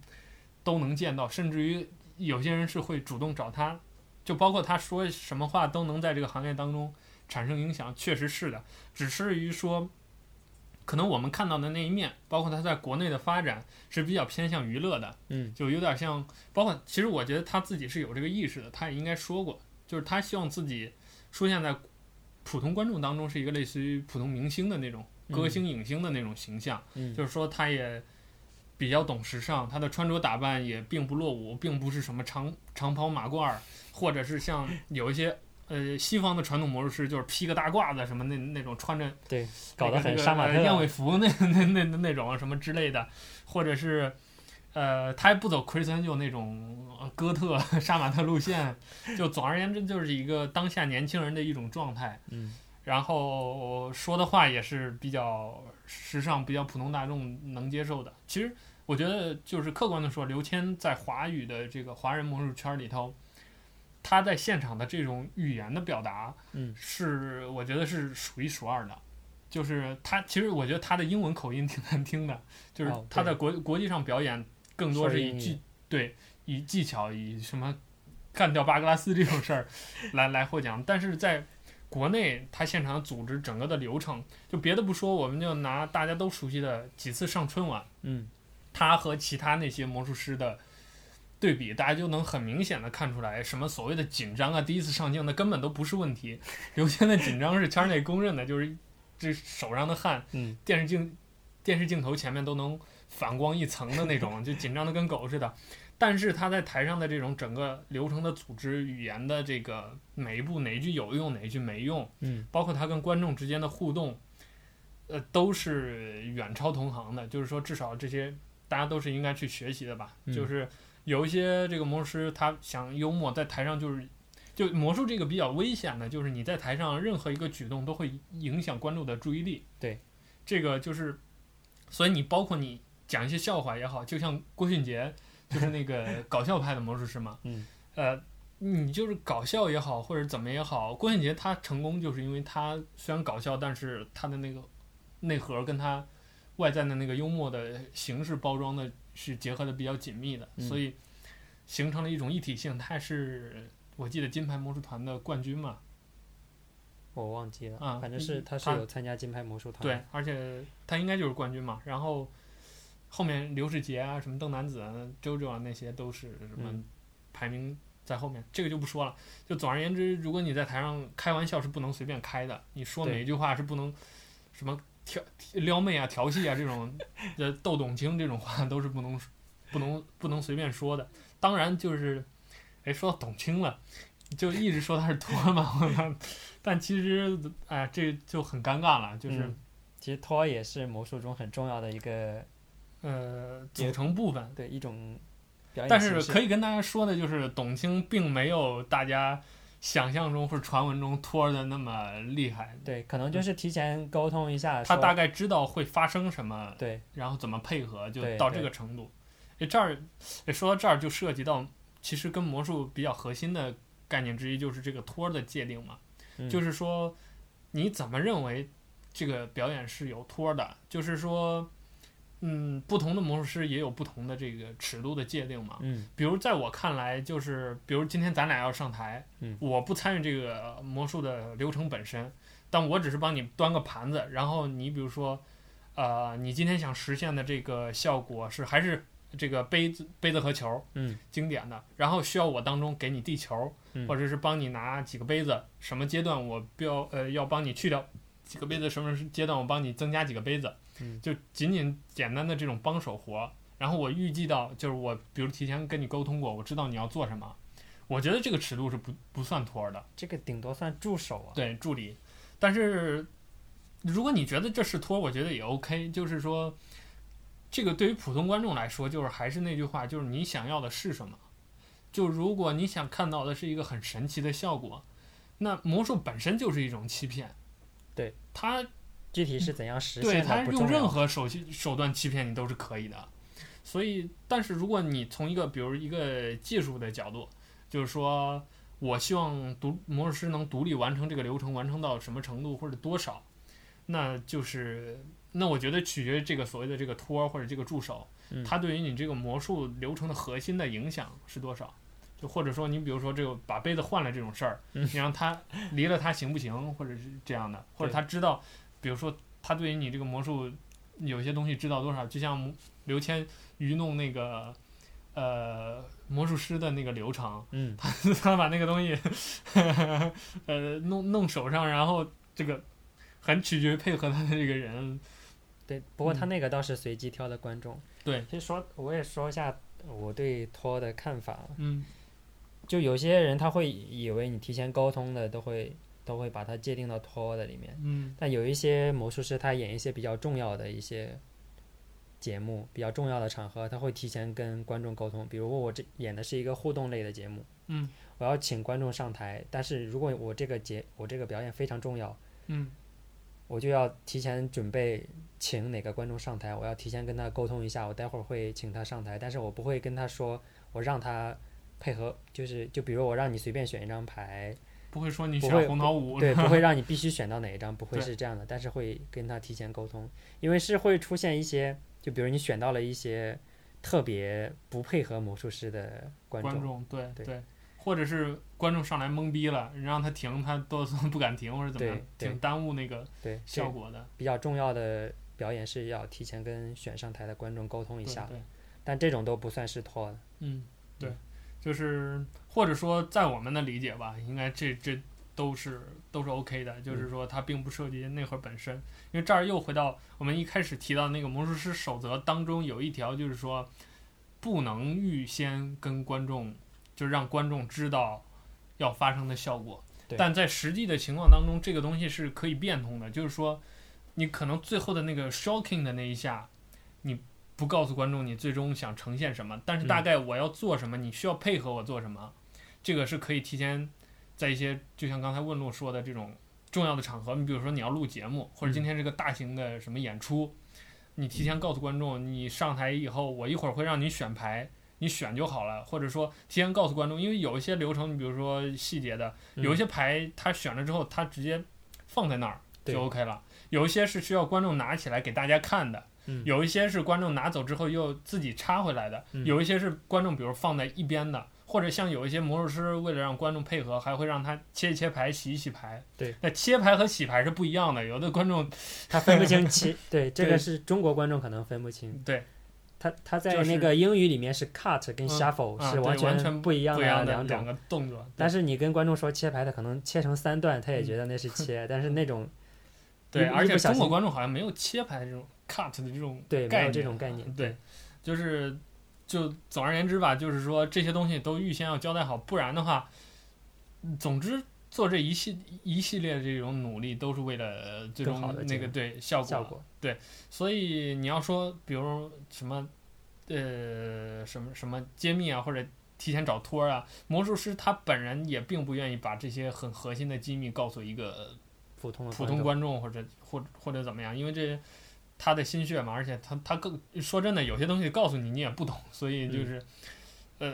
Speaker 2: 都能见到，甚至于有些人是会主动找他，就包括他说什么话都能在这个行业当中产生影响，确实是的。只是于说，可能我们看到的那一面，包括他在国内的发展是比较偏向娱乐的，
Speaker 3: 嗯，
Speaker 2: 就有点像，包括其实我觉得他自己是有这个意识的，他也应该说过，就是他希望自己出现在普通观众当中是一个类似于普通明星的那种歌星、影星的那种形象，
Speaker 3: 嗯
Speaker 2: 就是说他也比较懂时尚，他的穿着打扮也并不落伍，并不是什么长长袍马褂儿，或者是像有一些。呃，西方的传统魔术师就是披个大褂子什么那那种穿着
Speaker 3: 搞得
Speaker 2: 那
Speaker 3: 很
Speaker 2: 个
Speaker 3: 杀马
Speaker 2: 呃
Speaker 3: 特
Speaker 2: 燕
Speaker 3: 啊，
Speaker 2: 尾服那那那那那种啊什么之类的，或者是呃，他也不走奎森就那种呃哥特杀马特路线，就总而言之就是一个当下年轻人的一种状态。
Speaker 3: 嗯，
Speaker 2: 然后说的话也是比较时尚、比较普通大众能接受的。其实我觉得就是客观的说，刘谦在华语的这个华人魔术圈里头。他在现场的这种语言的表达，
Speaker 3: 嗯
Speaker 2: 是我觉得是数一数二的，就是他，其实我觉得他的英文口音挺 [laughs] 难听的，就是
Speaker 3: 哦
Speaker 2: 他
Speaker 3: 对
Speaker 2: 在国、国际上表演更多是
Speaker 3: 说英
Speaker 2: 以
Speaker 3: 语
Speaker 2: 技对以技巧以什么干掉巴格拉斯这种事儿来来获奖，但是在国内他现场组织整个的流程，就别的不说，我们就拿大家都熟悉的几次上春晚，
Speaker 3: 嗯，
Speaker 2: 他和其他那些魔术师的对比，大家就能很明显的看出来，什么所谓的紧张啊，第一次上镜那根本都不是问题。刘谦的紧张是圈内公认的，就是这手上的汗，
Speaker 3: 嗯，
Speaker 2: 电视镜电视镜头前面都能反光一层的那种，就紧张的跟狗似的。但是他在台上的这种整个流程的组织、语言的这个每一步哪一句有用，哪一句没用，
Speaker 3: 嗯，
Speaker 2: 包括他跟观众之间的互动，呃，都是远超同行的。就是说，至少这些大家都是应该去学习的吧。
Speaker 3: 嗯
Speaker 2: 就是有一些这个魔术师，他想幽默，在台上就是就魔术这个比较危险的，就是你在台上任何一个举动都会影响观众的注意力。
Speaker 3: 对，
Speaker 2: 这个就是，所以你包括你讲一些笑话也好，就像郭俊杰就是那
Speaker 3: [laughs]
Speaker 2: 个搞笑派的魔术师嘛，
Speaker 3: 嗯，
Speaker 2: 呃，你就是搞笑也好，或者怎么也好，郭俊杰他成功就是因为他虽然搞笑，但是他的那个内核跟他外在的那个幽默的形式包装的是结合的比较紧密的，
Speaker 3: 嗯
Speaker 2: 所以形成了一种一体性。他是我记得金牌魔术团的冠军嘛，
Speaker 3: 我忘记了，
Speaker 2: 啊
Speaker 3: 反正是他是
Speaker 2: 他
Speaker 3: 有参加金牌魔术团，
Speaker 2: 对，，而且他应该就是冠军嘛。然后后面刘世杰啊，什么邓南子、啊、周周啊，那些都是什么
Speaker 3: 嗯
Speaker 2: 排名在后面，这个就不说了。就总而言之，如果你在台上开玩笑是不能随便开的，你说
Speaker 3: 对
Speaker 2: 每一句话是不能什么调撩妹啊、调戏啊这
Speaker 3: [laughs]
Speaker 2: 种，呃，斗董卿这种话都是不能不能不能随便说的。当然就是，哎，说到董卿了。就一直说他是托嘛，我操！ [laughs] 但其实，哎，这就很尴尬了，就是、
Speaker 3: 嗯其实托也是魔术中很重要的一个
Speaker 2: 呃
Speaker 3: 也
Speaker 2: 组成部分。
Speaker 3: 对一种表演
Speaker 2: 但
Speaker 3: 形
Speaker 2: 是
Speaker 3: 式
Speaker 2: 可以跟大家说的就是，董卿并没有大家想象中或者传闻中托儿的那么厉害。
Speaker 3: 对，可能就是提前沟通一下说，
Speaker 2: 嗯他大概知道会发生什么，
Speaker 3: 对
Speaker 2: 然后怎么配合，就
Speaker 3: 对
Speaker 2: 到这
Speaker 3: 对
Speaker 2: 个程度。诶这儿诶说到这儿就涉及到，其实跟魔术比较核心的概念之一就是这个托儿的界定嘛，
Speaker 3: 嗯
Speaker 2: 就是说你怎么认为这个表演是有托儿的？就是说，嗯，不同的魔术师也有不同的这个尺度的界定嘛。
Speaker 3: 嗯
Speaker 2: 比如在我看来，就是比如今天咱俩要上台，
Speaker 3: 嗯
Speaker 2: 我不参与这个魔术的流程本身，但我只是帮你端个盘子，然后你比如说，呃，你今天想实现的这个效果是还是这个杯子杯子和球
Speaker 3: 嗯
Speaker 2: 经典的，然后需要我当中给你递球，
Speaker 3: 嗯
Speaker 2: 或者是帮你拿几个杯子，什么阶段我标呃要帮你去掉几个杯子，什么阶段我帮你增加几个杯子，
Speaker 3: 嗯
Speaker 2: 就仅仅简单的这种帮手活。然后我预计到，就是我比如提前跟你沟通过，我知道你要做什么，我觉得这个尺度是不不算托儿的，
Speaker 3: 这个顶多算助手啊，
Speaker 2: 对助理。但是如果你觉得这是托儿，我觉得也 OK，就是说。这个对于普通观众来说，就是还是那句话，就是你想要的是什么。就如果你想看到的是一个很神奇的效果，那魔术本身就是一种欺骗。
Speaker 3: 对，
Speaker 2: 它
Speaker 3: 具体是怎样实
Speaker 2: 对
Speaker 3: 现
Speaker 2: 他
Speaker 3: 的不
Speaker 2: 用
Speaker 3: 重
Speaker 2: 任
Speaker 3: 要，
Speaker 2: 何手机手段欺骗你都是可以的。所以，但是如果你从一个比如一个技术的角度，就是说我希望独魔术师能独立完成这个流程，完成到什么程度或者多少，那就是那我觉得取决于这个所谓的这个托儿或者这个助手
Speaker 3: 嗯，
Speaker 2: 它对于你这个魔术流程的核心的影响是多少。就或者说，你比如说这个把杯子换了这种事儿，
Speaker 3: 嗯
Speaker 2: 你让他离了他行不行，或者是这样的，或者
Speaker 3: 对
Speaker 2: 他知道，比如说他对于你这个魔术有些东西知道多少，就像刘谦愚弄那个呃魔术师的那个流程，
Speaker 3: 嗯
Speaker 2: [laughs] 他把那个东西呃弄弄手上，然后这个很取决于配合他的这个人，
Speaker 3: 对，不过他那个倒是随机挑的观众，
Speaker 2: 嗯对
Speaker 3: 其实说我也说一下我对托的看法，
Speaker 2: 嗯
Speaker 3: 就有些人他会以为你提前沟通的都会都会把它界定到托的里面，
Speaker 2: 嗯
Speaker 3: 但有一些魔术师他演一些比较重要的一些节目，比较重要的场合，他会提前跟观众沟通。比如我这演的是一个互动类的节目，
Speaker 2: 嗯，
Speaker 3: 我要请观众上台，但是如果我这个节我这个表演非常重要，
Speaker 2: 嗯
Speaker 3: 我就要提前准备请哪个观众上台，我要提前跟他沟通一下，我待会儿会请他上台，但是我不会跟他说我让他配合，就是就比如我让你随便选一张牌，
Speaker 2: 不会说你
Speaker 3: 不
Speaker 2: 选
Speaker 3: 会
Speaker 2: 红桃五， [laughs]
Speaker 3: 对，不会让你必须选到哪一张，不会
Speaker 2: 对
Speaker 3: 是这样的，但是会跟他提前沟通，因为是会出现一些，就比如你选到了一些特别不配合魔术师的观众，
Speaker 2: 观众对
Speaker 3: 对
Speaker 2: 或者是观众上来懵逼了，你让他停，他都 [laughs] 不敢停，或者怎么样，
Speaker 3: 对对
Speaker 2: 挺耽误那个
Speaker 3: 对，这
Speaker 2: 效果的。
Speaker 3: 比较重要的表演是要提前跟选上台的观众沟通一
Speaker 2: 对
Speaker 3: 下，
Speaker 2: 对，
Speaker 3: 但这种都不算是
Speaker 2: [laughs]
Speaker 3: 托的，
Speaker 2: 嗯，对，就是或者说在我们的理解吧，应该这这都是都是 OK 的，就是说它并不涉及内核本身。因为这儿又回到我们一开始提到那个魔术师守则当中有一条，就是说不能预先跟观众，就让观众知道要发生的效果。
Speaker 3: 对
Speaker 2: 但在实际的情况当中，这个东西是可以变通的，就是说你可能最后的那个 shocking 的那一下，你不告诉观众你最终想呈现什么，但
Speaker 3: 嗯
Speaker 2: 是大概我要做什么，你需要配合我做什么，这个是可以提前在一些就像刚才问路说的这种重要的场合，你比如说你要录节目，或者今天是个大型的什么演
Speaker 3: 嗯
Speaker 2: 出，你提前告诉观众，你上台以后，我一会儿会让你选牌，你选就好了，或者说提前告诉观众，因为有一些流程，你比如说细节的，
Speaker 3: 嗯
Speaker 2: 有一些牌他选了之后，他直接放在那儿
Speaker 3: 对
Speaker 2: 就 OK 了，有一些是需要观众拿起来给大家看的。
Speaker 3: 嗯
Speaker 2: 有一些是观众拿走之后又自己插回来的，
Speaker 3: 嗯
Speaker 2: 有一些是观众比如放在一边的，或者像有一些魔术师为了让观众配合，还会让他切一切牌、洗一洗牌。
Speaker 3: 对，
Speaker 2: 那切牌和洗牌是不一样的，有的观众
Speaker 3: 他分不清其对这
Speaker 2: 对
Speaker 3: 个是中国观众可能分不清，
Speaker 2: 对
Speaker 3: 他他在
Speaker 2: 就是
Speaker 3: 那个英语里面是 cut 跟
Speaker 2: 嗯
Speaker 3: shuffle
Speaker 2: 啊
Speaker 3: 是
Speaker 2: 对完全
Speaker 3: 全不一样
Speaker 2: 不一样的
Speaker 3: 两种，
Speaker 2: 个动作。
Speaker 3: 但是你跟观众说切牌，他可能切成三段，他也觉得那是
Speaker 2: [laughs]
Speaker 3: 切，但是那种
Speaker 2: 对，
Speaker 3: 一
Speaker 2: 而
Speaker 3: 一
Speaker 2: 且
Speaker 3: 不小
Speaker 2: 中国
Speaker 3: 心
Speaker 2: 观众好像没有切牌这种 cut 的这种
Speaker 3: 对没
Speaker 2: 概
Speaker 3: 有
Speaker 2: 念，啊
Speaker 3: 这种概念，
Speaker 2: 对，就是就总而言之吧，就是说这些东西都预先要交代好，不然的话，嗯总之做这一系一系列这种努力都是为了呃最
Speaker 3: 更
Speaker 2: 终
Speaker 3: 好的
Speaker 2: 那
Speaker 3: 结
Speaker 2: 个
Speaker 3: 果
Speaker 2: 对效果
Speaker 3: 效果
Speaker 2: 所以你要说，比如什么，呃，什么什么揭秘啊，或者提前找托儿啊，魔术师他本人也并不愿意把这些很核心的机密告诉一个
Speaker 3: 普通的
Speaker 2: 普通
Speaker 3: 观
Speaker 2: 观众或者或或者怎么样，因为这他的心血嘛，而且他他更说真的，有些东西告诉你你也不懂，所以
Speaker 3: 嗯
Speaker 2: 就是、呃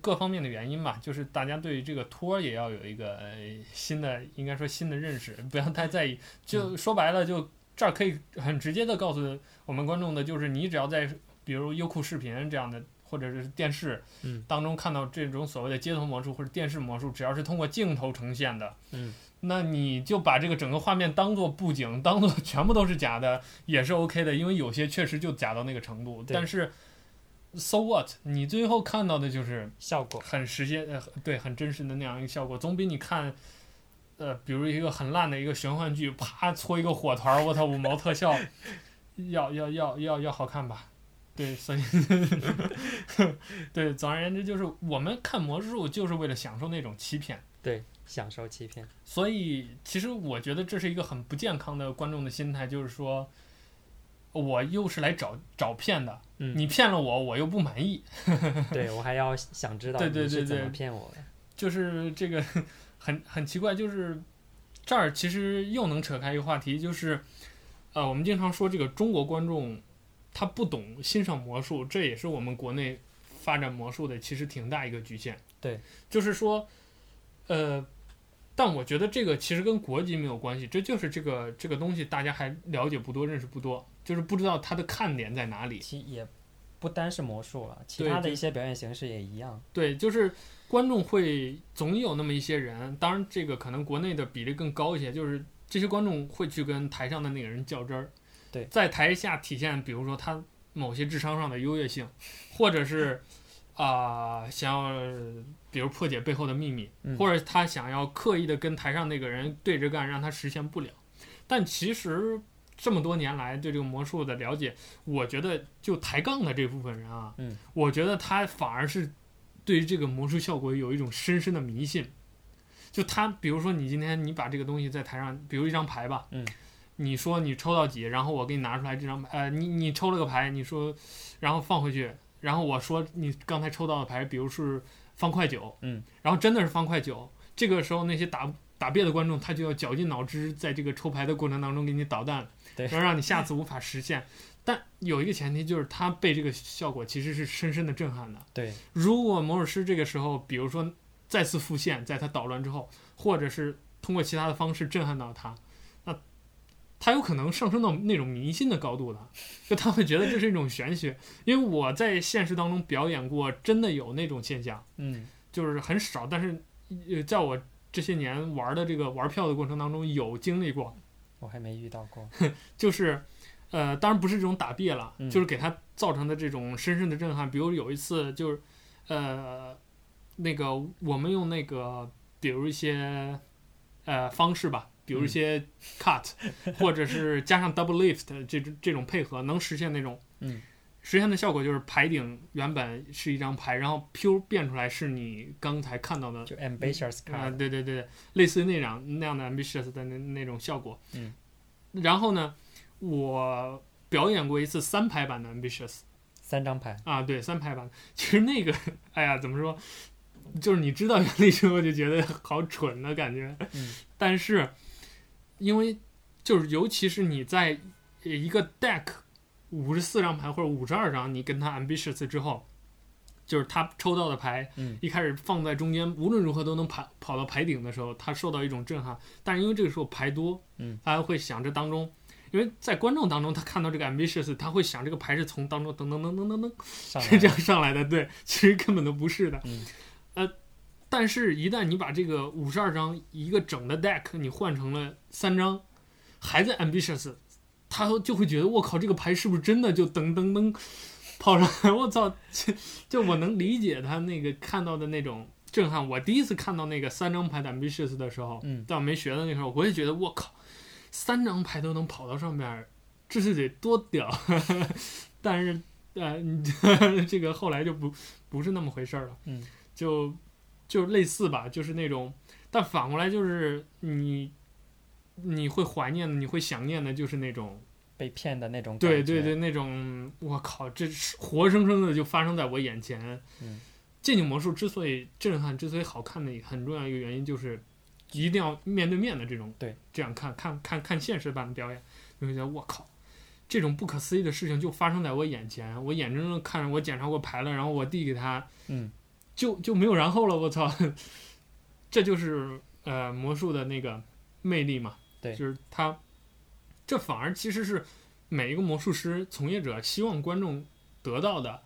Speaker 2: 各方面的原因吧，就是大家对于这个托儿也要有一个、呃新的应该说新的认识，不要太在意。就
Speaker 3: 嗯
Speaker 2: 说白了，就这儿可以很直接的告诉我们观众的，就是你只要在比如优酷视频这样的。或者是电视
Speaker 3: 嗯
Speaker 2: 当中看到这种所谓的街头魔术或者电视魔术，只要是通过镜头呈现的，那你就把这个整个画面当做布景，当做全部都是假的，也是 OK 的，因为有些确实就假到那个程度。
Speaker 3: 对
Speaker 2: 但是，so what？你最后看到的就是
Speaker 3: 众效果，
Speaker 2: 很实现，呃，对，很真实的那样一个效果，总比你看，呃，比如一个很烂的一个玄幻剧，啪搓一个火团儿，我操，五毛特效，要要要要要好看吧？对，所以， [laughs] 对，总而言之，就是我们看魔术就是为了享受那种欺骗。
Speaker 3: 对，享受
Speaker 2: [laughs]
Speaker 3: 欺骗，
Speaker 2: 所以，其实我觉得这是一个很不健康的观众的心态，就是说，我又是来找找骗的，
Speaker 3: 嗯
Speaker 2: 你骗了我，我又不满意，
Speaker 3: 对我还要想知道
Speaker 2: 对对
Speaker 3: 你是
Speaker 2: 对
Speaker 3: 怎
Speaker 2: 对
Speaker 3: 么骗我的，
Speaker 2: 就是这个很很奇怪。就是这儿其实又能扯开一个话题，就是呃，我们经常说这个中国观众他不懂欣赏魔术，这也是我们国内发展魔术的其实挺大一个局限。
Speaker 3: 对，
Speaker 2: 就是说，呃，但我觉得这个其实跟国籍没有关系，这就是这个这个东西大家还了解不多，认识不多，就是不知道它的看点在哪里。
Speaker 3: 其也不单是魔术了，其
Speaker 2: 对
Speaker 3: 他
Speaker 2: 就
Speaker 3: 的一些表演形式也一样，
Speaker 2: 对，就是观众会总有那么一些人，当然这个可能国内的比例更高一些，就是这些观众会去跟台上的那个人较真儿，
Speaker 3: 对
Speaker 2: 在台下体现，比如说他某些智商上的优越性，或者是啊、想要比如破解背后的秘密，
Speaker 3: 嗯
Speaker 2: 或者他想要刻意的跟台上那个人对着干，让他实现不了。但其实这么多年来对这个魔术的了解，我觉得就抬杠的这部分人啊，
Speaker 3: 嗯，
Speaker 2: 我觉得他反而是对于这个魔术效果有一种深深的迷信。就他，比如说你今天你把这个东西在台上，比如一张牌吧，
Speaker 3: 嗯，
Speaker 2: 你说你抽到几，然后我给你拿出来这张牌，呃，你你抽了个牌，你说，然后放回去，然后我说你刚才抽到的牌，比如是方块九，
Speaker 3: 嗯，
Speaker 2: 然后真的是方块九，这个时候那些打打别的观众他就要绞尽脑汁，在这个抽牌的过程当中给你捣蛋，
Speaker 3: 对
Speaker 2: 然后让你下次无法实现。但有一个前提就是他被这个效果其实是深深的震撼的。
Speaker 3: 对
Speaker 2: 如果魔术师这个时候，比如说再次复现，在他捣乱之后，或者是通过其他的方式震撼到他，那 [laughs] 他有可能上升到那种迷信的 [laughs] 高度了，就他会觉得这是一种玄学。因为我在现实当中表演过，真的有那种现象，
Speaker 3: 嗯
Speaker 2: 就是很少，但是呃，在我这些年玩的这个玩票的过程当中有经历过，
Speaker 3: 我还没遇到过，
Speaker 2: 就是，呃，当然不是这种打别了，
Speaker 3: 嗯
Speaker 2: 就是给他造成的这种深深的震撼。比如有一次就是，呃，那个我们用那个，比如一些，呃方式吧，比
Speaker 3: 嗯
Speaker 2: 如一些 cut，、或 [laughs] 者是加上 double lift 这种这种配合，能实现那种
Speaker 3: 嗯
Speaker 2: 实现的效果就是牌顶原本是一张牌，然后 Q 变出来是你刚才看到的
Speaker 3: 就 ambitious
Speaker 2: 啊、
Speaker 3: card，
Speaker 2: 对对对，对类似于那样那样的 ambitious 的那那种效果。
Speaker 3: 嗯，
Speaker 2: 然后呢，我表演过一次三排版的 ambitious
Speaker 3: 三张牌，
Speaker 2: 啊，对，三排版。其实那个，哎呀，怎么说，就是你知道原理之后就觉得好蠢的感觉。
Speaker 3: 嗯，
Speaker 2: 但是因为就是尤其是你在一个 deck 五十四张牌或者五十二张，你跟他 ambitious 之后，就是他抽到的牌
Speaker 3: 嗯
Speaker 2: 一开始放在中间，无论如何都能跑跑到牌顶的时候，他受到一种震撼。但是因为这个时候牌多，
Speaker 3: 嗯，
Speaker 2: 他还会想这当中，因为在观众当中，他看到这个 ambitious，他会想这个牌是从当中噔噔噔噔噔噔
Speaker 3: 上
Speaker 2: [laughs]
Speaker 3: 来
Speaker 2: 是这
Speaker 3: 了
Speaker 2: 样上来的，对，其实根本都不是的。
Speaker 3: 嗯
Speaker 2: 呃，但是一旦你把这个五十二张一个整的 deck 你换成了三张，还在 ambitious，他就会觉得我靠，这个牌是不是真的就噔噔噔跑上来？ [laughs] 我操！就就我能理解他那个看到的那种震撼。我第一次看到那个三张牌的 ambitious 的时候，
Speaker 3: 嗯
Speaker 2: 在我没学的那时候，我也觉得我靠，三张牌都能跑到上面儿，这是得多屌！ [laughs] 但是呃，你 [laughs] 这个后来就不不是那么回事儿了，
Speaker 3: 嗯，
Speaker 2: 就就类似吧，就是那种，但反过来就是你你会怀念的，你会想念的，就是那种，
Speaker 3: 被骗的那种感
Speaker 2: 对
Speaker 3: 觉，
Speaker 2: 对对，那种，我靠，这是活生生的就发生在我眼前。
Speaker 3: 嗯，
Speaker 2: 剑影魔术之所以震撼，之所以好看的很重要一个原因就是一定要面对面的这种，
Speaker 3: 对，
Speaker 2: 这样看看看看现实版的表演，你会觉得我靠。这种不可思议的事情就发生在我眼前，我眼睁睁地看着我检查过牌了，然后我递给他，
Speaker 3: 嗯
Speaker 2: 就就没有然后了，我操！ [laughs] 这就是呃魔术的那个魅力嘛，
Speaker 3: 对
Speaker 2: 就是它，这反而其实是每一个魔术师从业者希望观众得到的，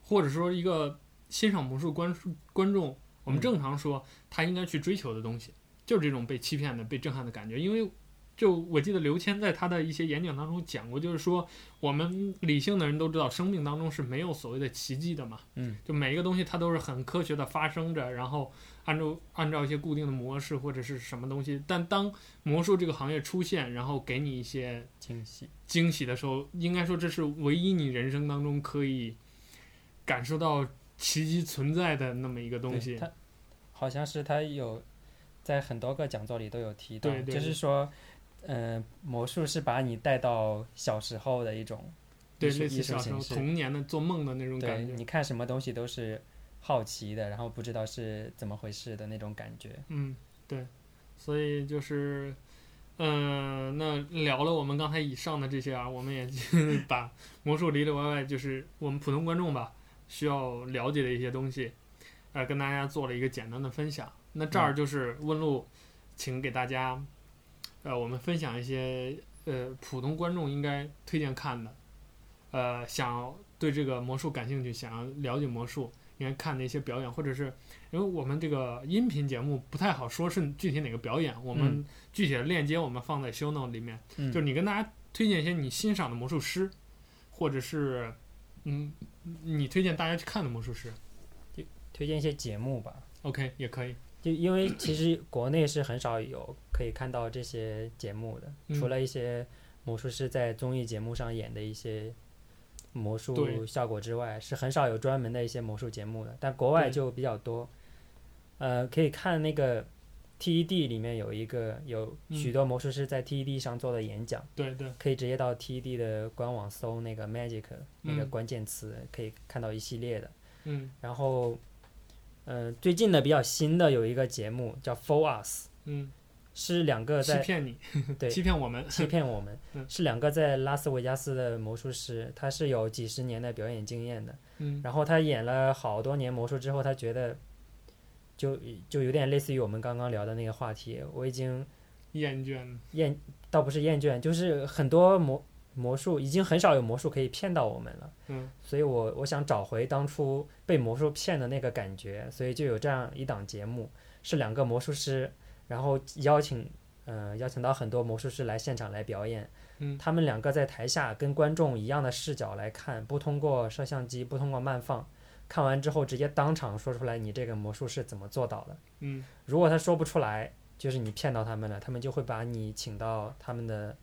Speaker 2: 或者说一个欣赏魔术观观众，我们
Speaker 3: 嗯
Speaker 2: 正常说他应该去追求的东西，就是这种被欺骗的、被震撼的感觉，因为。就我记得刘谦在他的一些演讲当中讲过，就是说我们理性的人都知道，生命当中是没有所谓的奇迹的嘛，
Speaker 3: 嗯
Speaker 2: 就每一个东西它都是很科学的发生着，然后按照按照一些固定的模式或者是什么东西。但当魔术这个行业出现，然后给你一些
Speaker 3: 惊喜，
Speaker 2: 惊喜的时候，应该说这是唯一你人生当中可以感受到奇迹存在的那么一个东
Speaker 3: 对
Speaker 2: 西。
Speaker 3: 他好像是他有在很多个讲座里都有提到，
Speaker 2: 对对
Speaker 3: 就是
Speaker 2: 对
Speaker 3: 说，嗯、魔术是把你带到小时候的一种
Speaker 2: 对
Speaker 3: 艺，术
Speaker 2: 类似
Speaker 3: 艺术
Speaker 2: 小时
Speaker 3: 形
Speaker 2: 候
Speaker 3: 式，
Speaker 2: 童年的做梦的那种
Speaker 3: 对
Speaker 2: 感觉
Speaker 3: 你。看什么东西都是好奇的，然后不知道是怎么回事的那种感觉。
Speaker 2: 嗯，对，所以就是，嗯、那聊了我们刚才以上的这些啊，我们也把魔术里里外外，就是我们普通观众吧，需要了解的一些东西，呃，跟大家做了一个简单的分享。那这儿就是问路，请给大家，呃，我们分享一些呃普通观众应该推荐看的，呃，想对这个魔术感兴趣，想要了解魔术，应该看的一些表演，或者是因为我们这个音频节目不太好说是具体哪个表演，我们具体的链接我们放在 show note 里面，
Speaker 3: 嗯
Speaker 2: 就是你跟大家推荐一些你欣赏的魔术师，或者是嗯，你推荐大家去看的魔术师
Speaker 3: 推荐一些节目吧，
Speaker 2: ，OK 也可以，
Speaker 3: 就因为其实国内是很少有可以看到这些节目的，
Speaker 2: 嗯
Speaker 3: 除了一些魔术师在综艺节目上演的一些魔术
Speaker 2: 对
Speaker 3: 效果之外，是很少有专门的一些魔术节目的。但国外
Speaker 2: 对
Speaker 3: 就比较多，呃，可以看那个 TED 里面有一个有
Speaker 2: 嗯
Speaker 3: 许多魔术师在 TED 上做的演讲，
Speaker 2: 对对，
Speaker 3: 可以直接到 TED 的官网搜那个 magic 那个
Speaker 2: 嗯
Speaker 3: 关键词，可以看到一系列的。
Speaker 2: 嗯
Speaker 3: 然后，嗯、最近的比较新的有一个节目叫《For Us》，
Speaker 2: 嗯，
Speaker 3: 是两个
Speaker 2: 欺
Speaker 3: 呃在
Speaker 2: 骗你，
Speaker 3: [laughs] 对
Speaker 2: 欺骗我
Speaker 3: [laughs]
Speaker 2: 们，
Speaker 3: 欺骗我们
Speaker 2: [laughs] 嗯，
Speaker 3: 是两个在拉斯维加斯的魔术师，他是有几十年的表演经验的。
Speaker 2: 嗯
Speaker 3: 然后他演了好多年魔术之后，他觉得就就有点类似于我们刚刚聊的那个话题，我已经
Speaker 2: 厌倦，
Speaker 3: 厌，倒不是厌倦，就是很多魔魔术已经很少有魔术可以骗到我们了。
Speaker 2: 嗯，
Speaker 3: 所以我我想找回当初被魔术骗的那个感觉，所以就有这样一档节目，是两个魔术师，然后邀请，呃，邀请到很多魔术师来现场来表演。
Speaker 2: 嗯
Speaker 3: 他们两个在台下跟观众一样的视角来看，不通过摄像机，不通过慢放，看完之后直接当场说出来你这个魔术是怎么做到的。
Speaker 2: 嗯
Speaker 3: 如果他说不出来，就是你骗到他们了，他们就会把你请到他们的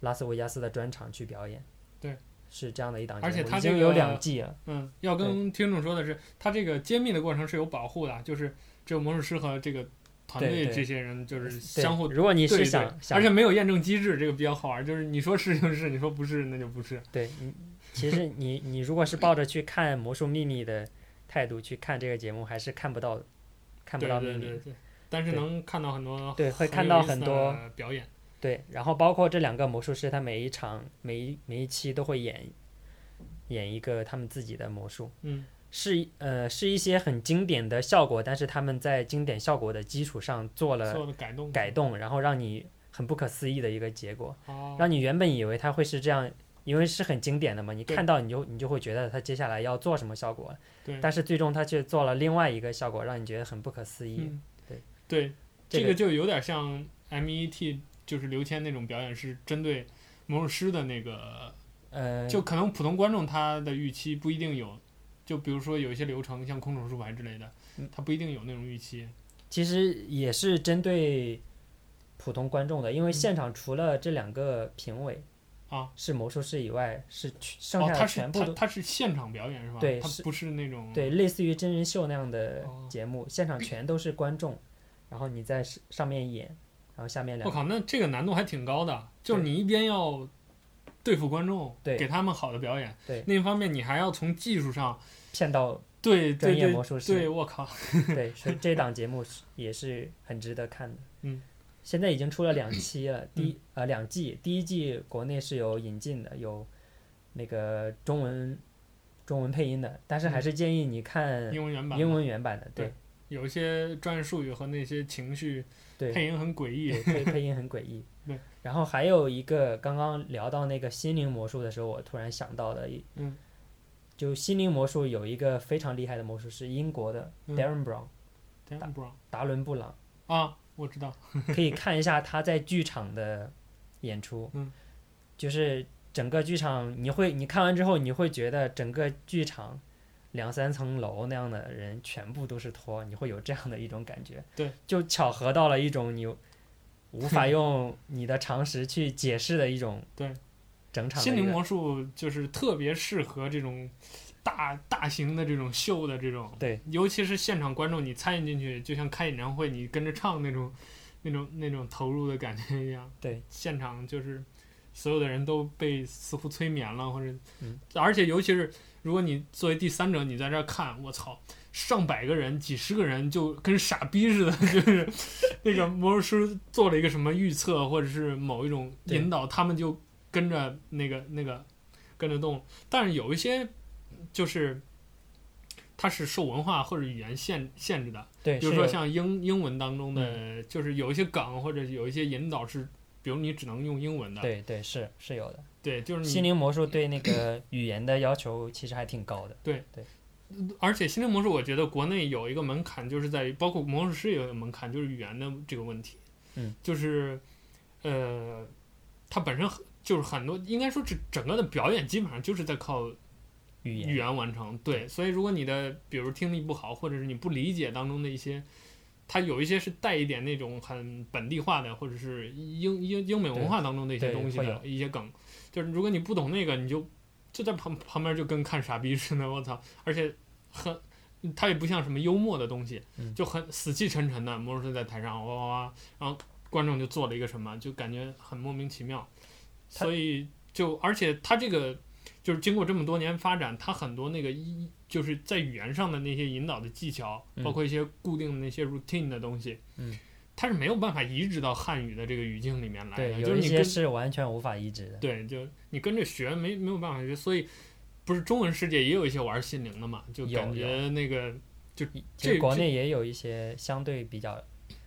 Speaker 3: 拉斯维加斯的专场去表演。
Speaker 2: 对，
Speaker 3: 是这样的一档节目，
Speaker 2: 而且它
Speaker 3: 已经
Speaker 2: 这
Speaker 3: 有
Speaker 2: 个
Speaker 3: 两季了。
Speaker 2: 嗯，要跟听众说的是，它这个揭秘的过程是有保护的，就是只有魔术师和这个团
Speaker 3: 对
Speaker 2: 队
Speaker 3: 对
Speaker 2: 这些人就是
Speaker 3: 对
Speaker 2: 相互对
Speaker 3: 如果你
Speaker 2: 一对
Speaker 3: 是想想
Speaker 2: 而且没有验证机制，这个比较好玩，就是你说是就是，你说不是那就不是。
Speaker 3: 对你，其实你你如果是抱着去看《魔术秘密》的态度去看这个节目，还是看不到看不
Speaker 2: 对
Speaker 3: 到秘
Speaker 2: 对
Speaker 3: 密。
Speaker 2: 对对，但是
Speaker 3: 对
Speaker 2: 能看到很多
Speaker 3: 对会
Speaker 2: 有
Speaker 3: 看到
Speaker 2: 意思
Speaker 3: 很
Speaker 2: 的
Speaker 3: 多
Speaker 2: 表演。
Speaker 3: 对，然后包括这两个魔术师，他每一场每一每一期都会演演一个他们自己的魔术，
Speaker 2: 嗯，
Speaker 3: 是一呃是一些很经典的效果，但是他们在经典效果的基础上做了
Speaker 2: 做的改动
Speaker 3: 呃改，动，然后让你很不可思议的一个结果，
Speaker 2: 哦
Speaker 3: 让你原本以为他会是这样，因为是很经典的嘛，你
Speaker 2: 对
Speaker 3: 看到你就你就会觉得他接下来要做什么效果，
Speaker 2: 对
Speaker 3: 但是最终他却做了另外一个效果，让你觉得很不可思议。
Speaker 2: 嗯
Speaker 3: 对
Speaker 2: 对，
Speaker 3: 这
Speaker 2: 这
Speaker 3: 个
Speaker 2: 个就有点像 MET，就是刘谦那种表演是针对魔术师的那个
Speaker 3: 呃，
Speaker 2: 嗯就可能普通观众他的预期不一定有，就比如说有一些流程，像空手出牌之类的
Speaker 3: 嗯，
Speaker 2: 他不一定有那种预期。
Speaker 3: 其实也是针对普通观众的，因为
Speaker 2: 嗯
Speaker 3: 现场除了这两个评委
Speaker 2: 啊
Speaker 3: 是魔术师以外，是全剩
Speaker 2: 哦，
Speaker 3: 下
Speaker 2: 他
Speaker 3: 的
Speaker 2: 是
Speaker 3: 全部
Speaker 2: 他
Speaker 3: 都、
Speaker 2: 他是现场表演是吧？
Speaker 3: 对
Speaker 2: 他
Speaker 3: 是
Speaker 2: 不是那种
Speaker 3: 对，类似于真人秀那样的
Speaker 2: 哦
Speaker 3: 节目，现场全都是观众，然后你在上上面演，然后下面
Speaker 2: 我
Speaker 3: 两
Speaker 2: 靠，那这个难度还挺高的，就是
Speaker 3: 对
Speaker 2: 你一边要对付观众，
Speaker 3: 对
Speaker 2: 给他们好的表演，
Speaker 3: 对
Speaker 2: 另一方面你还要从技术上，
Speaker 3: 骗到
Speaker 2: 对
Speaker 3: 专
Speaker 2: 对
Speaker 3: 业
Speaker 2: 对
Speaker 3: 魔术师，
Speaker 2: 对，我靠，
Speaker 3: 对，所以这档节目是也是很值得看的。
Speaker 2: 嗯，
Speaker 3: 现在已经出了两期了，第一呃两季，第一季国内是有引进的，有那个中文中文配音的，但是还是建议你看
Speaker 2: 嗯英文原版
Speaker 3: 英文原版的，
Speaker 2: 对有一些专业术语和那些情绪
Speaker 3: 对
Speaker 2: 配音很诡异。
Speaker 3: 对，配配音很诡异
Speaker 2: [laughs] 对。
Speaker 3: 然后还有一个，刚刚聊到那个心灵魔术的时候，我突然想到的一，
Speaker 2: 嗯，
Speaker 3: 就心灵魔术有一个非常厉害的魔术师，英国的
Speaker 2: 嗯
Speaker 3: Darren Brown、
Speaker 2: Dan Brown
Speaker 3: 达伦布朗。
Speaker 2: 啊，我知道， [laughs]
Speaker 3: 可以看一下他在剧场的演出。
Speaker 2: 嗯，
Speaker 3: 就是整个剧场，你会你看完之后，你会觉得整个剧场两三层楼那样的人全部都是托，你会有这样的一种感觉。
Speaker 2: 对，
Speaker 3: 就巧合到了一种你无法用你的常识去解释的一种
Speaker 2: [laughs] 对
Speaker 3: 整场的
Speaker 2: 心
Speaker 3: 一
Speaker 2: 灵
Speaker 3: 个
Speaker 2: 魔术就是特别适合这种大大型的这种秀的这种，
Speaker 3: 对，
Speaker 2: 尤其是现场观众，你参与进去，就像开演唱会你跟着唱那种、那种、那种投入的感觉一样。
Speaker 3: 对，
Speaker 2: 现场就是所有的人都被似乎催眠了，或者，
Speaker 3: 嗯
Speaker 2: 而且尤其是如果你作为第三者，你在这儿看，我操，上百个人、几十个人就跟傻逼似的， [laughs] 就是那个魔术师做了一个什么预测，或者是某一种
Speaker 3: 对
Speaker 2: 引导，他们就跟着那个那个跟着动。但是有一些就是它是受文化或者语言限限制的，
Speaker 3: 对，
Speaker 2: 比如
Speaker 3: 是
Speaker 2: 说
Speaker 3: 有嗯
Speaker 2: 像英英文当中的，就是有一些梗或者有一些引导是，比如你啊嗯只能用英文的，
Speaker 3: 对对是是有的。
Speaker 2: 对，就是你
Speaker 3: 心灵魔术对那个语言的要求其实还挺高的。
Speaker 2: 而且心灵魔术，我觉得国内有一个门槛，就是在于包括魔术师也有一个门槛，就是语言的这个问题。
Speaker 3: 嗯，
Speaker 2: 就是呃，它本身很就是很多，应该说整整个的表演基本上就是在靠
Speaker 3: 语言
Speaker 2: 语言完成。对，所以如果你的比如听力不好，或者是你不理解当中的一些，它有一些是带一点那种很本地化的，或者是英英英美文化当中的一些
Speaker 3: 对
Speaker 2: 东西
Speaker 3: 会
Speaker 2: 的一些梗，就是如果你不懂那个，你就就在旁旁边就跟看傻逼似的，我操！而且很，它也不像什么幽默的东西，
Speaker 3: 嗯
Speaker 2: 就很死气沉沉的。魔术师在台上哇哇哇，然后观众就做了一个什么，就感觉很莫名其妙。
Speaker 3: 它
Speaker 2: 所以就而且它这个就是经过这么多年发展，它很多那个一就是在语言上的那些引导的技巧，
Speaker 3: 嗯
Speaker 2: 包括一些固定的那些 routine 的东西，
Speaker 3: 嗯，
Speaker 2: 它是没有办法移植到汉语的这个语境里面来的，
Speaker 3: 对，
Speaker 2: 就
Speaker 3: 有
Speaker 2: 是
Speaker 3: 一
Speaker 2: 你
Speaker 3: 些
Speaker 2: 跟
Speaker 3: 是完全无法移植的。
Speaker 2: 对，就你跟着学没没有办法学，所以不是中文世界也有一些玩心灵的嘛，就
Speaker 3: 有
Speaker 2: 感觉那个就
Speaker 3: 其实
Speaker 2: 这
Speaker 3: 国内也有一些相对比较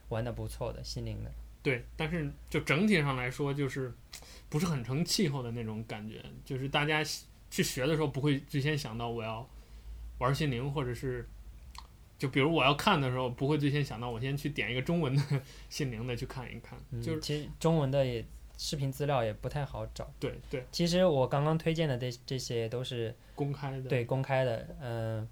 Speaker 3: 玩的不错的心灵的，
Speaker 2: 对，但是就整体上来说，就是不是很成气候的那种感觉，就是大家去学的时候不会最先想到我要玩心灵，或者是就比如我要看的时候，不会最先想到我先去点一个中文的 [laughs] 心灵的去看一看，
Speaker 3: 嗯，
Speaker 2: 就是
Speaker 3: 其实中文的也视频资料也不太好找。
Speaker 2: 对对
Speaker 3: 其实我刚刚推荐的这这些都是
Speaker 2: 公开的，
Speaker 3: 对公开的，嗯、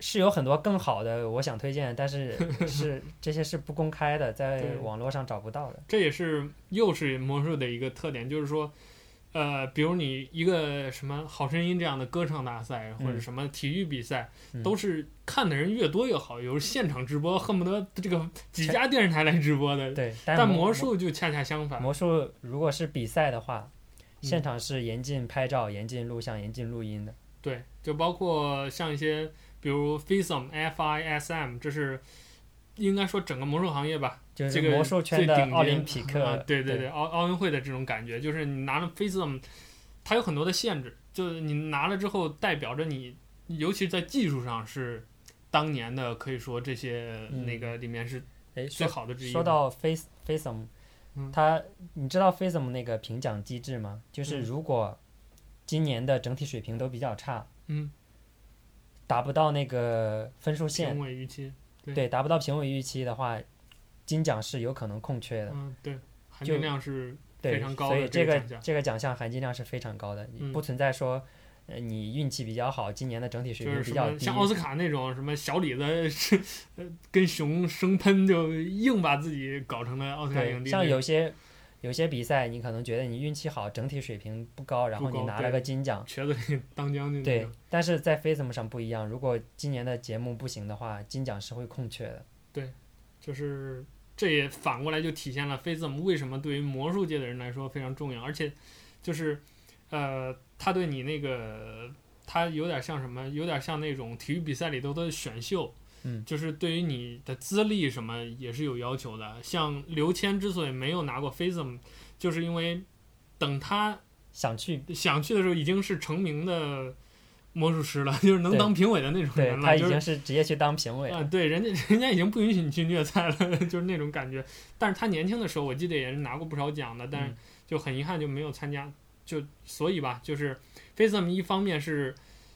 Speaker 3: 是有很多更好的，我想推荐，
Speaker 2: [laughs]
Speaker 3: 但是是这些是不公开的，在
Speaker 2: 对
Speaker 3: 网络上找不到的。
Speaker 2: 这也是又是魔术的一个特点，就是说，呃，比如你一个什么《好声音》这样的歌唱大赛，或者什么体育比赛，
Speaker 3: 嗯
Speaker 2: 都是看的人越多越好，有时现场直播，恨不得这
Speaker 3: [laughs]
Speaker 2: 个几家电视台来直播的。
Speaker 3: 对，但
Speaker 2: 但
Speaker 3: 魔
Speaker 2: 魔术就恰恰相反，
Speaker 3: 魔术如果是比赛的话，
Speaker 2: 嗯
Speaker 3: 现场是严禁拍照、严禁录像、严禁录音的。
Speaker 2: 对，就包括像一些，比如 FISM、FISM，这是应该说整个魔术行业吧，
Speaker 3: 就
Speaker 2: 这
Speaker 3: 是
Speaker 2: 个
Speaker 3: 魔术圈
Speaker 2: 最
Speaker 3: 的
Speaker 2: 顶尖
Speaker 3: 奥林匹克，
Speaker 2: 啊，对
Speaker 3: 对
Speaker 2: 对，奥奥运会的这种感觉，就是你拿了 FISM，它有很多的限制，就是你拿了之后，代表着你，尤其在技术上是当年的，可以说这些
Speaker 3: 嗯
Speaker 2: 那个里面是
Speaker 3: 哎，
Speaker 2: 最
Speaker 3: 说
Speaker 2: 好的之一。
Speaker 3: 说到 face faceum，
Speaker 2: 嗯
Speaker 3: 它你知道 faceum 那个评奖机制吗？就是
Speaker 2: 嗯
Speaker 3: 如果今年的整体水平都比较差，
Speaker 2: 嗯，
Speaker 3: 达不到那个分数线
Speaker 2: 评，委预期，对
Speaker 3: 对，达不到评委预期的话，金奖是有可能空缺的。
Speaker 2: 嗯，对，含
Speaker 3: 就
Speaker 2: 金量是
Speaker 3: 对
Speaker 2: 非，常高
Speaker 3: 所以
Speaker 2: 的
Speaker 3: 这
Speaker 2: 个
Speaker 3: 个
Speaker 2: 奖项。
Speaker 3: 这个奖项含金量是非常高的，
Speaker 2: 嗯
Speaker 3: 不存在说，呃，你运气比较好，今年的整体水
Speaker 2: 就
Speaker 3: 平
Speaker 2: 是
Speaker 3: 比
Speaker 2: 什
Speaker 3: 较
Speaker 2: 么
Speaker 3: 低，
Speaker 2: 像奥斯卡那种什么小李子是呃跟熊生喷，就硬把自己搞成了奥斯卡影
Speaker 3: 对，
Speaker 2: 帝。
Speaker 3: 像有些有些比赛，你可能觉得你运气好，整体水平不高，然
Speaker 2: 不
Speaker 3: 后你
Speaker 2: 高
Speaker 3: 拿
Speaker 2: 对
Speaker 3: 了个金奖，
Speaker 2: 瘸子里当将军那
Speaker 3: 对
Speaker 2: 种。，
Speaker 3: 但是在 FASM 上不一样，如果今年的节目不行的话，金奖是会空缺的。
Speaker 2: 就是这也反过来就体现了 FASM 为什么对于魔术界的人来说非常重要，而且就是呃，他对你那个他有点像什么，有点像那种体育比赛里头的选秀。
Speaker 3: 嗯
Speaker 2: 就是对于你的资历什么也是有要求的。像刘谦之所以没有拿过 FASM，就是因为等他 [laughs]
Speaker 3: 想去，
Speaker 2: 想去的时候已经是成名的魔术师了， [laughs] 就是能
Speaker 3: 对
Speaker 2: 当评委的那种
Speaker 3: 对
Speaker 2: 人
Speaker 3: 他
Speaker 2: 了，
Speaker 3: 已
Speaker 2: 就是
Speaker 3: 经是直接去当评委
Speaker 2: 啊、
Speaker 3: 了。
Speaker 2: 对，人家 [laughs] 人家已经不允许你去虐菜了， [laughs] 就是那种感觉。但是他年轻的时候，我记得也是拿过不少奖的，但是
Speaker 3: 嗯
Speaker 2: 就很遗憾就没有参加。就所以吧，就是 FaceM 一方面是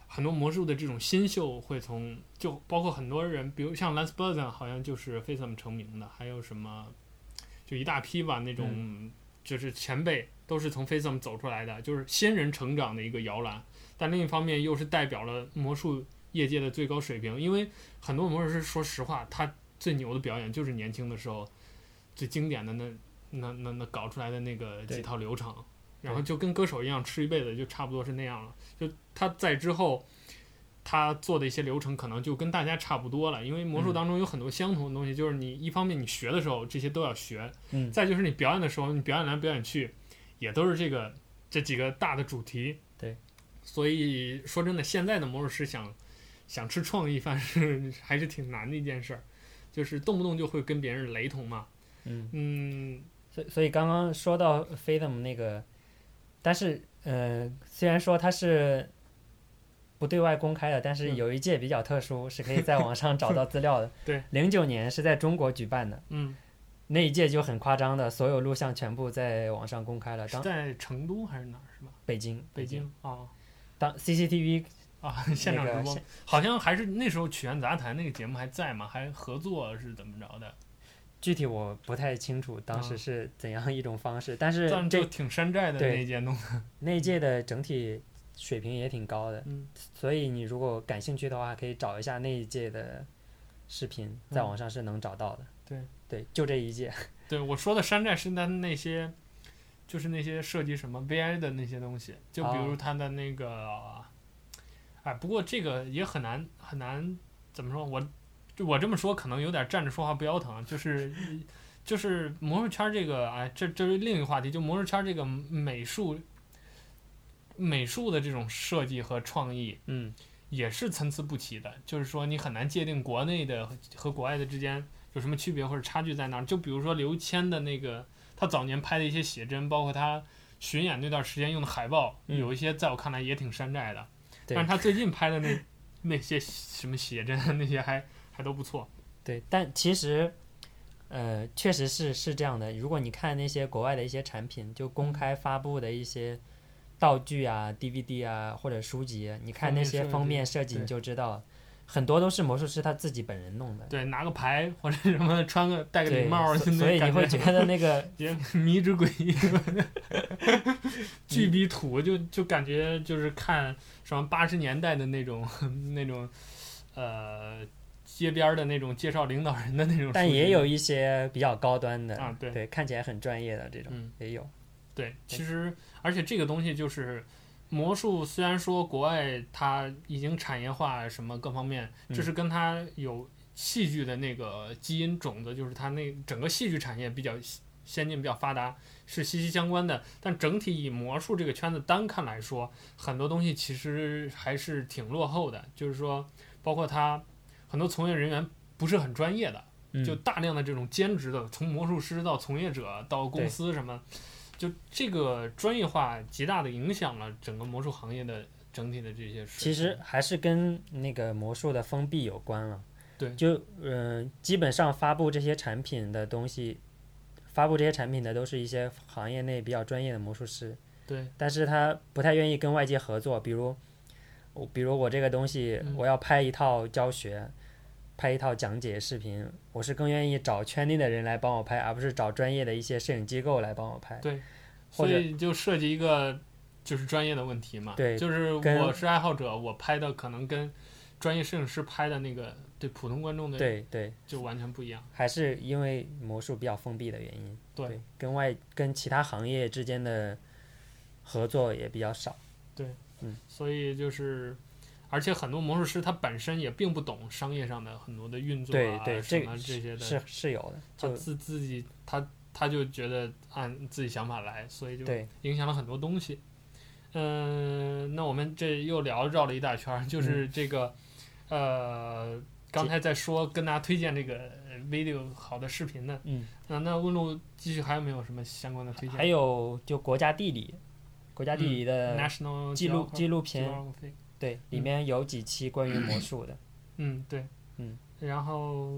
Speaker 2: 很多魔术的这种新秀会从，就包括很多人，比如像 Lance b u r d e n 好像就是 FaceM 成名的，还有什么就一大批吧那种，
Speaker 3: 嗯
Speaker 2: 就是前辈都是从 FaceM 走出来的，就是新人成长的一个摇篮。但另一方面又是代表了魔术业界的最高水平，因为很多魔术师说实话，他最牛的表演就是年轻的时候最经典的那那那那搞出来的那个
Speaker 3: 对
Speaker 2: 几套流程，然后就跟歌手一样吃一辈子，就差不多是那样了。就他在之后。他做的一些流程可能就跟大家差不多了，因为魔术
Speaker 3: 嗯
Speaker 2: 当中有很多相同的东西，就是你一方面你学的时候这些都要学，
Speaker 3: 嗯，
Speaker 2: 再就是你表演的时候，你表演来表演去，也都是这个这几个大的主题。
Speaker 3: 对，
Speaker 2: 所以说真的，现在的魔术师想想吃创意饭是还是挺难的一件事儿，就是动不动就会跟别人雷同嘛。
Speaker 3: 嗯
Speaker 2: 嗯，
Speaker 3: 所以所以刚刚说到 FASM 那个，但是呃，虽然说它是不对外公开的，但是
Speaker 2: 嗯。
Speaker 3: 有一届比较特殊，是可以在网上找到资料的
Speaker 2: [laughs] 对，
Speaker 3: 零九年是在中国举办的，
Speaker 2: 嗯，
Speaker 3: 那一届就很夸张的，所有录像全部在网上公开了。
Speaker 2: 是
Speaker 3: 啊当
Speaker 2: 在成都还是哪儿是吧？
Speaker 3: 北京，
Speaker 2: 北京啊
Speaker 3: 当 CCTV
Speaker 2: 啊，现场
Speaker 3: 那
Speaker 2: 直
Speaker 3: 个
Speaker 2: 播，
Speaker 3: 现
Speaker 2: 好像还是那时候曲苑杂谈那个节目还在吗？还合作是怎么着的？
Speaker 3: 具体我不太清楚当时
Speaker 2: 啊
Speaker 3: 是怎样一种方式，嗯但是嗯
Speaker 2: 但就
Speaker 3: 这
Speaker 2: 挺山寨的
Speaker 3: 对
Speaker 2: 那一届弄的。
Speaker 3: 那一届的整体水平也挺高的，
Speaker 2: 嗯
Speaker 3: 所以你如果感兴趣的话，可以找一下那一届的视频，在
Speaker 2: 嗯
Speaker 3: 网上是能找到的。
Speaker 2: 对
Speaker 3: 对，就这一届。 [laughs]
Speaker 2: 对我说的山寨是他那些，就是那些涉及什么 VI 的那些东西，就比如
Speaker 3: 哦
Speaker 2: 他的那个，哎，不过这个也很难很难怎么说，我就我这么说可能有点站着说话不腰疼，啊就是就是魔术圈这个，哎，这这是另一个话题，就魔术圈这个美术美术的这种设计和创意，
Speaker 3: 嗯，
Speaker 2: 也是参差不齐的，就是说你很难界定国内的和和国外的之间有什么区别或者差距在哪儿。就比如说刘谦的那个，他早年拍的一些写真，包括他巡演那段时间用的海报，
Speaker 3: 嗯
Speaker 2: 有一些在我看来也挺山寨的。
Speaker 3: 对
Speaker 2: 但是他最近拍的那那些什么写真啊那些还还都不错。
Speaker 3: 对，但其实，呃，确实是是这样的。如果你看那些国外的一些产品，就公开发布的一些道具啊、DVD 啊或者书籍啊，你看那些封
Speaker 2: 封
Speaker 3: 面
Speaker 2: 面
Speaker 3: 设计，
Speaker 2: 对
Speaker 3: 你就知道很多都是魔术师他自己本人弄的。
Speaker 2: 对，拿个牌或者什么，穿个戴个
Speaker 3: 对
Speaker 2: 礼帽，， [laughs]
Speaker 3: 所
Speaker 2: 那
Speaker 3: 所以你
Speaker 2: 感
Speaker 3: 会觉得那个
Speaker 2: [laughs] 也迷之诡异，巨比 [laughs] 土，就就感觉就是看什么八十年代的那种那种，呃街边儿的那种介绍领导人的那种，
Speaker 3: [laughs] 但也有一些比较高端的
Speaker 2: 啊对
Speaker 3: 看起来很专业的这种、
Speaker 2: 嗯
Speaker 3: 也有。
Speaker 2: 对，其实而且这个东西就是魔术，虽然说国外它已经产业化什么各方面，这是跟它有戏剧的那个基因种子，就是它那整个戏剧产业比较先进、比较发达，是息息相关的。但整体以魔术这个圈子单看来说，很多东西其实还是挺落后的，就是说，包括它很多从业人员不是很专业的。
Speaker 3: 嗯
Speaker 2: 就大量的这种兼职的，从魔术师到从业者到公司什么，就这个专业化极大的影响了整个魔术行业的整体的这些事。
Speaker 3: 其实还是跟那个魔术的封闭有关了。
Speaker 2: 对
Speaker 3: 就嗯、呃基本上发布这些产品的东西，发布这些产品的都是一些行业内比较专业的魔术师。
Speaker 2: 对
Speaker 3: 但是他不太愿意跟外界合作，比如我，比如我这个东西，
Speaker 2: 嗯
Speaker 3: 我要拍一套教学，拍一套讲解视频，我是更愿意找圈内的人来帮我拍，而不是找专业的一些摄影机构来帮我拍。
Speaker 2: 对，
Speaker 3: 或
Speaker 2: 所
Speaker 3: 者
Speaker 2: 以就涉及一个就是专业的问题嘛。
Speaker 3: 对
Speaker 2: 就是
Speaker 3: 跟
Speaker 2: 我是爱好者，我拍的可能跟专业摄影师拍的那个对普通观众的
Speaker 3: 对对，
Speaker 2: 就完全不一样。
Speaker 3: 还是因为魔术比较封闭的原因，
Speaker 2: 对
Speaker 3: 跟外跟其他行业之间的合作也比较少。
Speaker 2: 所以就是，而且很多魔术师他本身也并不懂商业上的很多的运作
Speaker 3: 对
Speaker 2: 啊
Speaker 3: 对，
Speaker 2: 什
Speaker 3: 这
Speaker 2: 么
Speaker 3: 个
Speaker 2: 这些
Speaker 3: 是
Speaker 2: 的
Speaker 3: 是是有的，
Speaker 2: 他
Speaker 3: 就
Speaker 2: 自自己他他就觉得按自己想法来，所以就
Speaker 3: 对
Speaker 2: 影响了很多东西。嗯、那我们这又聊绕了一大圈儿，
Speaker 3: 嗯
Speaker 2: 就是这个、呃，刚才在说跟大家推荐这个呃 video 好的视频呢，
Speaker 3: 嗯。
Speaker 2: 那那问路继续还有没有什么相关的推荐？
Speaker 3: 还有就国家地理，国家地
Speaker 2: 嗯
Speaker 3: 理的
Speaker 2: National
Speaker 3: 纪录
Speaker 2: Geographic-
Speaker 3: 纪录片，
Speaker 2: Geographic
Speaker 3: 对，里
Speaker 2: 嗯
Speaker 3: 面有几期关于魔术的，
Speaker 2: 嗯，对，
Speaker 3: 嗯，
Speaker 2: 然后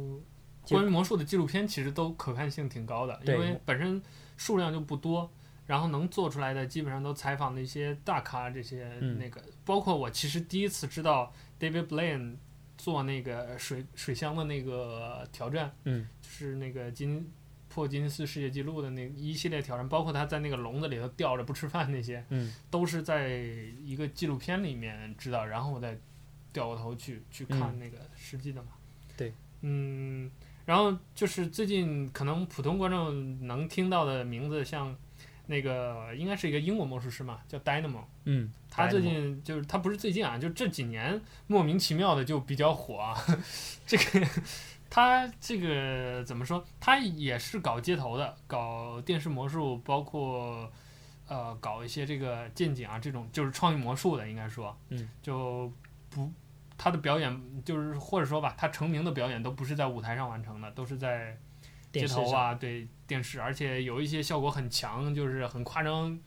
Speaker 3: 就
Speaker 2: 关于魔术的纪录片其实都可看性挺高的，
Speaker 3: 对
Speaker 2: 因为本身数量就不多，然后能做出来的基本上都采访的一些大咖，这些
Speaker 3: 嗯
Speaker 2: 那个，包括我其实第一次知道 David Blaine 做那个水水箱的那个挑战，
Speaker 3: 嗯，
Speaker 2: 就是那个金。破吉尼斯世界纪录的那一系列挑战，包括他在那个笼子里头吊着不吃饭那些，
Speaker 3: 嗯，
Speaker 2: 都是在一个纪录片里面知道，然后我再掉过头去去看那个实际的嘛。
Speaker 3: 嗯对，
Speaker 2: 嗯，然后就是最近可能普通观众能听到的名字，像那个应该是一个英国魔术师嘛，叫 Dynamo。
Speaker 3: 嗯，
Speaker 2: 他最
Speaker 3: Dynamo
Speaker 2: 近就是他不是最近啊，就这几年莫名其妙的就比较火啊。 [laughs] 这个他这个怎么说？他也是搞街头的，搞电视魔术，包括呃搞一些这个近景啊这种，就是创意魔术的，应该说，
Speaker 3: 嗯，
Speaker 2: 就不他的表演就是或者说吧，他成名的表演都不是在舞台上完成的，都是在街
Speaker 3: 电视
Speaker 2: 头
Speaker 3: 上，
Speaker 2: 啊，对电视，而且有一些效果很强，就是很夸张，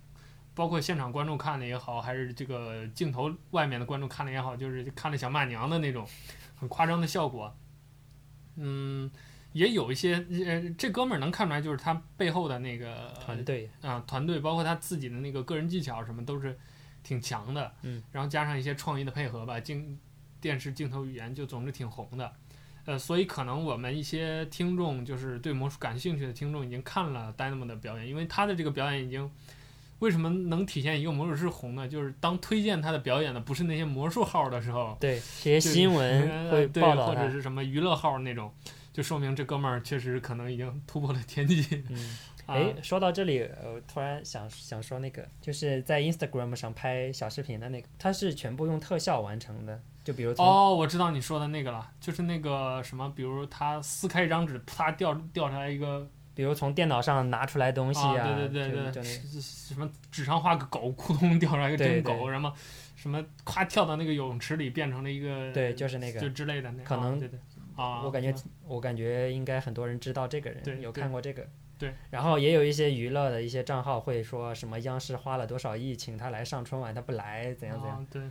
Speaker 2: 包括现场观众看了也好，还是这个镜头外面的观众看了也好，就是看了想骂娘的那种，很夸张的效果。嗯，也有一些，呃，这哥们儿能看出来，就是他背后的那个
Speaker 3: 团队，
Speaker 2: 啊，团队包括他自己的那个个人技巧什么都是挺强的，
Speaker 3: 嗯，
Speaker 2: 然后加上一些创意的配合吧，镜电视镜头语言就总之挺红的，呃，所以可能我们一些听众就是对魔术感兴趣的听众已经看了 Dynamo 的表演，因为他的这个表演已经。为什么能体现一个魔术师红呢？就是当推荐他的表演的不是那些魔术号的时候，
Speaker 3: 对，这些
Speaker 2: 就是
Speaker 3: 新
Speaker 2: 呃
Speaker 3: 闻会
Speaker 2: 对
Speaker 3: 报道
Speaker 2: 或者
Speaker 3: 它，
Speaker 2: 是什么娱乐号那种，就说明这哥们儿确实可能已经突破了天际。
Speaker 3: 嗯，
Speaker 2: 啊
Speaker 3: 哎，，说到这里，呃我突然想想说那个，就是在 Instagram 上拍小视频的那个，它是全部用特效完成的，就比如从
Speaker 2: 哦，我知道你说的那个了，就是那个什么，比如他撕开一张纸，啪掉掉下来一个
Speaker 3: 比如从电脑上拿出来东西
Speaker 2: 啊
Speaker 3: 啊，
Speaker 2: 对对对对
Speaker 3: 就就那个
Speaker 2: 是什么纸上画个狗，咕咚掉下来一个真
Speaker 3: 对
Speaker 2: 狗，
Speaker 3: 对
Speaker 2: 什么什么咵跳到那个游泳池里，变成了一个
Speaker 3: 对就是那个
Speaker 2: 就之类的那
Speaker 3: 可
Speaker 2: 啊
Speaker 3: 能
Speaker 2: 对对啊，
Speaker 3: 我感觉
Speaker 2: 嗯
Speaker 3: 我感觉应该很多人知道这个
Speaker 2: 对
Speaker 3: 人，有
Speaker 2: 对
Speaker 3: 看过这个。
Speaker 2: 对，
Speaker 3: 然后也有一些娱乐的一些账号会说什么央视花了多少亿请他来上春晚，他不来怎样怎样。
Speaker 2: 啊对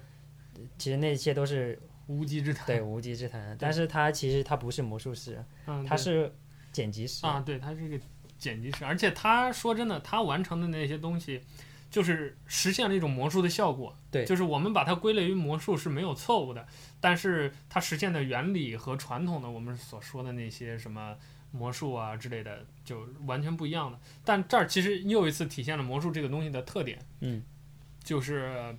Speaker 3: 其实那些都是
Speaker 2: [laughs] 无稽之谈，
Speaker 3: 对无稽之谈，但是他其实他不是魔术师，
Speaker 2: 嗯
Speaker 3: 他
Speaker 2: 对
Speaker 3: 是剪辑师。
Speaker 2: 啊，对，他是一个剪辑师，而且他说真的，他完成的那些东西，就是实现了一种魔术的效果。
Speaker 3: 对
Speaker 2: 就是我们把它归类于魔术是没有错误的，但是它实现的原理和传统的我们所说的那些什么魔术啊之类的，就完全不一样的。但这儿其实又一次体现了魔术这个东西的特点。
Speaker 3: 嗯，
Speaker 2: 就是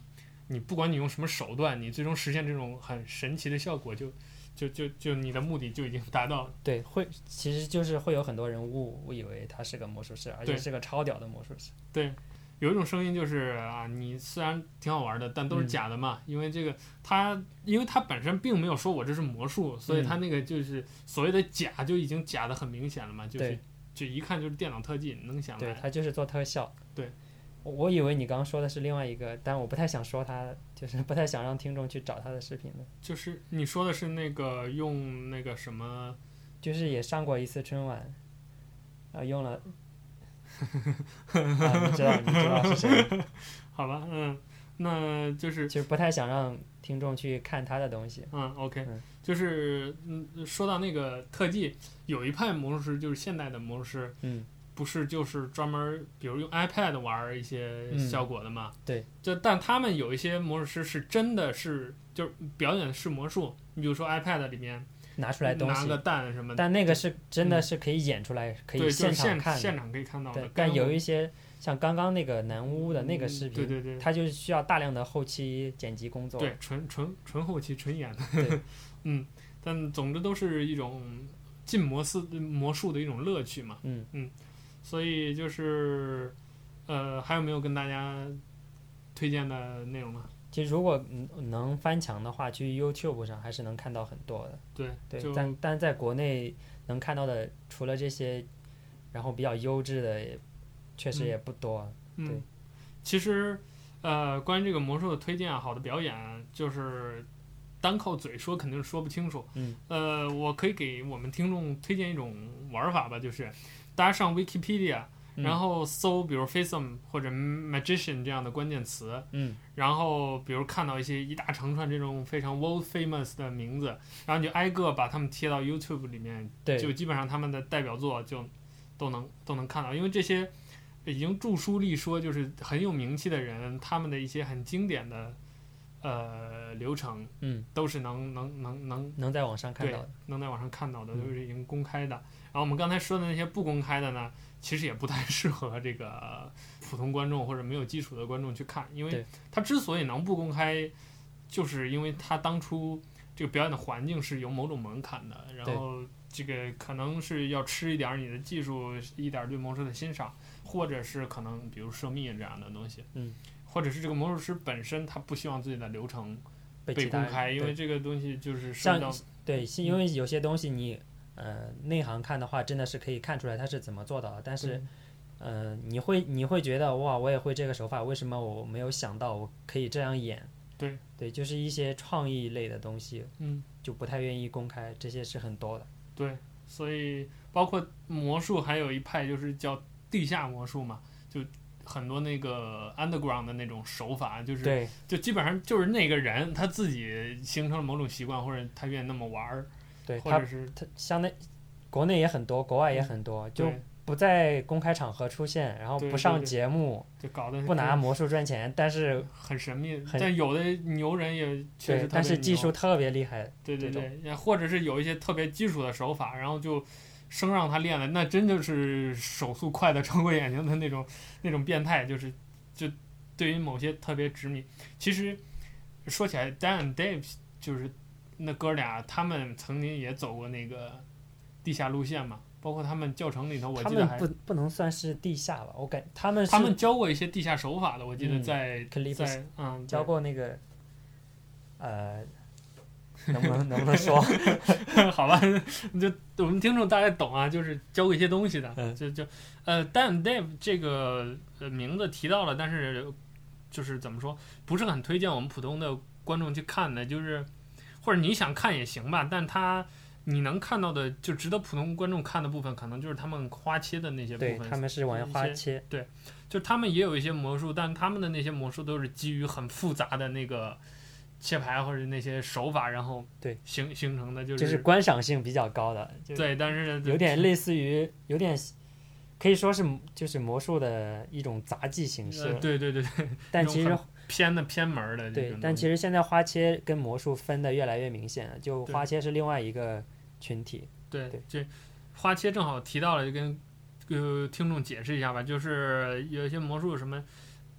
Speaker 2: 你不管你用什么手段，你最终实现这种很神奇的效果就，就就就就你的目的就已经达到了。
Speaker 3: 对，会其实就是会有很多人误误以为他是个魔术师，而且
Speaker 2: 对
Speaker 3: 是个超屌的魔术师。
Speaker 2: 对，有一种声音就是啊，你虽然挺好玩的，但都是
Speaker 3: 嗯
Speaker 2: 假的嘛，因为这个他，因为他本身并没有说我这是魔术，所以
Speaker 3: 嗯
Speaker 2: 他那个就是所谓的假就已经假的很明显了嘛，就是
Speaker 3: 对
Speaker 2: 就一看就是电脑特技，你能想
Speaker 3: 对
Speaker 2: 来。
Speaker 3: 他就是做特效。
Speaker 2: 对
Speaker 3: 我，我以为你刚刚说的是另外一个，但我不太想说他，就是不太想让听众去找他的视频了。
Speaker 2: 就是你说的是那个用那个什么，
Speaker 3: 就是也上过一次春晚，然、后
Speaker 2: [laughs]
Speaker 3: 用了，啊，你知道你知道是谁，
Speaker 2: 好吧，嗯，那就是
Speaker 3: 就是不太想让听众去看他的东西。
Speaker 2: 嗯，OK，
Speaker 3: 嗯
Speaker 2: 就是嗯，说到那个特技，有一派魔术师就是现代的魔术师，
Speaker 3: 嗯，
Speaker 2: 不是就是专门儿比如用 iPad 玩儿一些
Speaker 3: 嗯
Speaker 2: 效果的嘛？
Speaker 3: 对，
Speaker 2: 就但他们有一些魔术师是真的是就是表演的是魔术，你比如说 iPad 里面
Speaker 3: 拿出来东
Speaker 2: 拿
Speaker 3: 西
Speaker 2: 个，蛋什么的，
Speaker 3: 但那个是真的是可以演出来，可
Speaker 2: 嗯对，
Speaker 3: 以
Speaker 2: 就是现
Speaker 3: 场看
Speaker 2: 现
Speaker 3: 的。
Speaker 2: 场可以看到的
Speaker 3: 对，。但有
Speaker 2: 一
Speaker 3: 一些像刚刚那个南屋的那个视
Speaker 2: 嗯对
Speaker 3: 频，
Speaker 2: 对对
Speaker 3: 它就是需要大量的后期剪辑工作。
Speaker 2: 对，纯纯纯后期纯演的
Speaker 3: 对，
Speaker 2: [laughs] 嗯，但总之都是一种进魔术魔术的一种乐趣嘛。
Speaker 3: 嗯
Speaker 2: 所以就是，呃，还有没有跟大家推荐的内容呢？
Speaker 3: 其实如果嗯能翻墙的话，去 YouTube 上还是能看到很多的。
Speaker 2: 对，
Speaker 3: 对
Speaker 2: 就，
Speaker 3: 但但在国内能看到的，除了这些，然后比较优质的也，确实也不多。对
Speaker 2: 嗯，其实，呃，关于这个魔术的推荐啊，好的表演就是单靠嘴说肯定是说不清楚。
Speaker 3: 嗯，
Speaker 2: 呃，我可以给我们听众推荐一种玩法吧，就是大家上 Wikipedia，
Speaker 3: 嗯
Speaker 2: 然后搜比如 Faceum 或者 Magician 这样的关键词，
Speaker 3: 嗯，
Speaker 2: 然后比如看到一些一大长串这种非常 world famous 的名字，然后你就挨个把他们贴到 YouTube 里面，
Speaker 3: 对，
Speaker 2: 就基本上他们的代表作就都能都能看到，因为这些已经著书立说，就是很有名气的人，他们的一些很经典的呃流程
Speaker 3: 嗯，
Speaker 2: 都是能能能能
Speaker 3: 能在网上看
Speaker 2: 对
Speaker 3: 到的。
Speaker 2: 能在网上看到的，
Speaker 3: 嗯
Speaker 2: 就是已经公开的。然后我们刚才说的那些不公开的呢，其实也不太 [laughs] 适合这个普通观众或者没有基础的观众去看，因为
Speaker 3: 对
Speaker 2: 它之所以能不公开，就是因为它当初这个表演的环境是有某种门槛的，然
Speaker 3: 对
Speaker 2: 后这个可能是要吃一点儿你的技术，一点儿对魔术的欣赏，或者是可能比如涉密这样的东西，
Speaker 3: 嗯，
Speaker 2: 或者是这个魔术师本身他不希望自己的流程
Speaker 3: 被
Speaker 2: 被
Speaker 3: 其他
Speaker 2: 公
Speaker 3: 人
Speaker 2: 开，因为
Speaker 3: 对
Speaker 2: 这个东西就是受
Speaker 3: 像
Speaker 2: 到嗯
Speaker 3: 对，是因为有些东西你呃内行看的话，真的是可以看出来他是怎么做到的，但是。呃，你会你会觉得哇，我也会这个手法，为什么我没有想到我可以这样演？
Speaker 2: 对
Speaker 3: 对，就是一些创意类的东西
Speaker 2: 嗯。
Speaker 3: 就不太愿意公开，这些是很多的。
Speaker 2: 对，所以包括魔术，还有一派就是叫地下魔术嘛，就很多那个 underground 的那种手法，就是
Speaker 3: 对，
Speaker 2: 就基本上就是那个人他自己形成了某种习惯，或者他愿意那么玩儿，
Speaker 3: 对
Speaker 2: 或
Speaker 3: 他
Speaker 2: 者是
Speaker 3: 他相当国内也很多，国外也很多，就
Speaker 2: 对，
Speaker 3: 不在公开场合出现，然后
Speaker 2: 对
Speaker 3: 不
Speaker 2: 对嗯
Speaker 3: 上
Speaker 2: 对
Speaker 3: 节目，
Speaker 2: 就搞得
Speaker 3: 不拿魔术赚钱，但是
Speaker 2: 很神秘，
Speaker 3: 很
Speaker 2: 但有的牛人也确实
Speaker 3: 对，
Speaker 2: 特
Speaker 3: 但
Speaker 2: 别
Speaker 3: 是技
Speaker 2: 牛
Speaker 3: 术特别厉害，
Speaker 2: 对对
Speaker 3: 这
Speaker 2: 对，也或者是有一些特别基础的手法，然后就生让他练了，那真就是手速快的超过眼睛的那种那种变态，就是就对于某些特别执迷。其实说起来，Dan Dave 就是那哥俩，他们曾经也走过那个地下路线嘛，包括他们教程里头，我
Speaker 3: 他
Speaker 2: 记得
Speaker 3: 们
Speaker 2: 还
Speaker 3: 不不能算是地下吧，我感他们是
Speaker 2: 他们教过一些地下手法的，我记得
Speaker 3: 嗯
Speaker 2: 在、
Speaker 3: Cliff
Speaker 2: 在嗯
Speaker 3: 教过那个呃，能不
Speaker 2: [laughs]
Speaker 3: 能能不能说？
Speaker 2: 好吧，就我们听众大概懂啊，就是教过一些东西的，
Speaker 3: 嗯
Speaker 2: 就就呃，但 Dave 这个呃名字提到了，但是就是怎么说，不是很推荐我们普通的观众去看的，就是或者你想看也行吧，但他你能看到的就值得普通观众看的部分，可能就是他们花切的那些部
Speaker 3: 对，
Speaker 2: 分，
Speaker 3: 他们是玩
Speaker 2: 一
Speaker 3: 花
Speaker 2: 些
Speaker 3: 切，
Speaker 2: 就他们也有一些魔术，但他们的那些魔术都是基于很复杂的那个切牌或者那些手法，然后
Speaker 3: 对
Speaker 2: 形形成的，就
Speaker 3: 就是
Speaker 2: 是。
Speaker 3: 观赏性比较高的，就
Speaker 2: 对，但是
Speaker 3: 有点类似于有点。可以说是就是魔术的一种杂技形式
Speaker 2: 呃，
Speaker 3: 了，
Speaker 2: 对对对，对
Speaker 3: 但
Speaker 2: 一种
Speaker 3: 其实
Speaker 2: 很偏的偏门儿的这
Speaker 3: 对
Speaker 2: 种东西。，
Speaker 3: 但其实现在花切跟魔术分的越来越明显了，就
Speaker 2: 对
Speaker 3: 花切是另外一个群体。
Speaker 2: 对
Speaker 3: 对
Speaker 2: 这花切正好提到了，就跟呃听众解释一下吧，就是有一些魔术什么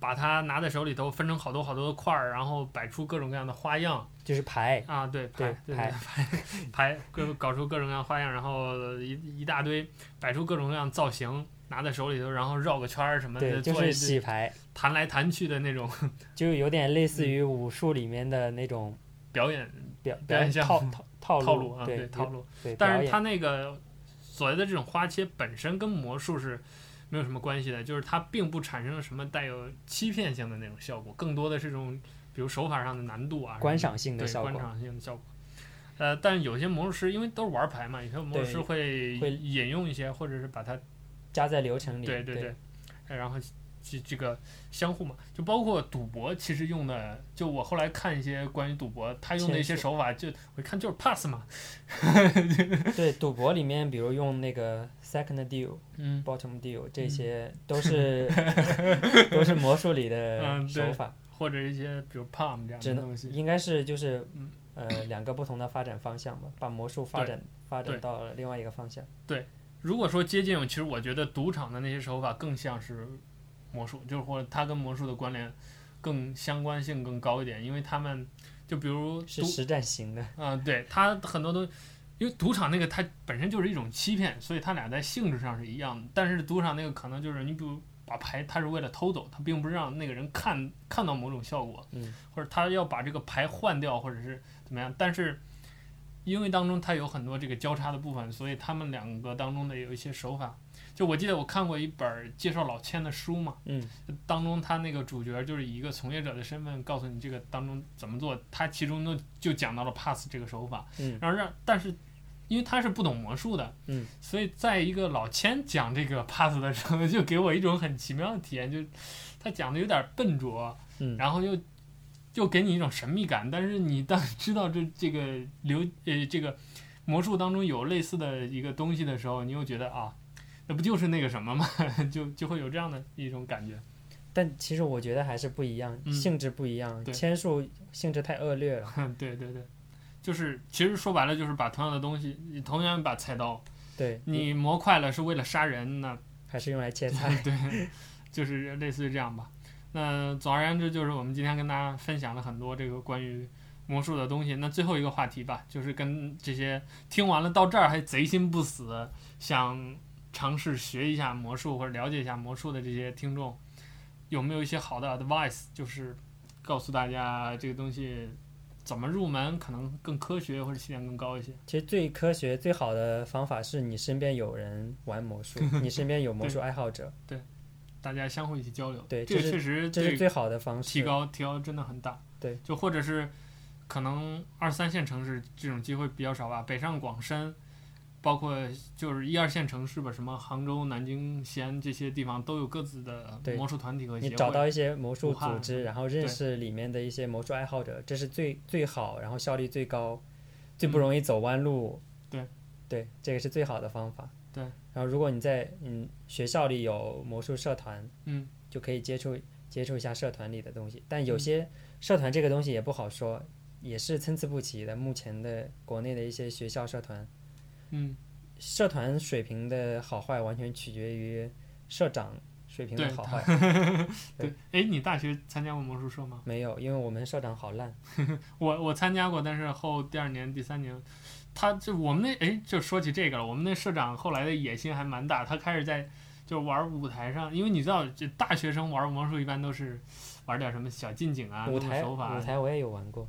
Speaker 2: 把它拿在手里头分成好多好多的块儿，然后摆出各种各样的花样
Speaker 3: 就是牌，
Speaker 2: 啊，对，排
Speaker 3: 对
Speaker 2: 对
Speaker 3: 排
Speaker 2: 排排各搞出各种各样的花样，然后一一大堆摆出各种各样的造型，拿在手里头，然后绕个圈儿什么
Speaker 3: 对，
Speaker 2: 的，
Speaker 3: 就
Speaker 2: 做
Speaker 3: 是
Speaker 2: 一
Speaker 3: 洗牌，
Speaker 2: 弹来弹去的那种
Speaker 3: 就有点类
Speaker 2: 嗯
Speaker 3: 似于武术里面的那种
Speaker 2: 表演
Speaker 3: 表
Speaker 2: 表演项
Speaker 3: 套
Speaker 2: 目
Speaker 3: 套套
Speaker 2: 套
Speaker 3: 路
Speaker 2: 路啊，
Speaker 3: 对
Speaker 2: 套路。
Speaker 3: 对，表
Speaker 2: 但是
Speaker 3: 演
Speaker 2: 他那个所谓的这种花切本身跟魔术是没有什么关系的，就是它并不产生什么带有欺骗性的那种效果，更多的是一种比如手法上的难度啊，
Speaker 3: 观赏性的
Speaker 2: 对
Speaker 3: 效
Speaker 2: 观
Speaker 3: 果，
Speaker 2: 赏性的效果。呃，但有些魔术师因为都是玩牌嘛，有些魔术
Speaker 3: 对
Speaker 2: 师会
Speaker 3: 会
Speaker 2: 引用一些，或者是把它
Speaker 3: 加在流程里，
Speaker 2: 对
Speaker 3: 对
Speaker 2: 对，呃然后这这个相互嘛，就包括赌博，其实用的就我后来看一些关于赌博，他用的一些
Speaker 3: 签数
Speaker 2: 手法就，我一看就是 pass 嘛，
Speaker 3: [laughs] 对，赌博里面，比如用那个 second deal、
Speaker 2: 嗯，
Speaker 3: bottom deal 这些，
Speaker 2: [laughs]
Speaker 3: 都是都是魔术里的
Speaker 2: 嗯对
Speaker 3: 手法，
Speaker 2: 或者一些比如 palm 这样
Speaker 3: 只
Speaker 2: 的
Speaker 3: 能
Speaker 2: 东西，
Speaker 3: 应该是就是
Speaker 2: 嗯
Speaker 3: 呃两个不同的发展方向吧，把魔术发
Speaker 2: 对
Speaker 3: 展发展
Speaker 2: 对
Speaker 3: 到了另外一个方向。
Speaker 2: 如果说接近，其实我觉得赌场的那些手法更像是魔术，就是或者它跟魔术的关联更相关性更高一点，因为他们就比如
Speaker 3: 是
Speaker 2: 赌
Speaker 3: 实战型的，
Speaker 2: 嗯，对，它很多东西，因为赌场那个它本身就是一种欺骗，所以它俩在性质上是一样的。但是赌场那个可能就是你比如把牌，它是为了偷走，它并不是让那个人看看到某种效果，
Speaker 3: 嗯，
Speaker 2: 或者他要把这个牌换掉，或者是怎么样。但是因为当中它有很多这个交叉的部分，所以他们两个当中的有一些手法。就我记得我看过一本儿介绍老千的书嘛，
Speaker 3: 嗯，
Speaker 2: 当中他那个主角就是以一个从业者的身份告诉你这个当中怎么做，他其中呢就讲到了 pass 这个手法，
Speaker 3: 嗯
Speaker 2: 然后让但是因为他是不懂魔术的，
Speaker 3: 嗯，
Speaker 2: 所以在一个老千讲这个 pass 的时候，就给我一种很奇妙的体验，就是他讲的有点笨拙，
Speaker 3: 嗯
Speaker 2: 然后又又给你一种神秘感，但是你当知道这这个流呃这个魔术当中有类似的一个东西的时候，你又觉得啊。那不就是那个什么吗？ [laughs] 就就会有这样的一种感觉。
Speaker 3: 但其实我觉得还是不一样，
Speaker 2: 嗯
Speaker 3: 性质不一样，
Speaker 2: 对
Speaker 3: 签数性质太恶劣
Speaker 2: [laughs]
Speaker 3: 了，
Speaker 2: 嗯，对对对，就是其实说白了就是把同样的东西，你同样一把菜刀，
Speaker 3: 对，
Speaker 2: 你磨快了是为了杀人，那
Speaker 3: 还是用来切
Speaker 2: [laughs]
Speaker 3: 菜，
Speaker 2: 对，就是类似于这样吧。那总而言之，就是我们今天跟大家分享了很多这个关于魔术的东西。那最后一个话题吧，就是跟这些听完了到这儿还贼心不死，想尝试学一下魔术或者了解一下魔术的这些听众，有没有一些好的 advice，就是告诉大家这个东西怎么入门可能更科学或者起点更高一些？
Speaker 3: 其实最科学、最好的方法是你身边有人玩魔 [laughs] 术，你身边有魔术爱好者，
Speaker 2: 大家相互一起交流，
Speaker 3: 对
Speaker 2: 这个
Speaker 3: 这是
Speaker 2: 确实
Speaker 3: 这
Speaker 2: 对
Speaker 3: 是最好的方
Speaker 2: 提
Speaker 3: 式。
Speaker 2: 高提高真的很大。
Speaker 3: 对，
Speaker 2: 就或者是可能二三线城市这种机会比较少吧，北上广深，包括就是一二线城市吧，什么杭州、南京、西安这些地方都有各自的
Speaker 3: 对
Speaker 2: 魔术团体和协
Speaker 3: 你
Speaker 2: 会。
Speaker 3: 找到一些魔术
Speaker 2: 武汉
Speaker 3: 组织，然后认识里面的一些魔术爱好者，这是最最好，然后效率最高，最不容易走弯路。
Speaker 2: 嗯对，
Speaker 3: 对，这个是最好的方法。
Speaker 2: 对，
Speaker 3: 然后如果你在嗯学校里有魔术社团，
Speaker 2: 嗯，
Speaker 3: 就可以接触接触一下社团里的东西。但有些社团这个东西也不好说，也是参差不齐的。目前的国内的一些学校社团，
Speaker 2: 嗯，
Speaker 3: 社团水平的好坏完全取决于社长水平的
Speaker 2: 对
Speaker 3: 好坏。
Speaker 2: 对。哎，你大学参加过魔术社吗？
Speaker 3: 没有，因为我们社长好烂。
Speaker 2: 我我参加过，但是后第二年、第三年，他就我们那哎，就说起这个了，我们那社长后来的野心还蛮大，他开始在就玩舞台上，因为你知道，这大学生玩魔术一般都是玩点什么小近景啊，
Speaker 3: 舞
Speaker 2: 弄个
Speaker 3: 台
Speaker 2: 手法啊
Speaker 3: 舞台我也有玩过，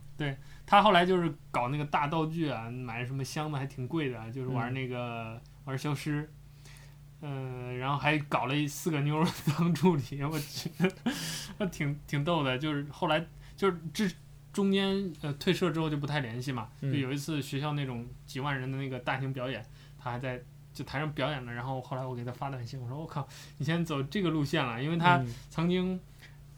Speaker 2: 他后来就是搞那个大道具啊，买什么箱子还挺贵的，啊就是玩那个、玩消失，嗯、然后还搞了一四个妞儿 [laughs] 当助理，我去， [laughs] 我挺挺逗的。就是后来就是这中间呃退社之后就不太联系嘛，
Speaker 3: 嗯
Speaker 2: 就有一次学校那种几万人的那个大型表演，他还在。就台上表演了，然后后来我给他发短信，我说我靠，你现在走这个路线了，因为他
Speaker 3: 嗯
Speaker 2: 曾经，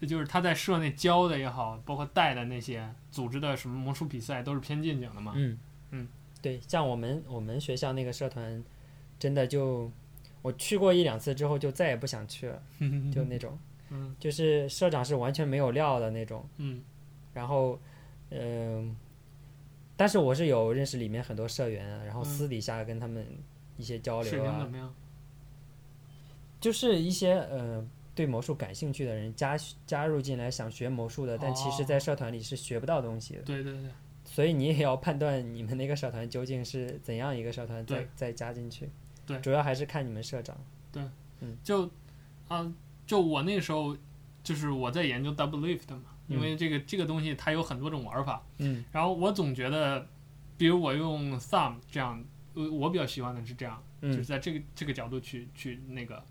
Speaker 2: 呃就是他在社内教的也好，包括带的那些组织的什么魔术比赛，都是偏近景的嘛。
Speaker 3: 嗯
Speaker 2: 嗯
Speaker 3: 对，像我们我们学校那个社团，真的就我去过一两次之后就再也不
Speaker 2: [laughs]
Speaker 3: 想去了，就那种，
Speaker 2: 嗯
Speaker 3: 就是社长是完全没有料的那种，
Speaker 2: 嗯
Speaker 3: 然后嗯、但是我是有认识里面很多社员啊，然后
Speaker 2: 嗯
Speaker 3: 私底下跟他们一些交
Speaker 2: 水
Speaker 3: 流
Speaker 2: 平
Speaker 3: 啊，
Speaker 2: 怎么样？
Speaker 3: 就是一些呃对魔术感兴趣的人加加入进来想学魔术的，但其实
Speaker 2: 哦
Speaker 3: 在社团里是学不到东西的。
Speaker 2: 对对对，
Speaker 3: 所以你也要判断你们那个社团究竟是怎样一个社团，
Speaker 2: 对
Speaker 3: 再再加进去。
Speaker 2: 对
Speaker 3: 主要还是看你们社长。
Speaker 2: 就啊、就我那时候就是我在研究 double lift 嘛，因为这个、这个东西它有很多种玩法，
Speaker 3: 嗯
Speaker 2: 然后我总觉得，比如我用 thumb 这样，呃我比较喜欢的是这样，就是
Speaker 3: 嗯，
Speaker 2: 在这个这个角度去去那个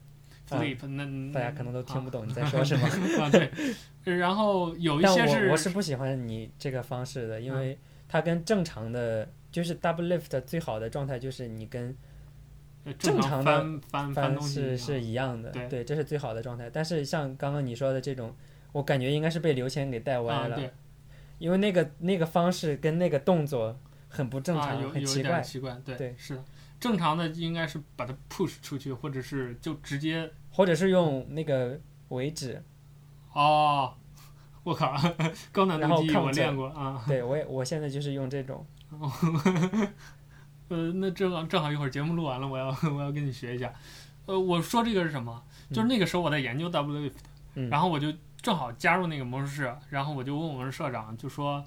Speaker 2: flip，、那
Speaker 3: 大家可能都听不
Speaker 2: 懂
Speaker 3: 懂你在说什么。
Speaker 2: 啊对，然后嗯 [laughs] 有一
Speaker 3: 但
Speaker 2: 些
Speaker 3: 我我
Speaker 2: 是嗯
Speaker 3: 是不喜欢你这个方式的，因为它跟正常的就是 double lift 最好的状态就是你跟
Speaker 2: 呃
Speaker 3: 正
Speaker 2: 常
Speaker 3: 常
Speaker 2: 翻翻
Speaker 3: 翻
Speaker 2: 东西一
Speaker 3: 是
Speaker 2: 样
Speaker 3: 是一样的，
Speaker 2: 对
Speaker 3: 对，这是最好的状态。但是像刚刚你说的这种，我感觉应该是被刘谦给带
Speaker 2: 啊
Speaker 3: 歪了，
Speaker 2: 对
Speaker 3: 因为那个那个方式跟那个动作很不正
Speaker 2: 啊
Speaker 3: 常，
Speaker 2: 有
Speaker 3: 很
Speaker 2: 有一
Speaker 3: 奇
Speaker 2: 点
Speaker 3: 怪。
Speaker 2: 奇怪，对
Speaker 3: 对
Speaker 2: 是的。正常的应该是把它 push 出去，或者是就直接
Speaker 3: 或者是用那个
Speaker 2: [laughs]
Speaker 3: 尾指，
Speaker 2: 哦，我靠， [laughs] 高难
Speaker 3: 然
Speaker 2: 度
Speaker 3: 后
Speaker 2: 记忆我
Speaker 3: counter
Speaker 2: 练过啊，
Speaker 3: 对我也我现在就是用这种，
Speaker 2: 呃，那正好正好一会儿节目录完了，我要 [laughs] 我要跟你学一下。呃，我说这个是什么？就是那个时候我在研究 W，、lift，
Speaker 3: 嗯
Speaker 2: 然后我就正好加入那个魔术室，然后我就问我们社长，就说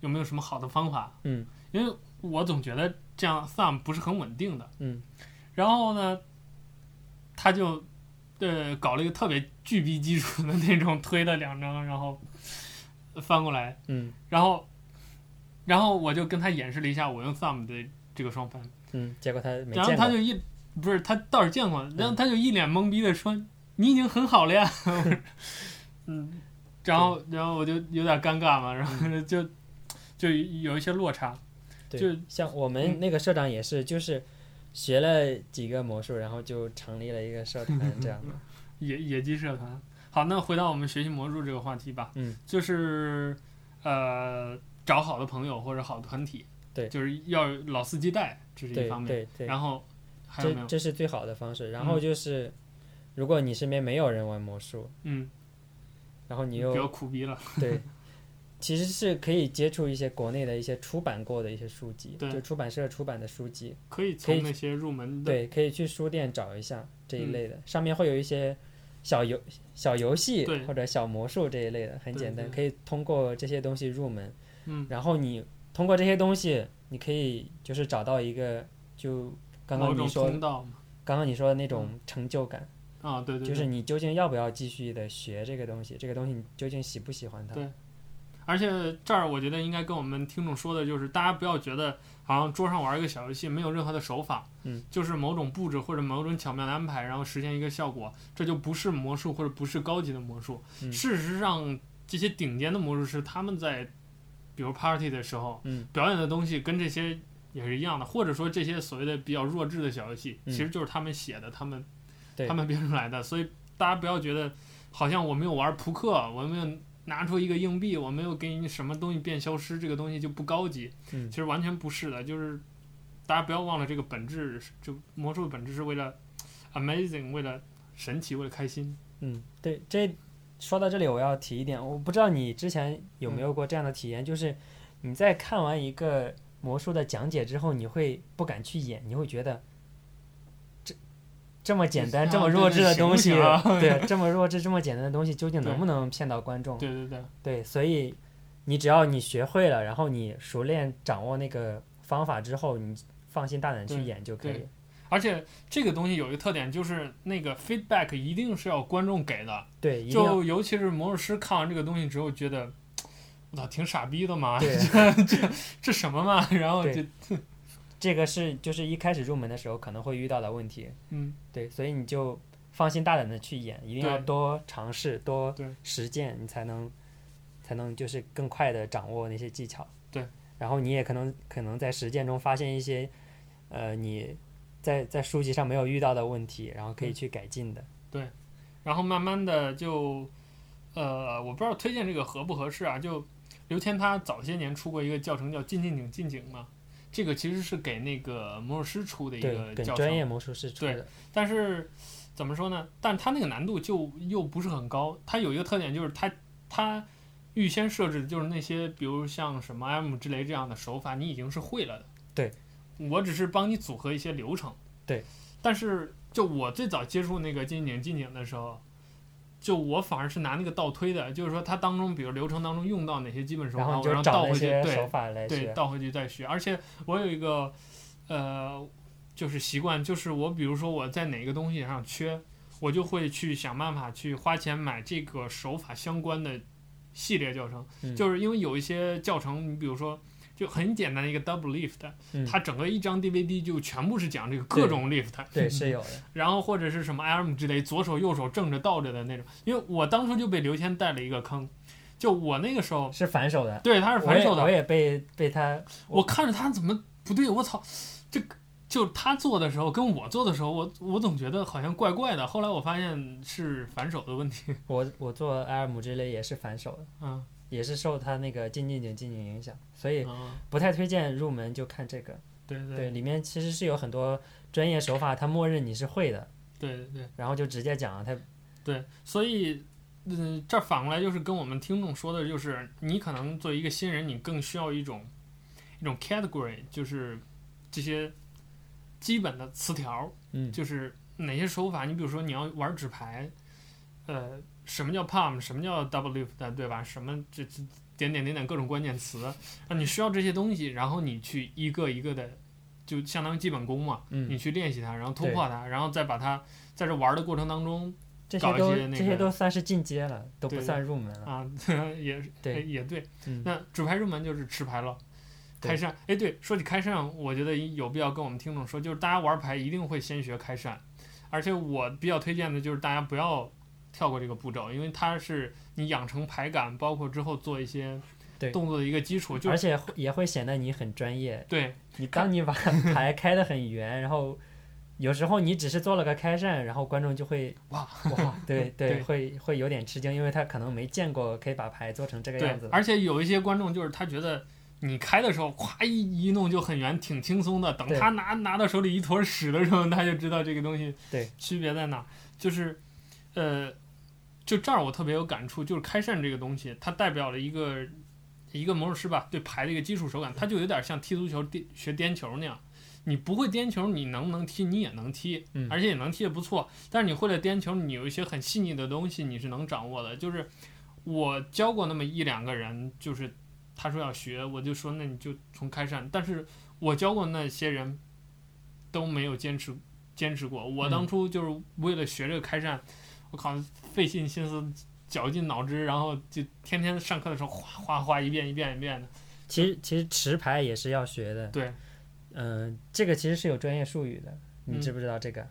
Speaker 2: 有没有什么好的方法？
Speaker 3: 嗯，
Speaker 2: 因为我总觉得这样 thumb 不是很稳定的。
Speaker 3: 嗯，
Speaker 2: 然后呢，他就呃搞了一个特别巨逼基础的那种推了两张，然后翻过来，
Speaker 3: 嗯
Speaker 2: 然后然后我就跟他演示了一下我用 thumb 的这个双翻。
Speaker 3: 嗯，结果他没
Speaker 2: 然后
Speaker 3: 见
Speaker 2: 他
Speaker 3: 过嗯
Speaker 2: 就，一不是他倒是见过，然后他就一脸懵逼的说：“你已经很好
Speaker 3: [laughs]
Speaker 2: 了呀。”嗯，然后然后我就有点尴
Speaker 3: [laughs]
Speaker 2: 尬嘛，然后就就有一些落差。
Speaker 3: 对
Speaker 2: 就，嗯
Speaker 3: 像我们那个社长也是，就是学了几个魔术，然后就成立了一个社团这样
Speaker 2: 嗯
Speaker 3: 的，
Speaker 2: 野野鸡社团。好，那回到我们学习魔术这个话题吧。
Speaker 3: 嗯，
Speaker 2: 就是呃，找好的朋友或者好的团体。
Speaker 3: 对
Speaker 2: 就是要老司机带，这是一
Speaker 3: 对
Speaker 2: 方面。
Speaker 3: 对对，
Speaker 2: 然后还有没
Speaker 3: 这
Speaker 2: 有？
Speaker 3: 这是最好的方式。然
Speaker 2: 嗯
Speaker 3: 后就是，如果你身边没有人玩魔术，
Speaker 2: 嗯，
Speaker 3: 然后你
Speaker 2: 比
Speaker 3: 又
Speaker 2: 较苦逼了。
Speaker 3: [laughs] 对，其实是可以接触一些国内的一些出版过的一些书籍，
Speaker 2: 对
Speaker 3: 就出版社出版的书籍，
Speaker 2: 可以
Speaker 3: 可以
Speaker 2: 从那些入门的
Speaker 3: 对，可以去书店找一下这一
Speaker 2: 嗯
Speaker 3: 类的，上面会有一些小游小游戏
Speaker 2: 对
Speaker 3: 或者小魔术这一类的，很
Speaker 2: 对
Speaker 3: 简单，
Speaker 2: 对
Speaker 3: 可以通过这些东西入门。
Speaker 2: 嗯，
Speaker 3: 然后你通过这些东西，你可以就是找到一个就刚
Speaker 2: 某
Speaker 3: 刚你
Speaker 2: 种
Speaker 3: 说
Speaker 2: 通道嘛。
Speaker 3: 刚刚你说的那种成就感。
Speaker 2: 啊，对对对。
Speaker 3: 就是你究竟要不要继续的学这个东西，这个东西你究竟喜不喜欢它？
Speaker 2: 对而且这儿我觉得应该跟我们听众说的就是，大家不要觉得好像桌上玩一个小游戏没有任何的手法，
Speaker 3: 嗯，
Speaker 2: 就是某种布置或者某种巧妙的安排，然后实现一个效果，这就不是魔术或者不是高级的魔术。
Speaker 3: 嗯
Speaker 2: 事实上，这些顶尖的魔术师他们在比如 party 的时候，
Speaker 3: 嗯，
Speaker 2: 表演的东西跟这些也是一样的，或者说这些所谓的比较弱智的小游戏，
Speaker 3: 嗯
Speaker 2: 其实就是他们写的，他们
Speaker 3: 对
Speaker 2: 他们编出来的，所以大家不要觉得好像我没有玩扑克，我没有拿出一个硬币，我没有给你什么东西变消失，这个东西就不高级，
Speaker 3: 嗯
Speaker 2: 其实完全不是的，就是大家不要忘了这个本质，就魔术的本质是为了 amazing，为了神奇，为了开心。
Speaker 3: 嗯，对，这说到这里，我要提一点，我不知道你之前有
Speaker 2: 嗯
Speaker 3: 没有过这样的体验，就是你在看完一个魔术的讲解之后，你会不敢去演，你会觉得这这么简单、
Speaker 2: 啊
Speaker 3: 这么弱智的东西，
Speaker 2: 对对行啊不
Speaker 3: 对，这么弱智、这么简单的东西，究竟能不能骗到观众？
Speaker 2: 对对对，
Speaker 3: 对，所以你只要你学会了，然后你熟练掌握那个方法之后，你放心大胆去
Speaker 2: 对
Speaker 3: 演就可以
Speaker 2: 对。而且这个东西有一个特点，就是那个 feedback 一定是要观众给的，
Speaker 3: 对，一定要
Speaker 2: 就尤其是魔术师看完这个东西之后，觉得我操挺傻逼的嘛，
Speaker 3: 对
Speaker 2: [laughs] 这什么嘛，然后就
Speaker 3: 对这个是就是一开始入门的时候可能会遇到的问题。
Speaker 2: 嗯，
Speaker 3: 对，所以你就放心大胆的去演，一定要
Speaker 2: 对
Speaker 3: 多尝试、多
Speaker 2: 对
Speaker 3: 实践，你才能才能就是更快的掌握那些技巧。
Speaker 2: 对，
Speaker 3: 然后你也可能可能在实践中发现一些呃你在在书籍上没有遇到的问题，然后可以
Speaker 2: 嗯
Speaker 3: 去改进的。
Speaker 2: 然后慢慢的就，呃，我不知道推荐这个合不合适啊。就刘谦他早些年出过一个教程叫《进进景进景》嘛，这个其实是给那个魔术师出的一
Speaker 3: 对，
Speaker 2: 个
Speaker 3: 跟
Speaker 2: 教
Speaker 3: 专业
Speaker 2: 程，
Speaker 3: 魔术师出
Speaker 2: 对
Speaker 3: 的。
Speaker 2: 但是怎么说呢？但他那个难度就又不是很高。它有一个特点就是它它预先设置的就是那些，比如像什么 M 之雷这样的手法，你已经是会了的。
Speaker 3: 对，
Speaker 2: 我只是帮你组合一些流程。
Speaker 3: 对，
Speaker 2: 但是就我最早接触那个进景进景的时候，就我反而是拿那个倒推的，就是说它当中，比如流程当中用到哪些基本手
Speaker 3: 然
Speaker 2: 法，
Speaker 3: 后你
Speaker 2: 我然
Speaker 3: 就
Speaker 2: 后
Speaker 3: 找
Speaker 2: 倒
Speaker 3: 那
Speaker 2: 回去，
Speaker 3: 些手
Speaker 2: 对
Speaker 3: 法来
Speaker 2: 对，
Speaker 3: 学。
Speaker 2: 倒回去再学。而且我有一个呃，就是习惯，就是我比如说我在哪个东西上缺，我就会去想办法去花钱买这个手法相关的系列教程，
Speaker 3: 嗯
Speaker 2: 就是因为有一些教程，你比如说。就很简单的一个 double lift，、
Speaker 3: 嗯
Speaker 2: 它整个一张 DVD 就全部是讲这个各种 lift，
Speaker 3: 对是有的，
Speaker 2: [laughs] 然后或者是什么 arm 之类，左手右手正着倒着的那种。因为我当初就被刘谦带了一个坑，就我那个时候，
Speaker 3: 是反手的，
Speaker 2: 对他是反手
Speaker 3: 我
Speaker 2: 的，
Speaker 3: 也我也被被他
Speaker 2: 我看着他怎么不对，我操，这就他做的时候跟我做的时候，我我总觉得好像怪怪的。后来我发现是反手的问题，
Speaker 3: 我我做埃尔姆之类也是反手的，
Speaker 2: 嗯，
Speaker 3: 也是受他那个近近景近景影响，所以
Speaker 2: 嗯
Speaker 3: 不太推荐入门就看这个。
Speaker 2: 对对
Speaker 3: 对，里面其实是有很多专业手法，它默认你是会的，
Speaker 2: 对对对
Speaker 3: 然后就直接讲了它。
Speaker 2: 对，所以。嗯，这反过来就是跟我们听众说的，就是你可能作为一个新人，你更需要一种一种 category，就是这些基本的词条，
Speaker 3: 嗯
Speaker 2: 就是哪些手法，你比如说你要玩纸牌，呃，什么叫 palm，什么叫 double lift，对吧？什么这这点点点点各种关键词，啊，你需要这些东西，然后你去一个一个的，就相当于基本功嘛，
Speaker 3: 嗯，
Speaker 2: 你去练习它，然后突破它，然后再把它在这玩的过程当中
Speaker 3: 这
Speaker 2: 搞
Speaker 3: 些
Speaker 2: 一
Speaker 3: 都
Speaker 2: 些那
Speaker 3: 这些
Speaker 2: 个
Speaker 3: 都算是进阶了，都
Speaker 2: 对
Speaker 3: 不
Speaker 2: 对
Speaker 3: 算入门了。
Speaker 2: 啊， [laughs] 也是哎
Speaker 3: 嗯对，
Speaker 2: 也对。
Speaker 3: 嗯
Speaker 2: 那纸牌入门就是吃牌了。
Speaker 3: 对
Speaker 2: 开扇，哎，对，说起开扇，我觉得有必要跟我们听众说，就是大家玩牌一定会先学开扇，而且我比较推荐的就是大家不要跳过这个步骤，因为它是你养成牌感，包括之后做一些
Speaker 3: 对
Speaker 2: 动作的一个基础。就
Speaker 3: 而且会也会显得你很专业。
Speaker 2: 对
Speaker 3: 你当你把牌开得很圆，然后有时候你只是做了个开扇，然后观众就会
Speaker 2: 哇
Speaker 3: 哇，对
Speaker 2: [laughs] 对
Speaker 3: 会会有点吃惊，因为他可能没见过可以把牌做成这个
Speaker 2: 对
Speaker 3: 样子，的。
Speaker 2: 而且有一些观众就是他觉得。你开的时候，咵一一弄就很圆，挺轻松的。等
Speaker 3: 对
Speaker 2: 他拿拿到手里一坨屎的时候，他就知道这个东西
Speaker 3: 对
Speaker 2: 区别在哪儿？就是，呃，就这儿我特别有感触，就是开扇这个东西，它代表了一个一个魔术师吧对牌的一个基础手感，它就有点像踢足球、颠学颠球那样。你不会颠球，你能不能踢，你也能踢，
Speaker 3: 嗯
Speaker 2: 而且也能踢得不错。但是你会了颠球，你有一些很细腻的东西你是能掌握的。就是我教过那么一两个人，就是他说要学，我就说那你就从开扇。但是我教过那些人都没有坚持坚持过。我当初就是为了学这个开扇，我靠，费尽心思，绞尽脑汁，然后就天天上课的时候哗哗哗一遍一遍一遍的。
Speaker 3: 其实其实持牌也是要学的，
Speaker 2: 对
Speaker 3: 嗯、这个其实是有专业术语的，你
Speaker 2: 嗯
Speaker 3: 知不知道这个？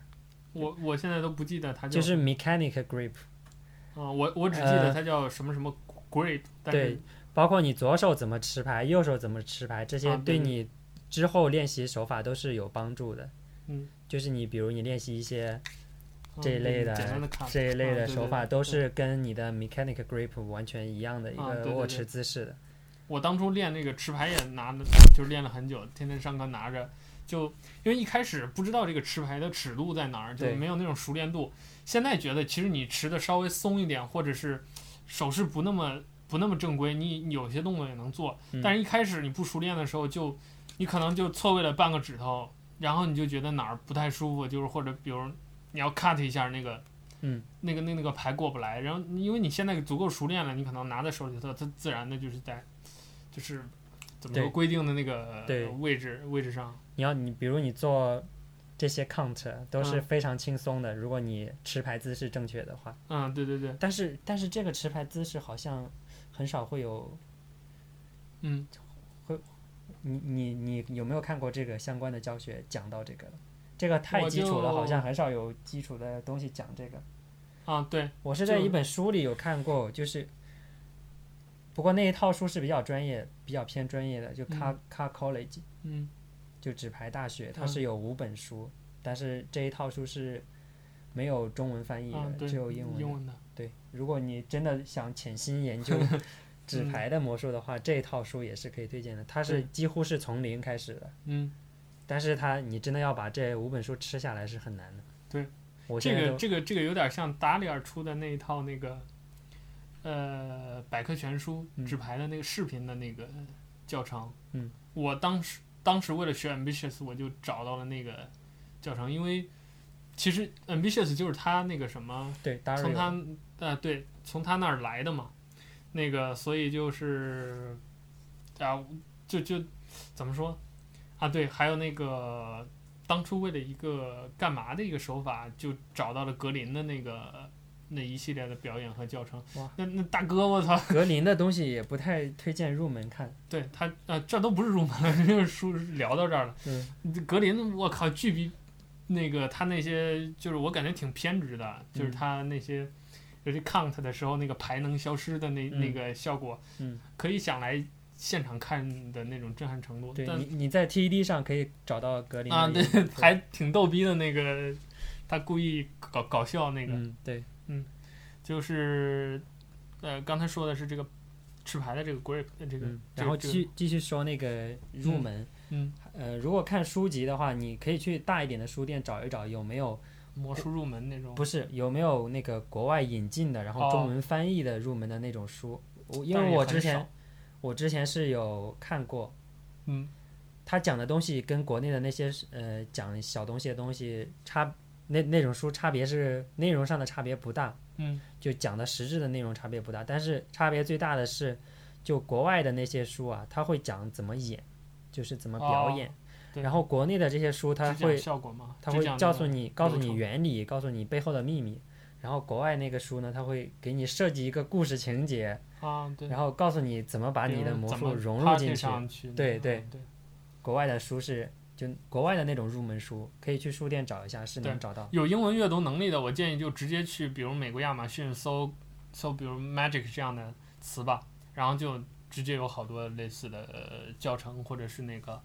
Speaker 2: 我我现在都不记得它叫，
Speaker 3: 就是 mechanic grip，
Speaker 2: 嗯、我我只记得它叫什么什么 grade，但是
Speaker 3: 对，包括你左手怎么持牌，右手怎么持牌，这些
Speaker 2: 啊对
Speaker 3: 对
Speaker 2: 对
Speaker 3: 你之后练习手法都是有帮助的。
Speaker 2: 嗯，
Speaker 3: 就是你比如你练习一些
Speaker 2: 嗯
Speaker 3: 这一类
Speaker 2: 简单的卡
Speaker 3: 这一类
Speaker 2: 啊
Speaker 3: 的
Speaker 2: 对
Speaker 3: 手法，
Speaker 2: 对
Speaker 3: 都是跟你的 mechanic grip 完全一样的一
Speaker 2: 啊对对
Speaker 3: 个
Speaker 2: 对
Speaker 3: 握持姿势的。
Speaker 2: 我当初练那个持牌也拿了，就是练了很久，天天上课拿着，就因为一开始不知道这个持牌的尺度在哪儿，就
Speaker 3: 对
Speaker 2: 没有那种熟练度。现在觉得其实你持的稍微松一点，或者是手势不那么不那么正规，你你有些动作也能做，
Speaker 3: 嗯
Speaker 2: 但是一开始你不熟练的时候就，你可能就错位了半个指头，然后你就觉得哪儿不太舒服，就是或者比如你要 cut 一下那个。
Speaker 3: 嗯，
Speaker 2: 那个那那个牌过不来，然后因为你现在足够熟练了，你可能拿在手里头，它自然的就是在就是怎么说
Speaker 3: 对
Speaker 2: 规定的那个
Speaker 3: 对
Speaker 2: 位置位置上，
Speaker 3: 你要你比如你做这些 count 都是
Speaker 2: 嗯
Speaker 3: 非常轻松的，如果你持牌姿势正确的话。
Speaker 2: 嗯，对对对，
Speaker 3: 但是但是这个持牌姿势好像很少会有
Speaker 2: 嗯，
Speaker 3: 你你你有没有看过这个相关的教学讲到这个了？这个太
Speaker 2: 我
Speaker 3: 基础了，
Speaker 2: 就
Speaker 3: 好像很少有基础的东西讲这个。
Speaker 2: 啊，对，
Speaker 3: 我是在
Speaker 2: 就
Speaker 3: 一本书里有看过，就是，不过那一套书是比较专业、比较偏专业的，就 Car、Car College，
Speaker 2: 嗯
Speaker 3: 就纸牌大学，它
Speaker 2: 嗯
Speaker 3: 是有五本书，但是这一套书是没有中文翻译的，
Speaker 2: 啊，对，
Speaker 3: 只有英文的。
Speaker 2: 英文的，
Speaker 3: 对，如果你真的想潜心
Speaker 2: [laughs]
Speaker 3: 研究
Speaker 2: 嗯
Speaker 3: 纸牌的魔术的话，这一套书也是可以推荐的。它是
Speaker 2: 对
Speaker 3: 几乎是从零开始的。
Speaker 2: 嗯，
Speaker 3: 但是它你真的要把这五本书吃下来是很难的。
Speaker 2: 对，
Speaker 3: 我
Speaker 2: 这
Speaker 3: 现在
Speaker 2: 个
Speaker 3: 都
Speaker 2: 这个这个有点像达里尔出的那一套那个，呃，百科全书
Speaker 3: 嗯
Speaker 2: 纸牌的那个视频的那个教程，
Speaker 3: 嗯，
Speaker 2: 我当时当时为了学 ambitious，我就找到了那个教程，因为其实 ambitious 就是他那个什么，
Speaker 3: 对，达
Speaker 2: 从
Speaker 3: 瑞
Speaker 2: 他呃对，从他那儿来的嘛，那个所以就是啊，就就怎么说啊？对，还有那个当初为了一个干嘛的一个手法，就找到了格林的那个那一系列的表演和教程
Speaker 3: 哇。
Speaker 2: 那那大哥，我操！
Speaker 3: 格林的东西也不太推荐入门看，
Speaker 2: 对他啊，这都不是入门了， [laughs] 这就是书聊到这儿了。
Speaker 3: 嗯，
Speaker 2: 格林，我靠，巨逼那个他那些就是我感觉挺偏执的，
Speaker 3: 嗯
Speaker 2: 就是他那些，尤其 count 的时候那个牌能消失的那、
Speaker 3: 嗯
Speaker 2: 那个效果，
Speaker 3: 嗯
Speaker 2: 可以想来现场看的那种震撼程度，
Speaker 3: 对
Speaker 2: 但
Speaker 3: 你你在 TED 上可以找到格林的
Speaker 2: 啊，对
Speaker 3: 演讲，
Speaker 2: 还挺逗逼的那个，他故意搞搞笑那个，
Speaker 3: 嗯对，
Speaker 2: 就是呃刚才说的是这个持牌的这个 grip 呃这个，
Speaker 3: 嗯，
Speaker 2: 这
Speaker 3: 然
Speaker 2: 个
Speaker 3: 后
Speaker 2: 这个
Speaker 3: 继继续说那个入门，
Speaker 2: 嗯，
Speaker 3: 呃，如果看书籍的话，你可以去大一点的书店找一找有没有
Speaker 2: 魔术入门那种，
Speaker 3: 不是有没有那个国外引进的，然后中
Speaker 2: 哦
Speaker 3: 文翻译的入门的那种书，我因
Speaker 2: 但是
Speaker 3: 为
Speaker 2: 也
Speaker 3: 我
Speaker 2: 很
Speaker 3: 之前
Speaker 2: 少
Speaker 3: 我之前是有看过，
Speaker 2: 嗯，
Speaker 3: 他讲的东西跟国内的那些呃讲小东西的东西差那那种书差别是内容上的差别不大，
Speaker 2: 嗯，
Speaker 3: 就讲的实质的内容差别不大，但是差别最大的是就国外的那些书啊，他会讲怎么演，就是怎么表
Speaker 2: 哦
Speaker 3: 演，
Speaker 2: 对
Speaker 3: 然后国内的这些书他
Speaker 2: 只讲
Speaker 3: 会
Speaker 2: 效果嘛，
Speaker 3: 他
Speaker 2: 只
Speaker 3: 会
Speaker 2: 讲
Speaker 3: 告
Speaker 2: 那
Speaker 3: 诉
Speaker 2: 个
Speaker 3: 你告诉你
Speaker 2: 程
Speaker 3: 原理，告诉你背后的秘密。然后国外那个书呢，他会给你设计一个故事情节，
Speaker 2: 啊，对。
Speaker 3: 然后告诉你怎么把
Speaker 2: 比
Speaker 3: 你
Speaker 2: 如
Speaker 3: 的
Speaker 2: 怎
Speaker 3: 魔
Speaker 2: 么
Speaker 3: 术融入
Speaker 2: party
Speaker 3: 进去。
Speaker 2: 上去
Speaker 3: 对
Speaker 2: 嗯
Speaker 3: 对
Speaker 2: 对，
Speaker 3: 国外的书是就国外的那种入门书，可以去书店找一下，是能
Speaker 2: 对
Speaker 3: 找到。
Speaker 2: 有英文阅读能力的，我建议就直接去，比如美国亚马逊搜搜，比如 magic 这样的词吧，然后就直接有好多类似的呃教程或者是那个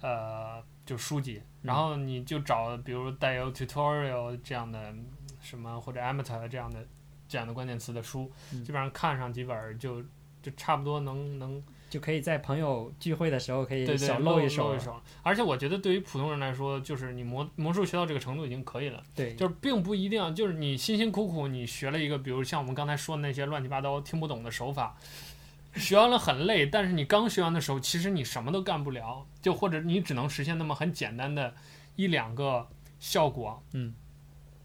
Speaker 2: 呃就书籍，
Speaker 3: 嗯
Speaker 2: 然后你就找比如带有 tutorial 这样的什么或者 amateur 这样的这样的关键词的书，
Speaker 3: 嗯
Speaker 2: 基本上看上几本儿就就差不多能能
Speaker 3: 就可以在朋友聚会的时候可以
Speaker 2: 对对，
Speaker 3: 小
Speaker 2: 露
Speaker 3: 一
Speaker 2: 手
Speaker 3: 手
Speaker 2: 一。手。而且我觉得对于普通人来说，就是你魔魔术学到这个程度已经可以了，
Speaker 3: 对，
Speaker 2: 就是并不一定要就是你辛辛苦苦你学了一个，比如像我们刚才说的那些乱七八糟听不懂的手法。学完了很累，但是你刚学完的时候，其实你什么都干不了，就或者你只能实现那么很简单的一两个效果。
Speaker 3: 嗯，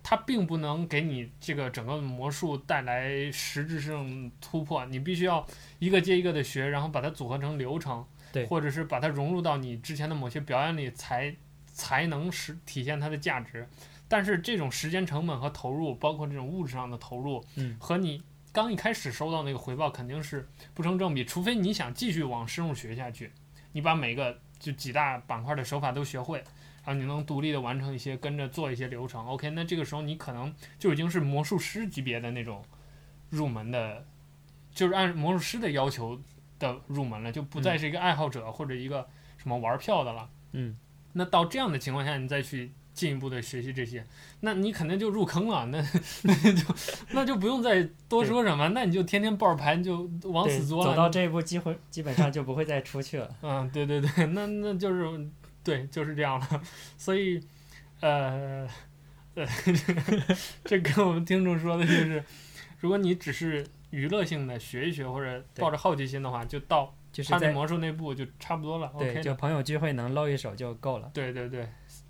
Speaker 2: 它并不能给你这个整个魔术带来实质性突破，你必须要一个接一个的学，然后把它组合成流程，
Speaker 3: 对
Speaker 2: 或者是把它融入到你之前的某些表演里才才能实体现它的价值。但是这种时间成本和投入，包括这种物质上的投入，
Speaker 3: 嗯，
Speaker 2: 和你刚一开始收到那个回报肯定是不成正比，除非你想继续往深入学下去，你把每个就几大板块的手法都学会，然后你能独立的完成一些，跟着做一些流程。OK，那这个时候你可能就已经是魔术师级别的那种入门的，就是按魔术师的要求的入门了，就不再是一个爱好者或者一个什么玩票的了。
Speaker 3: 嗯，
Speaker 2: 那到这样的情况下，你再去进一步的学习这些，那你肯定就入坑了，那那就那就不用再多说什么，那你就天天抱着盘就往
Speaker 3: 对
Speaker 2: 死
Speaker 3: 走
Speaker 2: 作了。
Speaker 3: 到这一步，几乎基本上就不会再出去了。
Speaker 2: 嗯，对对对，那那就是对，就是这样了。所以，呃，呃， [laughs] 这跟我们听众说的就是，如果你只是娱乐性的学一学或者
Speaker 3: 对
Speaker 2: 抱着好奇心的话，就到
Speaker 3: 就是
Speaker 2: 攀比
Speaker 3: 在
Speaker 2: 魔术那步就差不多了。
Speaker 3: 对，
Speaker 2: OK，
Speaker 3: 就
Speaker 2: 了
Speaker 3: 朋友聚会能露一手就够了。
Speaker 2: 对对对，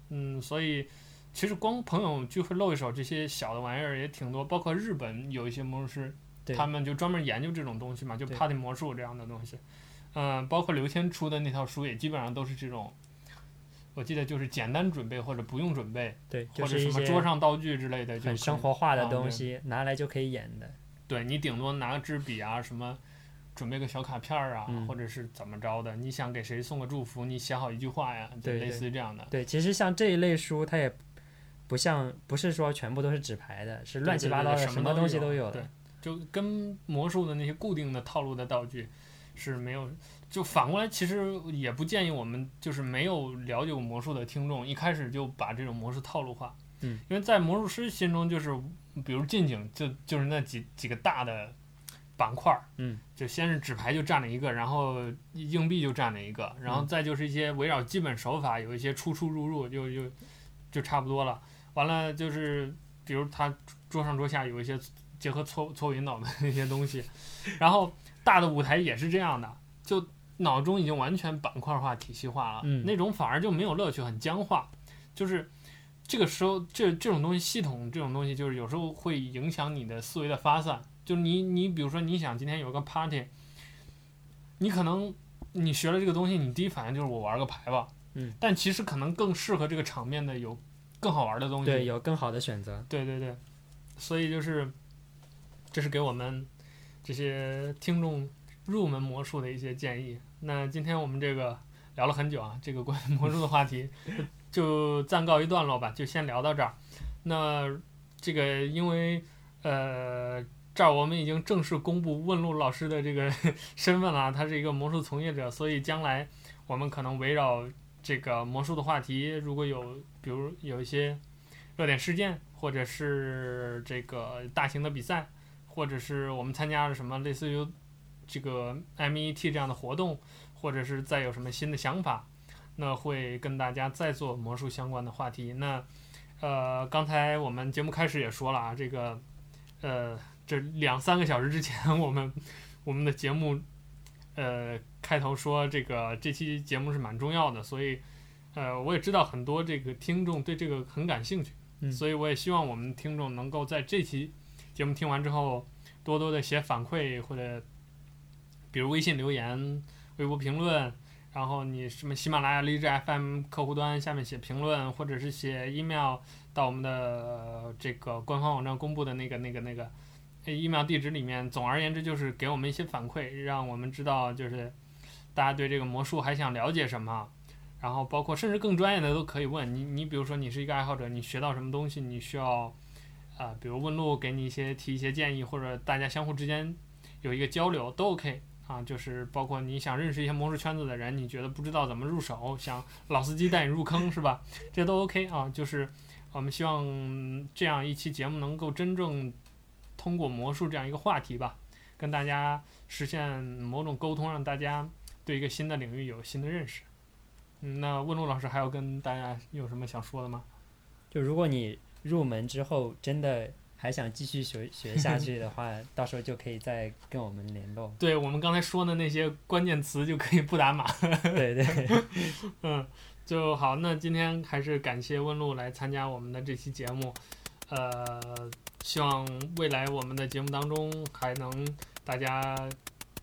Speaker 2: 嗯，所以其实光朋友聚会露一手这些小的玩意儿也挺多，包括日本有一些魔术师，
Speaker 3: 对
Speaker 2: 他们就专门研究这种东西嘛，就
Speaker 3: 对
Speaker 2: party 魔术这样的东西。嗯、包括刘谦出的那套书也基本上都是这种，我记得就是简单准备或者不用准备，
Speaker 3: 对，
Speaker 2: 或
Speaker 3: 就
Speaker 2: 者
Speaker 3: 是一
Speaker 2: 什么
Speaker 3: 些
Speaker 2: 桌上道具之类的，就可
Speaker 3: 很
Speaker 2: 以
Speaker 3: 生。活化的
Speaker 2: 啊
Speaker 3: 东
Speaker 2: 对
Speaker 3: 西，拿来就可以演的。
Speaker 2: 对你顶多拿个支笔啊，什么准备个小卡片儿啊，
Speaker 3: 嗯
Speaker 2: 或者是怎么着的，你想给谁送个祝福，你写好一句话呀，就
Speaker 3: 对
Speaker 2: 类
Speaker 3: 对
Speaker 2: 似于这样的。
Speaker 3: 对，其实像这一类书，它也不像不是说全部都是纸牌的，是乱七八糟的，
Speaker 2: 对对对
Speaker 3: 什
Speaker 2: 什
Speaker 3: 么
Speaker 2: 东
Speaker 3: 东西都有
Speaker 2: 对
Speaker 3: 的。，
Speaker 2: 就跟魔术的那些固定的套路的道具是没有。就反过来，其实也不建议我们就是没有了解过魔术的听众一开始就把这种魔术套路化。
Speaker 3: 嗯，
Speaker 2: 因为在魔术师心中，就是比如近景就就是那几几个大的板块儿。
Speaker 3: 嗯，
Speaker 2: 就先是纸牌就占了一个，然后硬币就占了一个，然
Speaker 3: 嗯
Speaker 2: 后再就是一些围绕基本手法有一些出出入入，就就就差不多了。完了就是比如他桌上桌下有一些结合搓搓引脑的那些东西，然后大的舞台也是这样的，就脑中已经完全板块化、体系化了，
Speaker 3: 嗯
Speaker 2: 那种反而就没有乐趣，很僵化。就是这个时候这这种东西系统这种东西，就是有时候会影响你的思维的发散。就你你比如说你想今天有个 party，你可能你学了这个东西，你第一反应就是我玩个牌吧，
Speaker 3: 嗯，
Speaker 2: 但其实可能更适合这个场面的有更好玩的东西，
Speaker 3: 对，有更好的选择。
Speaker 2: 对对对，所以就是，这是给我们这些听众入门魔术的一些建议。那今天我们这个聊了很久啊，这个关于魔术的话题就暂告一段落吧，就先聊到这儿。那这个因为呃。这儿我们已经正式公布问路老师的这个 [laughs] 身份了，他是一个魔术从业者，所以将来我们可能围绕这个魔术的话题，如果有比如有一些热点事件，或者是这个大型的比赛，或者是我们参加了什么类似于这个 MET 这样的活动，或者是再有什么新的想法，那会跟大家再做魔术相关的话题。那呃，刚才我们节目开始也说了啊，这个呃，这两三个小时之前， [laughs] 我们我们的节目呃开头说这个这期节目是蛮重要的，所以呃，我也知道很多这个听众对这个很感兴趣。
Speaker 3: 嗯
Speaker 2: 所以我也希望我们听众能够在这期节目听完之后，多多的写反馈或者，比如微信留言、微博评论，然后你什么喜马拉雅、荔枝 FM 客户端下面写评论，或者是写 email 到我们的、呃这个官方网站公布的那个、那个、那个呃 email 地址里面。总而言之，就是给我们一些反馈，让我们知道就是大家对这个魔术还想了解什么。然后包括甚至更专业的都可以问你。你比如说，你是一个爱好者，你学到什么东西，你需要啊、比如问路给你一些提一些建议，或者大家相互之间有一个交流都 OK 啊。就是包括你想认识一些魔术圈子的人，你觉得不知道怎么入手，想老司机带你入坑是吧？这都 OK 啊。就是我们希望这样一期节目能够真正通过魔术这样一个话题吧，跟大家实现某种沟通，让大家对一个新的领域有新的认识。嗯，那问路老师还有跟大家有什么想说的吗？
Speaker 3: 就如果你入门之后真的还想继续学学
Speaker 2: [laughs]
Speaker 3: 下去的话，到时候就可以再跟我们联络。
Speaker 2: 对我们刚才说的那些关键词就可以不打码。
Speaker 3: 对对，
Speaker 2: 嗯，就好。那今天还是感谢问路来参加我们的这期节目，呃，希望未来我们的节目当中还能大家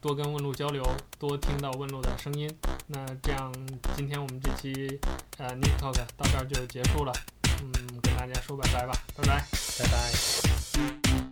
Speaker 2: 多跟问路交流，多听到问路的声音。那这样，今天我们这期呃 n i c Talk 到这儿就结束了。嗯，跟大家说拜拜吧，拜拜。
Speaker 3: 拜拜。
Speaker 1: 拜